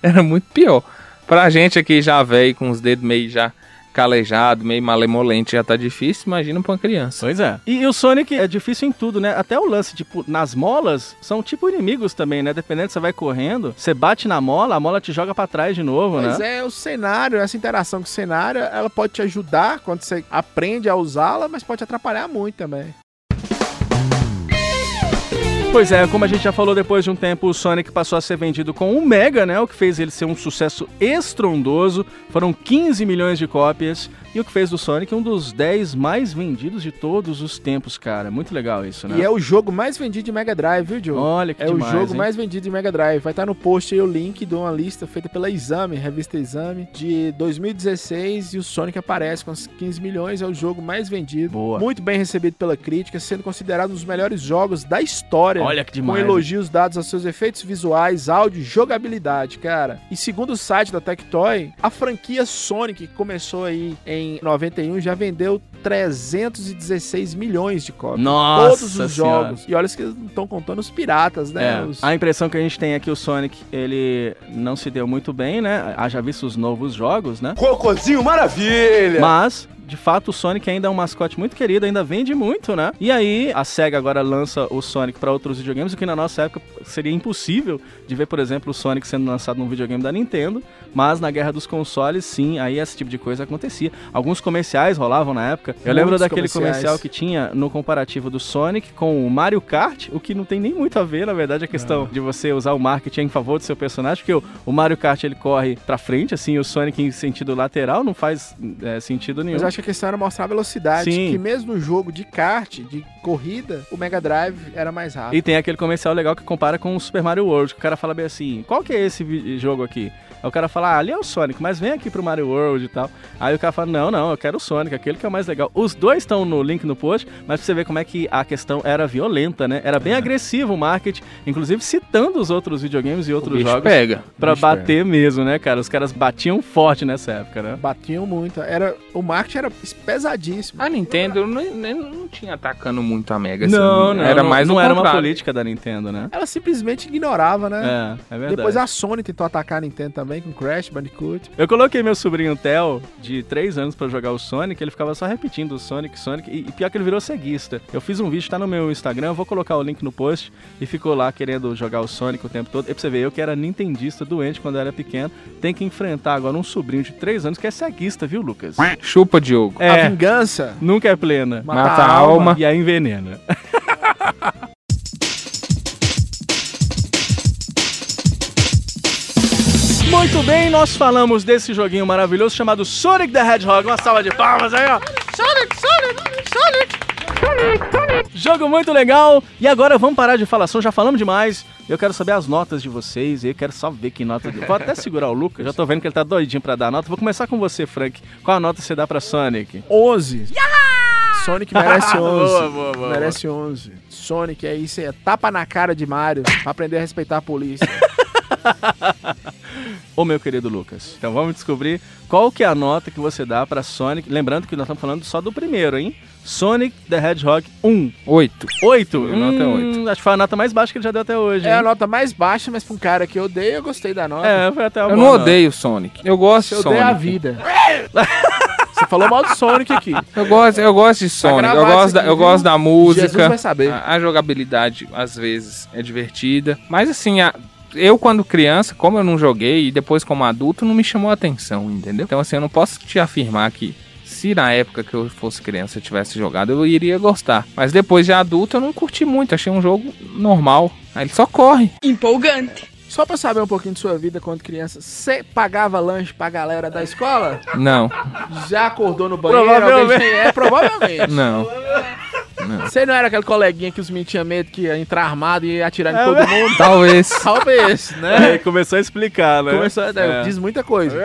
era muito pior. Pra gente aqui já velho, com os dedos meio já calejado, meio malemolente, já tá difícil, imagina pra uma criança. Pois é. E, e o Sonic é difícil em tudo, né? Até o lance, tipo, nas molas são tipo inimigos também, né? Dependendo, você vai correndo, você bate na mola, a mola te joga pra trás de novo, Pois né? é, o cenário, essa interação com o cenário, ela pode te ajudar quando você aprende a usá-la, mas pode atrapalhar muito também. Pois é, como a gente já falou, depois de um tempo o Sonic passou a ser vendido com um Mega, né? O que fez ele ser um sucesso estrondoso. Foram 15 milhões de cópias. E o que fez do Sonic um dos 10 mais vendidos de todos os tempos, cara. Muito legal isso, né? E é o jogo mais vendido de Mega Drive, viu, Joe? Olha que É demais, o jogo hein? mais vendido de Mega Drive. Vai estar no post aí o link de uma lista feita pela Exame, revista Exame, de 2016. E o Sonic aparece com uns 15 milhões. É o jogo mais vendido. Muito bem recebido pela crítica, sendo considerado um dos melhores jogos da história. Olha que demais, Com elogios dados aos seus efeitos visuais, áudio e jogabilidade, cara. E segundo o site da Tectoy, a franquia Sonic, que começou aí em 91, já vendeu 316 milhões de cópias. Nossa Todos Senhora. os jogos. E olha que eles não estão contando os piratas, né? É, Os- A impressão que a gente tem é que o Sonic, ele não se deu muito bem, né? Haja visto os novos jogos, né? Cocôzinho maravilha! Mas, de fato, o Sonic ainda é um mascote muito querido, ainda vende muito, né? E aí, a SEGA agora lança o Sonic pra outros videogames, o que na nossa época seria impossível de ver, por exemplo, o Sonic sendo lançado num videogame da Nintendo. Mas na guerra dos consoles, sim, aí esse tipo de coisa acontecia. Alguns comerciais rolavam na época. Eu lembro Muitos daquele comerciais. comercial que tinha no comparativo do Sonic com o Mario Kart, o que não tem nem muito a ver, na verdade, a questão de você usar o marketing em favor do seu personagem, porque o, o Mario Kart ele corre pra frente, assim, e o Sonic em sentido lateral não faz é, sentido nenhum. Mas eu acho que a questão era mostrar a velocidade. Sim. Que mesmo no jogo de kart, de corrida, o Mega Drive era mais rápido. E tem aquele comercial legal que compara com o Super Mario World. que O cara fala bem assim: qual que é esse vi- jogo aqui? Aí o cara fala: ah, ali é o Sonic, mas vem aqui pro Mario World e tal. Aí o cara fala: não, não, eu quero o Sonic, aquele que é o mais legal. Os dois estão no link no post, mas pra você ver como é que a questão era violenta, né? Era bem agressivo o marketing, inclusive citando os outros videogames e outros bicho jogos. pega. O Pra bicho bater mesmo, né, cara? Os caras batiam forte nessa época, né? Batiam muito. Era, o marketing era pesadíssimo. A Nintendo não, nem- não tinha atacando muito a Mega. Não, assim, não, Era não- mais não o era uma contrário. política da Nintendo, né? Ela simplesmente ignorava, né? É, é verdade. Depois a Sony tentou atacar a Nintendo também com Crash, Bandicoot. Eu coloquei meu sobrinho Theo, de 3 anos, pra jogar o Sonic, ele ficava só repetindo o Sonic, Sonic, e, e pior que ele virou ceguista. Eu fiz um vídeo, tá no meu Instagram, eu vou colocar o link no post, e ficou lá querendo jogar o Sonic o tempo todo. E pra você ver, eu que era nintendista, doente quando eu era pequeno, tem que enfrentar agora um sobrinho de 3 anos que é ceguista, viu, Lucas? Chupa, Diogo. É. A vingança Nunca é plena. Mata Mata a a alma. alma. E a envenena. [LAUGHS] Muito bem, nós falamos desse joguinho maravilhoso chamado Sonic the Hedgehog. Uma salva de palmas aí, ó. Sonic, Sonic, Sonic. Jogo muito legal. E agora vamos parar de falação, já falamos demais. Eu quero saber as notas de vocês, eu quero só ver que nota. Vou até segurar o Lucas, já tô vendo que ele tá doidinho pra dar nota. Vou começar com você, Frank. Qual a nota você dá pra Sonic? 11. [LAUGHS] Sonic merece 11. Boa, boa, boa, merece 11. Sonic é isso, é tapa na cara de Mario pra aprender a respeitar a polícia. Ô meu querido Lucas, então vamos descobrir qual que é a nota que você dá pra Sonic. Lembrando que nós estamos falando só do primeiro, hein? Sonic the Hedgehog 1. 8. 8? Minha nota é Acho que foi a nota mais baixa que ele já deu até hoje. é a hein? nota mais baixa, mas pra um cara que eu odeio, eu gostei da nota. É, foi até uma Eu boa não nota. odeio o Sonic. Eu gosto de Eu odeio Sonic. a vida. Você falou mal do Sonic aqui. Eu gosto, eu gosto de Sonic, eu gravado gosto, isso da, aqui, eu viu? gosto da música. Jesus vai Ah. saber. A, a jogabilidade, às vezes, é divertida. Mas assim, a- eu quando criança, como eu não joguei, e depois como adulto, não me chamou a atenção, entendeu? Então assim, eu não posso te afirmar que se na época que eu fosse criança eu tivesse jogado, eu iria gostar. Mas depois de adulto, eu não curti muito, achei um jogo normal. Aí ele só corre. Empolgante. Só pra saber um pouquinho de sua vida quando criança, você pagava lanche pra galera da escola? Não, Já acordou no banheiro? Provavelmente. Alguém- É, provavelmente. não. Você não era aquele coleguinha que os meninos tinham medo que ia entrar armado e ia atirar em todo mundo? Talvez. Talvez, [LAUGHS] É, né? começou a explicar, né? Começou a... É. Diz muita coisa.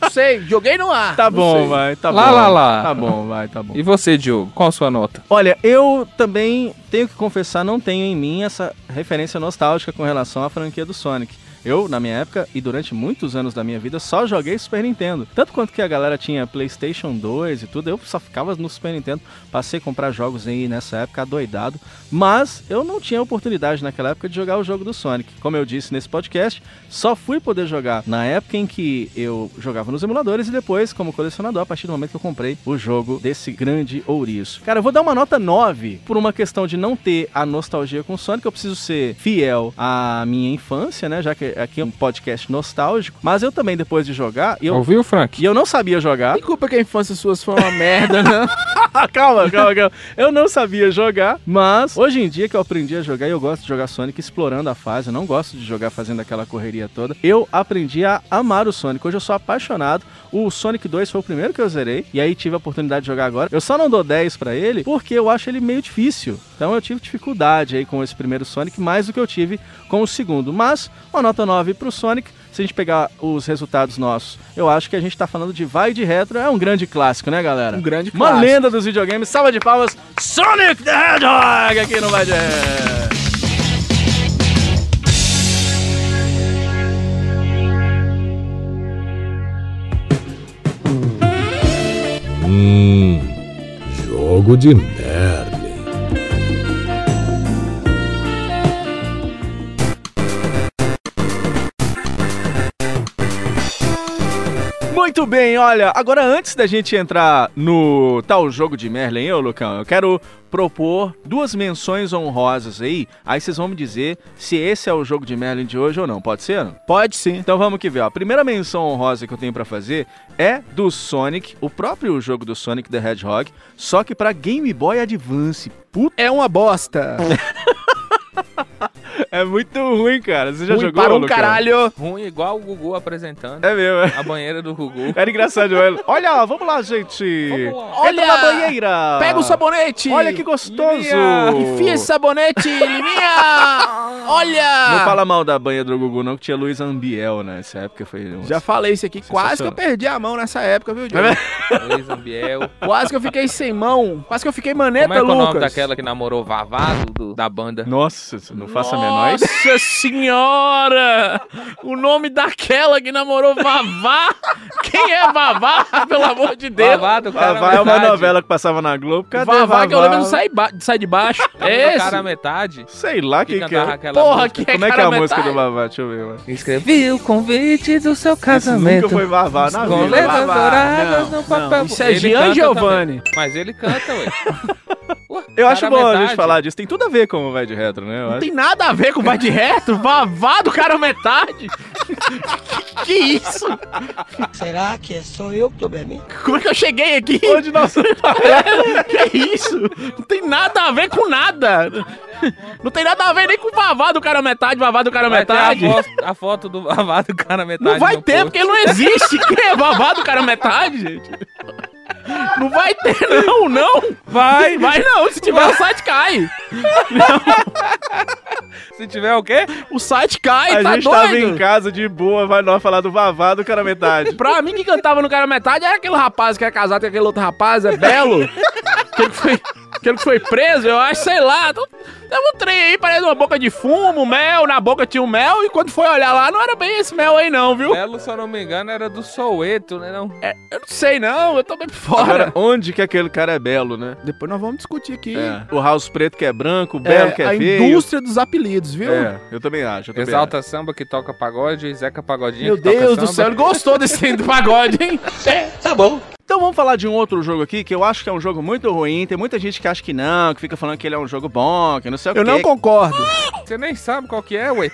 Não sei, joguei no ar. Tá não bom, sei. vai, tá lá, bom. lá, lá. Tá bom, vai, tá bom. E você, Diogo, qual a sua nota? Olha, eu também tenho que confessar, não tenho em mim essa referência nostálgica com relação à franquia do Sonic. Eu, na minha época e durante muitos anos da minha vida, só joguei Super Nintendo. Tanto quanto que a galera tinha PlayStation 2 e tudo, eu só ficava no Super Nintendo. Passei a comprar jogos aí nessa época, adoidado. Mas eu não tinha oportunidade naquela época de jogar o jogo do Sonic. Como eu disse nesse podcast, só fui poder jogar na época em que eu jogava nos emuladores e depois, como colecionador, a partir do momento que eu comprei o jogo desse grande ouriço. Cara, eu vou dar uma nota 9 por uma questão de não ter a nostalgia com o Sonic. Eu preciso ser fiel à minha infância, né? Já que aqui é um podcast nostálgico. Mas eu também, depois de jogar, eu. Ouviu, Frank? E eu não sabia jogar. [LAUGHS] Tem culpa que a infância suas foi uma merda, né? calma, calma, calma. Eu não sabia jogar, mas hoje em dia que eu aprendi a jogar, e eu gosto de jogar Sonic explorando a fase, eu não gosto de jogar fazendo aquela correria toda. Eu aprendi a amar o Sonic. Hoje eu sou apaixonado. O Sonic 2 foi o primeiro que eu zerei, e aí tive a oportunidade de jogar agora. Eu só não dou 10 pra ele porque eu acho ele meio difícil. Então eu tive dificuldade aí com esse primeiro Sonic, mais do que eu tive com o segundo. Mas uma nota 9 pro Sonic. Se a gente pegar os resultados nossos, eu acho que a gente tá falando de vai de retro. É um grande clássico, né, galera? Um grande Uma clássico. lenda dos videogames. Salva de palmas, Sonic the Hedgehog aqui no Vai de Retro. Hum, jogo de merda. Muito bem, olha, agora antes da gente entrar no tal jogo de Merlin, eu, Lucão, eu quero propor duas menções honrosas aí, aí vocês vão me dizer se esse é o jogo de Merlin de hoje ou não, pode ser? Pode sim. Então vamos que ver, ó. a primeira menção honrosa que eu tenho pra fazer é do Sonic, o próprio jogo do Sonic the Hedgehog, só que pra Game Boy Advance. Puta. É uma bosta. É muito ruim, cara. Você já Ruim jogou, para um Lucão? caralho. Ruim igual o Gugu apresentando. É mesmo, é. A banheira do Gugu. [LAUGHS] Era engraçado, olha. Olha, vamos lá, gente. Olha, Entra na banheira. pega o sabonete. Olha que gostoso. Enfia esse sabonete, Liminha! Olha! Não fala mal da banheira do Gugu, não, que tinha Luiz Ambiel nessa época. Foi um- Já falei isso aqui, quase que eu Sensacional. perdi a mão nessa época, viu, Diogo? Luiz Ambiel. quase que eu fiquei sem mão, quase que eu fiquei maneta, Como é que é o nome Lucas. daquela que namorou Vavá do- do- da banda? Nossa, não faço Nossa senhora! O nome daquela que namorou Vavá! Quem é Vavá, [LAUGHS] pelo amor de Deus? Vavá do cara Vavá é uma novela que passava na Globo. Cadê Vavá, que eu lembro não Vavá? sai, ba- sai de baixo. É É o cara esse? à metade. Sei lá quem que é. Porra, que é Como é que é cara a música metade? do Vavá? Deixa eu ver, mano. Escrevi o convite do seu casamento. casamento. nunca foi Vavá na Com vida. letras Vavá, douradas não, no papel. não, isso é Ele Gian canta Giovanni. também. Mas ele canta, [LAUGHS] ué. Eu acho Cara, bom a gente metade. falar disso. Tem tudo a ver com o Vai de Retro, né? Eu Não acho. tem nada a ver com vai de reto, Vavá do cara à metade. [LAUGHS] que, que isso? Será que é só eu que tô bebendo? Como é que eu cheguei aqui? [LAUGHS] Onde nós Que isso? Não tem nada a ver com nada. Não tem nada a ver nem com Vavá do cara à metade, Vavá do cara à Vai ter a metade. foto, a foto do Vavá do cara à metade. Não vai no ter, post. porque ele não existe. [LAUGHS] Quem é Vavá do cara à metade, gente? Não vai ter, não, não. Vai. Vai não, se tiver o site cai. Se tiver o quê? O site cai, a tá gente tava em doido. casa de boa, vai nós falar do Vavá do cara [LAUGHS] metade. Pra mim, que cantava no cara à metade era aquele rapaz que era casado com aquele outro rapaz, é belo. aquele, que foi, aquele que foi preso, eu acho, sei lá. Então, Tava um trem aí, parece uma boca de fumo, mel, na boca tinha um mel, e quando foi olhar lá, não era bem esse mel aí não, viu? Belo, se eu não me engano, era do Soueto, né? Não? É, eu não sei não, eu tô bem por Agora, fora. onde que aquele cara é belo, né? Depois nós vamos discutir aqui. É. O House Preto que é branco, o Belo que é a feio. indústria dos apelidos, viu? É, eu também acho. Eu também Exalta samba que toca pagode, Zeca Pagodinho Meu que toca Deus do samba. céu, ele gostou desse [LAUGHS] do pagode, hein? É, tá bom. Então vamos falar de um outro jogo aqui que eu acho que é um jogo muito ruim. Tem muita gente que acha que não, que fica falando que ele é um jogo bom, que não sei o quê. Eu não concordo. Você nem sabe qual que é, ué.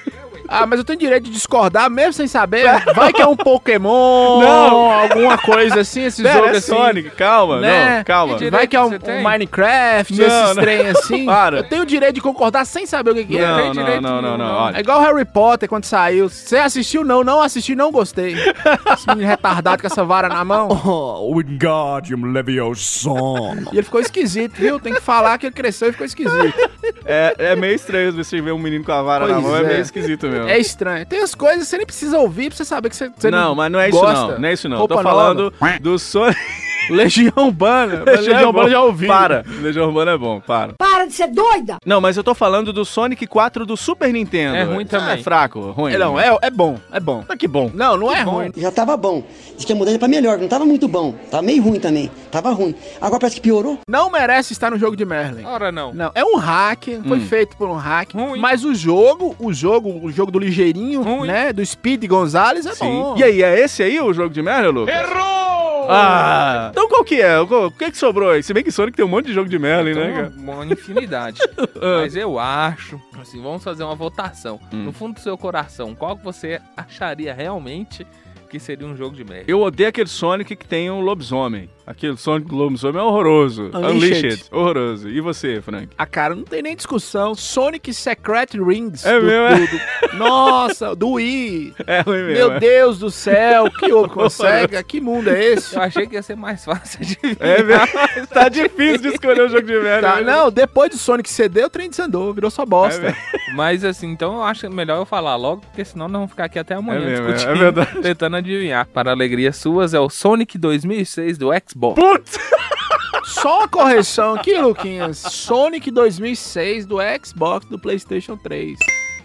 Ah, mas eu tenho direito de discordar mesmo sem saber. [LAUGHS] Vai que é um Pokémon, Não. alguma coisa assim, esse Pera, jogo é assim. Sonic, calma, né? não, calma. Que Vai que é um, você tem? um Minecraft, Não, esses não. trem assim. [LAUGHS] Para. Eu tenho direito de concordar sem saber o que, que é. Não, não, não, não, não, olha. É igual Harry Potter quando saiu. Você assistiu? Não, não assisti, [LAUGHS] não gostei. Esse menino retardado com essa vara na mão. Oh, Wingardium Leviosa. E ele ficou esquisito, viu? Tem que falar que ele cresceu e ficou esquisito. É, é meio estranho você ver um menino com a vara na Pois mão, é. é. meio esquisito mesmo. É estranho. Tem as coisas que você nem precisa ouvir pra você saber que você, você não, mas não é isso gosta. não, não é isso não. Roupa Tô nova. falando do Sonic... é Legião Urbana. Mas [LAUGHS] [LAUGHS] Legião bom. Urbana eu já ouvi. Para, Legião Urbana é bom, para. Para de ser doida! Não, mas eu tô falando do Sonic 4 do Super Nintendo. É ruim Ah, também. É fraco, ruim. É, não, é, é bom, é bom. Ah, que bom. Não, não é ruim. Já tava bom. Diz que a mudança É pra melhor, não tava muito bom. Tava meio ruim também. Tava ruim. Agora parece que piorou. Não merece estar no jogo de Merlin. Ora não. Não, é um hack, foi Hum. feito por um hack, Ruim. mas o jogo, o jogo, o jogo do ligeirinho, Ruim. né, do Speed Gonzalez é bom. E aí, é esse aí o jogo de merda, Lucas? Errou! Ah! Então qual que é? O que, que sobrou aí? Se bem que Sonic tem um monte de jogo de Então, Merlin, né, cara? Uma, uma infinidade. [LAUGHS] Mas eu acho, assim, vamos fazer uma votação. Hum. No fundo do seu coração, qual que você acharia realmente que seria um jogo de merda? Eu odeio aquele Sonic que tem um lobisomem. Aquilo, Sonic Gloomstorm é horroroso. Unleashed. Unleashed. horroroso. E você, Frank? Ah, cara, não tem nem discussão. Sonic Secret Rings. É do- mesmo, é? do- do- Nossa, do Wii. É ruim mesmo. Meu Deus do céu, [LAUGHS] que ovo com cega, que mundo é esse? Eu achei que ia ser mais [LAUGHS] fácil de É mesmo. [LAUGHS] tá difícil de escolher o jogo de velho. Tá, né? não, depois do Sonic CD, o trem desandou, virou só É bosta. Mas assim, então eu acho melhor eu falar logo, porque senão nós vamos ficar aqui até amanhã É mesmo, é, discutindo, é [LAUGHS] verdade. tentando adivinhar. Para alegria suas, é o Sonic 2006 do Xbox. Putz! [LAUGHS] Só uma correção aqui, Luquinhas. Sonic 2006 do Xbox do PlayStation 3.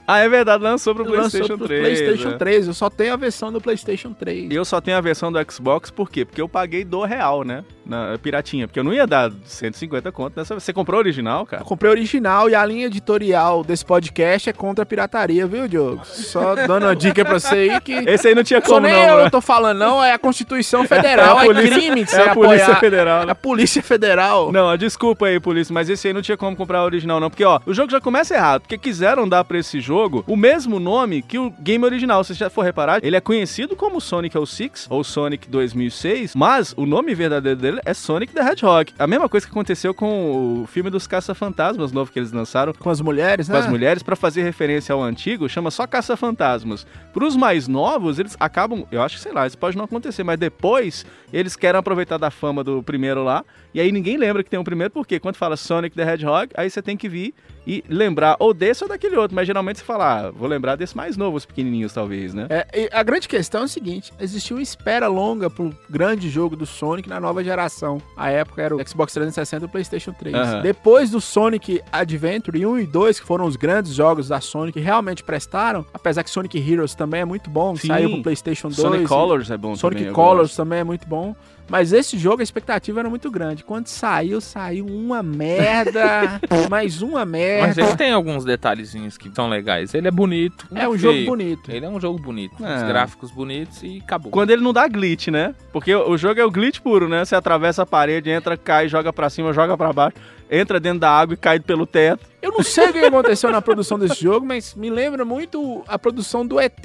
Ah, é verdade, lançou pro PlayStation pro 3. PlayStation né? 3. Eu só tenho a versão do PlayStation 3. E eu só tenho a versão do Xbox, por quê? Porque eu paguei do real, né? Na piratinha. Porque eu não ia dar 150 conto nessa. Você comprou o original, cara? Eu comprei original e a linha editorial desse podcast é contra a pirataria, viu, Diogo? Só dando uma dica pra você [LAUGHS] aí que. Esse aí não [LAUGHS] tinha Só É como, nem não, eu né? não tô falando, não. É a Constituição Federal. É É, a polícia- crime que é você a Polícia apoiar- É Federal, né? A Polícia Federal. Não, desculpa aí, polícia, mas esse aí não tinha como comprar o original, não. Porque, ó, o jogo já começa errado. Porque quiseram dar pra esse jogo o mesmo nome que o game original. Se você já for reparar, ele é conhecido como Sonic 06 ou Sonic 2006, mas o nome verdadeiro dele é Sonic the Hedgehog. A mesma coisa que aconteceu com o filme dos Caça-Fantasmas novo que eles lançaram. Com as mulheres, Com as né? mulheres, pra fazer referência ao antigo, chama só Caça-Fantasmas. Pros mais novos, eles acabam. Eu acho que sei lá, isso pode não acontecer, mas depois eles querem aproveitar da fama do primeiro lá. E aí ninguém lembra que tem um primeiro, porque quando fala Sonic the Hedgehog, aí você tem que vir e lembrar ou desse ou daquele outro. Mas geralmente você fala, ah, vou lembrar desse mais novo, os pequenininhos talvez, né? É, e a grande questão é o seguinte: existiu uma espera longa pro grande jogo do Sonic na nova geração. A época era o Xbox 360 e o PlayStation 3. Aham. Depois do Sonic Adventure 1 e 2, que foram os grandes jogos da Sonic que realmente prestaram, apesar que Sonic Heroes também é muito bom, Sim. saiu pro PlayStation 2. Sonic e- Colors é bom Sonic também, eu Colors gosto. também é muito bom. Mas esse jogo a expectativa era muito grande. Quando saiu, saiu [LAUGHS] uma merda, mais uma merda. é Mas ele tem alguns detalhezinhos que são legais. Ele é bonito. não É um feio. jogo bonito. Ele é um jogo bonito. com É. Os gráficos bonitos e acabou. Quando ele não dá glitch, né? Porque o o jogo é o glitch puro, né? Você atravessa a parede, entra, cai, joga pra cima, joga pra baixo, entra dentro da água e cai pelo teto. Eu não sei o que aconteceu na produção desse jogo, mas me lembra muito a produção do ET.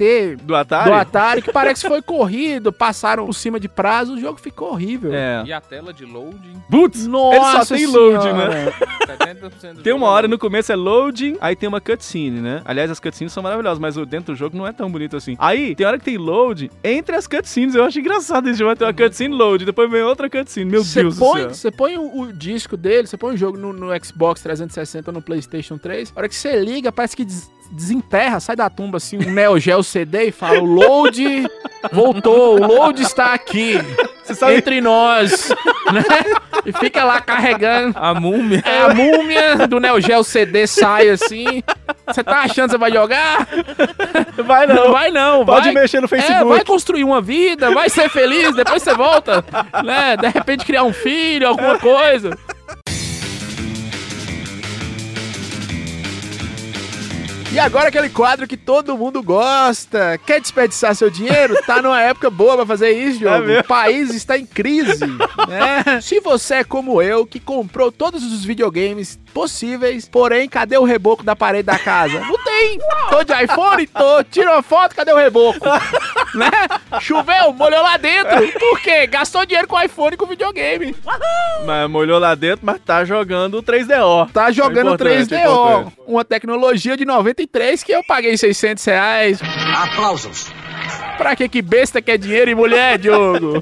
Do Atari? Do Atari, que parece que foi corrido, passaram por cima de prazo, o jogo ficou horrível. É. E a tela de loading. Putz, ele só Nossa tem load, senhora. né? Tá Tem uma hora no começo é loading, aí tem uma cutscene, né? Aliás, as cutscenes são maravilhosas, mas o dentro do jogo não é tão bonito assim. Aí, tem hora que tem load entre as cutscenes. Eu acho engraçado esse jogo. Tem uma cutscene load, depois vem outra cutscene. Meu Você Deus põe, do céu. você põe o, o disco dele, você põe o jogo no, no Xbox 360 ou no PlayStation 3. A hora que você liga, parece que des- desenterra, sai da tumba assim, um Neo Geo CD e fala: o load voltou, o load está aqui. sabe- Entre nós, [LAUGHS] né? E fica lá carregando. A múmia. É a múmia do Neo Geo CD sai assim. Você tá achando que você vai jogar? Vai não. Vai não. Pode vai- mexer no É, Facebook. vai construir uma vida, vai ser feliz, depois você volta. Né? De repente criar um filho, alguma coisa. E agora aquele quadro que todo mundo gosta. Quer desperdiçar seu dinheiro? Tá numa época boa pra fazer isso, Diogo. mesmo? o país está em crise. né? Se você é como eu, que comprou todos os videogames possíveis, porém, cadê o reboco da parede da casa? Não tem! Tô de iPhone? Tô. Tirou foto, cadê o reboco? né? Choveu, molhou lá dentro. Por quê? Gastou dinheiro com o iPhone e com o videogame. Mas molhou lá dentro, mas tá jogando o 3DO. Tá jogando importante, 3DO, importante. uma tecnologia de 93 que eu paguei 600 reais. Aplausos. Pra que que besta quer dinheiro e [LAUGHS] mulher, Diogo?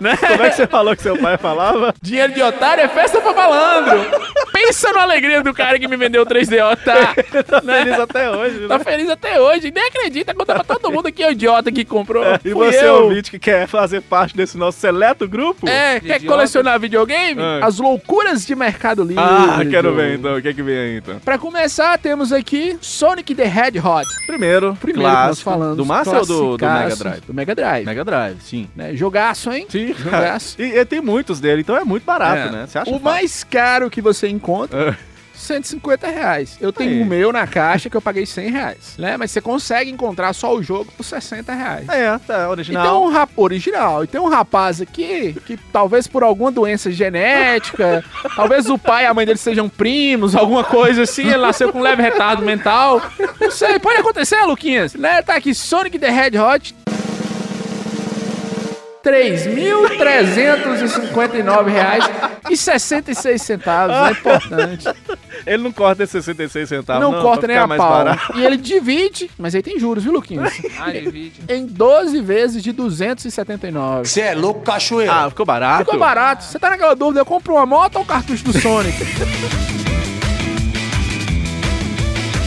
Né? Como é que você falou que seu pai [LAUGHS] falava? Dinheiro de otário é festa pra malandro. Pensa na alegria do cara que me vendeu o 3DO, [LAUGHS] tá? tá feliz até hoje, né? Tá feliz até hoje. Nem acredita, conta pra todo mundo que é o idiota que comprou. E Fui você, eu. ouvinte, que quer fazer parte desse nosso seleto grupo? É, quer colecionar videogame? Ah. As loucuras de Mercado Livre. Ah, quero Diogo. ver então. O que é que vem aí então? Pra começar, temos aqui Sonic the Hedgehog. Primeiro, Primeiro que nós falamos. Do Master ou do, do Mega classicaço, Drive? Do Mega Drive. Mega Drive, sim. Né? Jogaço, hein? Sim, Jogaço. E, e tem muitos dele, então é muito barato, É. né? [LAUGHS] Você acha? É. o mais caro que você encontra, 150 reais. Eu tenho Aí. o meu na caixa que eu paguei 100 reais, né? Mas você consegue encontrar só o jogo por 60 reais. É, tá, E tem um original. rap... original. E tem um rapaz aqui que talvez por alguma doença genética, talvez o pai e a mãe dele sejam primos, alguma coisa assim, ele nasceu com um leve retardo mental. Não sei, pode acontecer, Luquinhas. Né? Tá aqui Sonic the Hedgehog 3.359,66 é importante. Tá, Ele não corta esses 66 centavos. não, corta pra nem ficar a mais pau. barato. E ele divide, mas aí tem juros, viu, Luquinhos? Ah, divide. em 12 vezes de 279. Você é louco, cachoeira. Ah, ficou barato. Ficou barato. Você tá naquela dúvida, eu compro uma moto ou um cartucho do Sonic?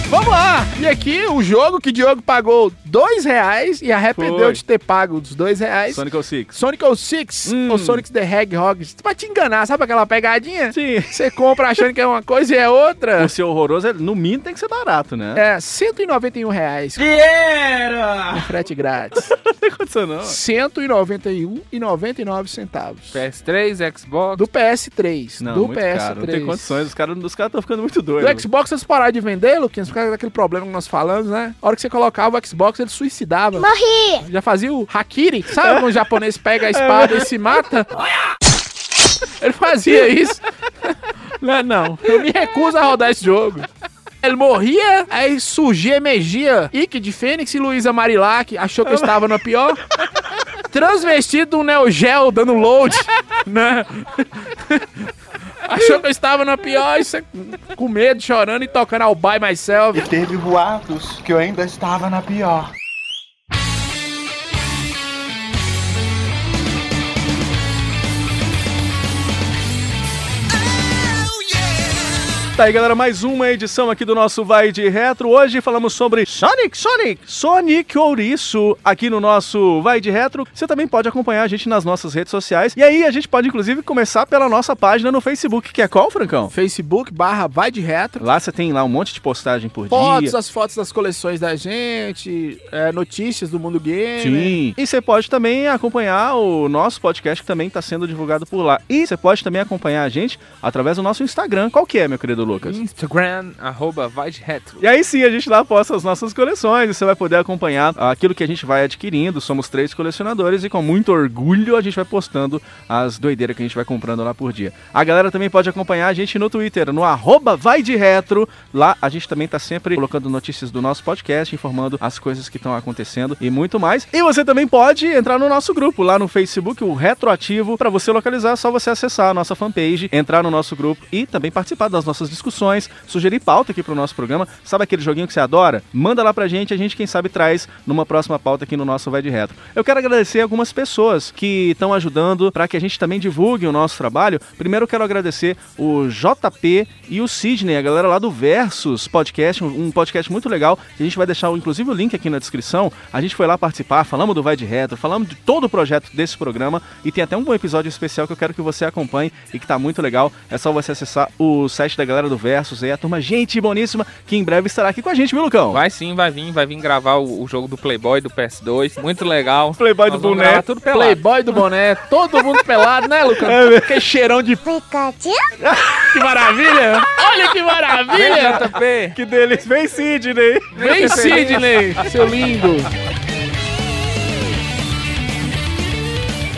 Vamos lá! E aqui o jogo que Diogo pagou dois reais e arrependeu Foi. de ter pago os dois reais. Sonic Hum. 06. Sonic 06 ou Sonic the Hedgehog. Pra te enganar, sabe aquela pegadinha? Sim. Você compra achando que é uma coisa e é outra. O seu horroroso, é- no mínimo, tem que ser barato, né? É, R$ 191 reais. Vieira! Frete grátis. não tem condição, não. 191,99 centavos. PS3, Xbox. Do PS3. Não, do muito PS3. caro. Não tem condições. Os caras os caras estão ficando muito doidos. Do Xbox eles pararam de vender, Luquinhas, por causa daquele problema que nós falamos, né? A hora que você colocava o Xbox, ele suicidava. Morri! Já fazia o Hakiri, sabe? Quando o japonês pega a espada e se mata. Ele fazia isso. Não, não. Eu me recuso a rodar esse jogo. Ele morria, aí surgia, emergia Ike de Fênix e Luísa Marilac, achou que eu estava na pior. Transvestido um Neo Geo dando load, né? Achou que eu estava na pior, isso é- com medo, chorando e tocando ao By Myself. E teve boatos que eu ainda estava na pior. Tá aí, galera, mais uma edição aqui do nosso Vai de Retro. Hoje falamos sobre Sonic, Sonic, Sonic Ouriço aqui no nosso Vai de Retro. Você também pode acompanhar a gente nas nossas redes sociais. E aí a gente pode, inclusive, começar pela nossa página no Facebook, que é qual, Francão? Facebook barra Vai de Retro. Lá você tem lá um monte de postagem por Fotos, dia. as fotos das coleções da gente, é, notícias do mundo game. Sim. né? E você pode também acompanhar o nosso podcast que também está sendo divulgado por lá. E você pode também acompanhar a gente através do nosso Instagram. Qual que é, meu querido Lucas? Hum. Instagram, arroba vai de retro. E aí sim, a gente lá posta as nossas coleções e você vai poder acompanhar aquilo que a gente vai adquirindo. Somos três colecionadores e com muito orgulho a gente vai postando as doideiras que a gente vai comprando lá por dia. A galera também pode acompanhar a gente no Twitter, no arroba vai de retro. Lá a gente também tá sempre colocando notícias do nosso podcast, informando as coisas que estão acontecendo e muito mais. E você também pode entrar no nosso grupo lá no Facebook, o Retroativo. Para você localizar, é só você acessar a nossa fanpage, entrar no nosso grupo e também participar das nossas discussões, sugerir pauta aqui pro nosso programa. Sabe aquele joguinho que você adora? Manda lá pra gente, a gente, quem sabe, traz numa próxima pauta aqui no nosso Vai de Retro. Eu quero agradecer algumas pessoas que estão ajudando para que a gente também divulgue o nosso trabalho. Primeiro eu quero agradecer o JP e o Sidney, a galera lá do Versus Podcast, um um podcast muito legal. A gente vai deixar, inclusive, o link aqui na descrição. A gente foi lá participar, falamos do Vai de Retro, falamos de todo o projeto desse programa e tem até um episódio especial que eu quero que você acompanhe e que tá muito legal. É só você acessar o site da galera do Versus aí, a turma gente boníssima, que em breve estará aqui com a gente, viu, Lucão? Vai sim, vai vir, vai vir gravar o, o jogo do Playboy do PS2. Muito legal. Playboy Nós do vamos boné. Tá gravar Tudo pelado. Playboy do boné, todo mundo pelado, né, Lucas? Que cheirão [LAUGHS] de... Que maravilha! Olha que maravilha! JP. Que delícia! Vem, Sidney! Vem, Sidney, seu lindo!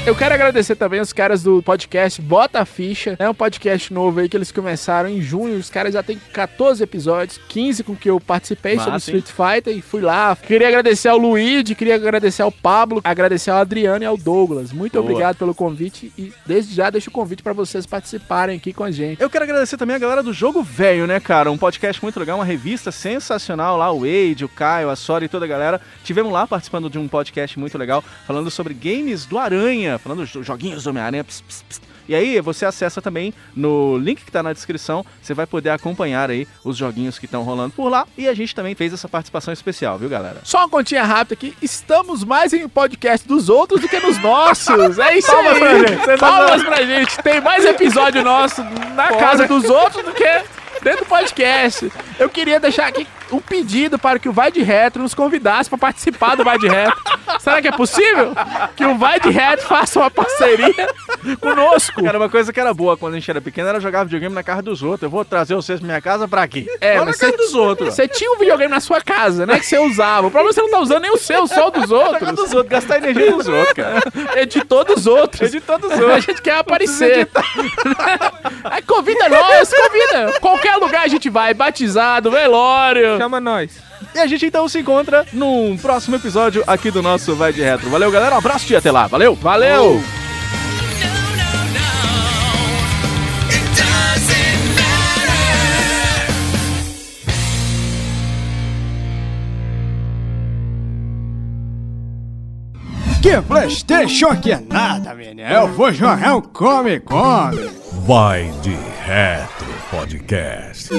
Eu quero agradecer também os caras do podcast Bota a Ficha. É um podcast novo aí que eles começaram em junho. Os caras já têm 14 episódios, 15 com que eu participei sobre Massa, hein? Street Fighter e fui lá. Queria agradecer ao Luigi, queria agradecer ao Pablo, agradecer ao Adriano e ao Douglas. Muito Boa. obrigado pelo convite e desde já deixo o convite para vocês participarem aqui com a gente. Eu quero agradecer também a galera do Jogo Velho, né, cara? Um podcast muito legal, uma revista sensacional lá, o Wade, o Caio, a Sora e toda a galera. Tivemos lá participando de um podcast muito legal, falando sobre games do Aranha, falando jo- joguinhos do Homem-Aranha. ps, ps, ps. E aí, você acessa também no link que tá na descrição, você vai poder acompanhar aí os joguinhos que estão rolando por lá. E a gente também fez essa participação especial, viu, galera? Só uma continha rápida aqui. Estamos mais em um podcast dos outros do que nos nossos. É isso Palmas aí. pra gente. Sensacional. Palmas pra gente. Tem mais episódio nosso na Fora. casa dos outros do que dentro do podcast. Eu queria deixar aqui um pedido para que o Vai de Retro nos convidasse para participar do Vai de Retro. Será que é possível que o Vai de Retro faça uma parceria conosco? Cara, uma coisa que era boa quando a gente era pequeno era jogar videogame na casa dos outros. Eu vou trazer vocês pra minha casa pra quê? É, Lá na mas casa cê- dos outros. [LAUGHS] Você tinha um videogame na sua casa, né? Que você usava. O problema é que você não tá usando nem o seu, só o dos outros. [LAUGHS] dos outros, gastar energia [LAUGHS] dos outros, cara. É de todos os outros. É de todos os A gente quer aparecer. [LAUGHS] É, Aí convida nós, convida. Qualquer lugar a gente vai. Batizado, velório. Chama nós. E a gente então se encontra num próximo episódio aqui do nosso Vai de Retro. Valeu, galera. Um abraço e até lá. Valeu. Valeu. Que Playstation que é nada, menino. Eu vou jogar um o Comic Con. Vai de Retro Podcast.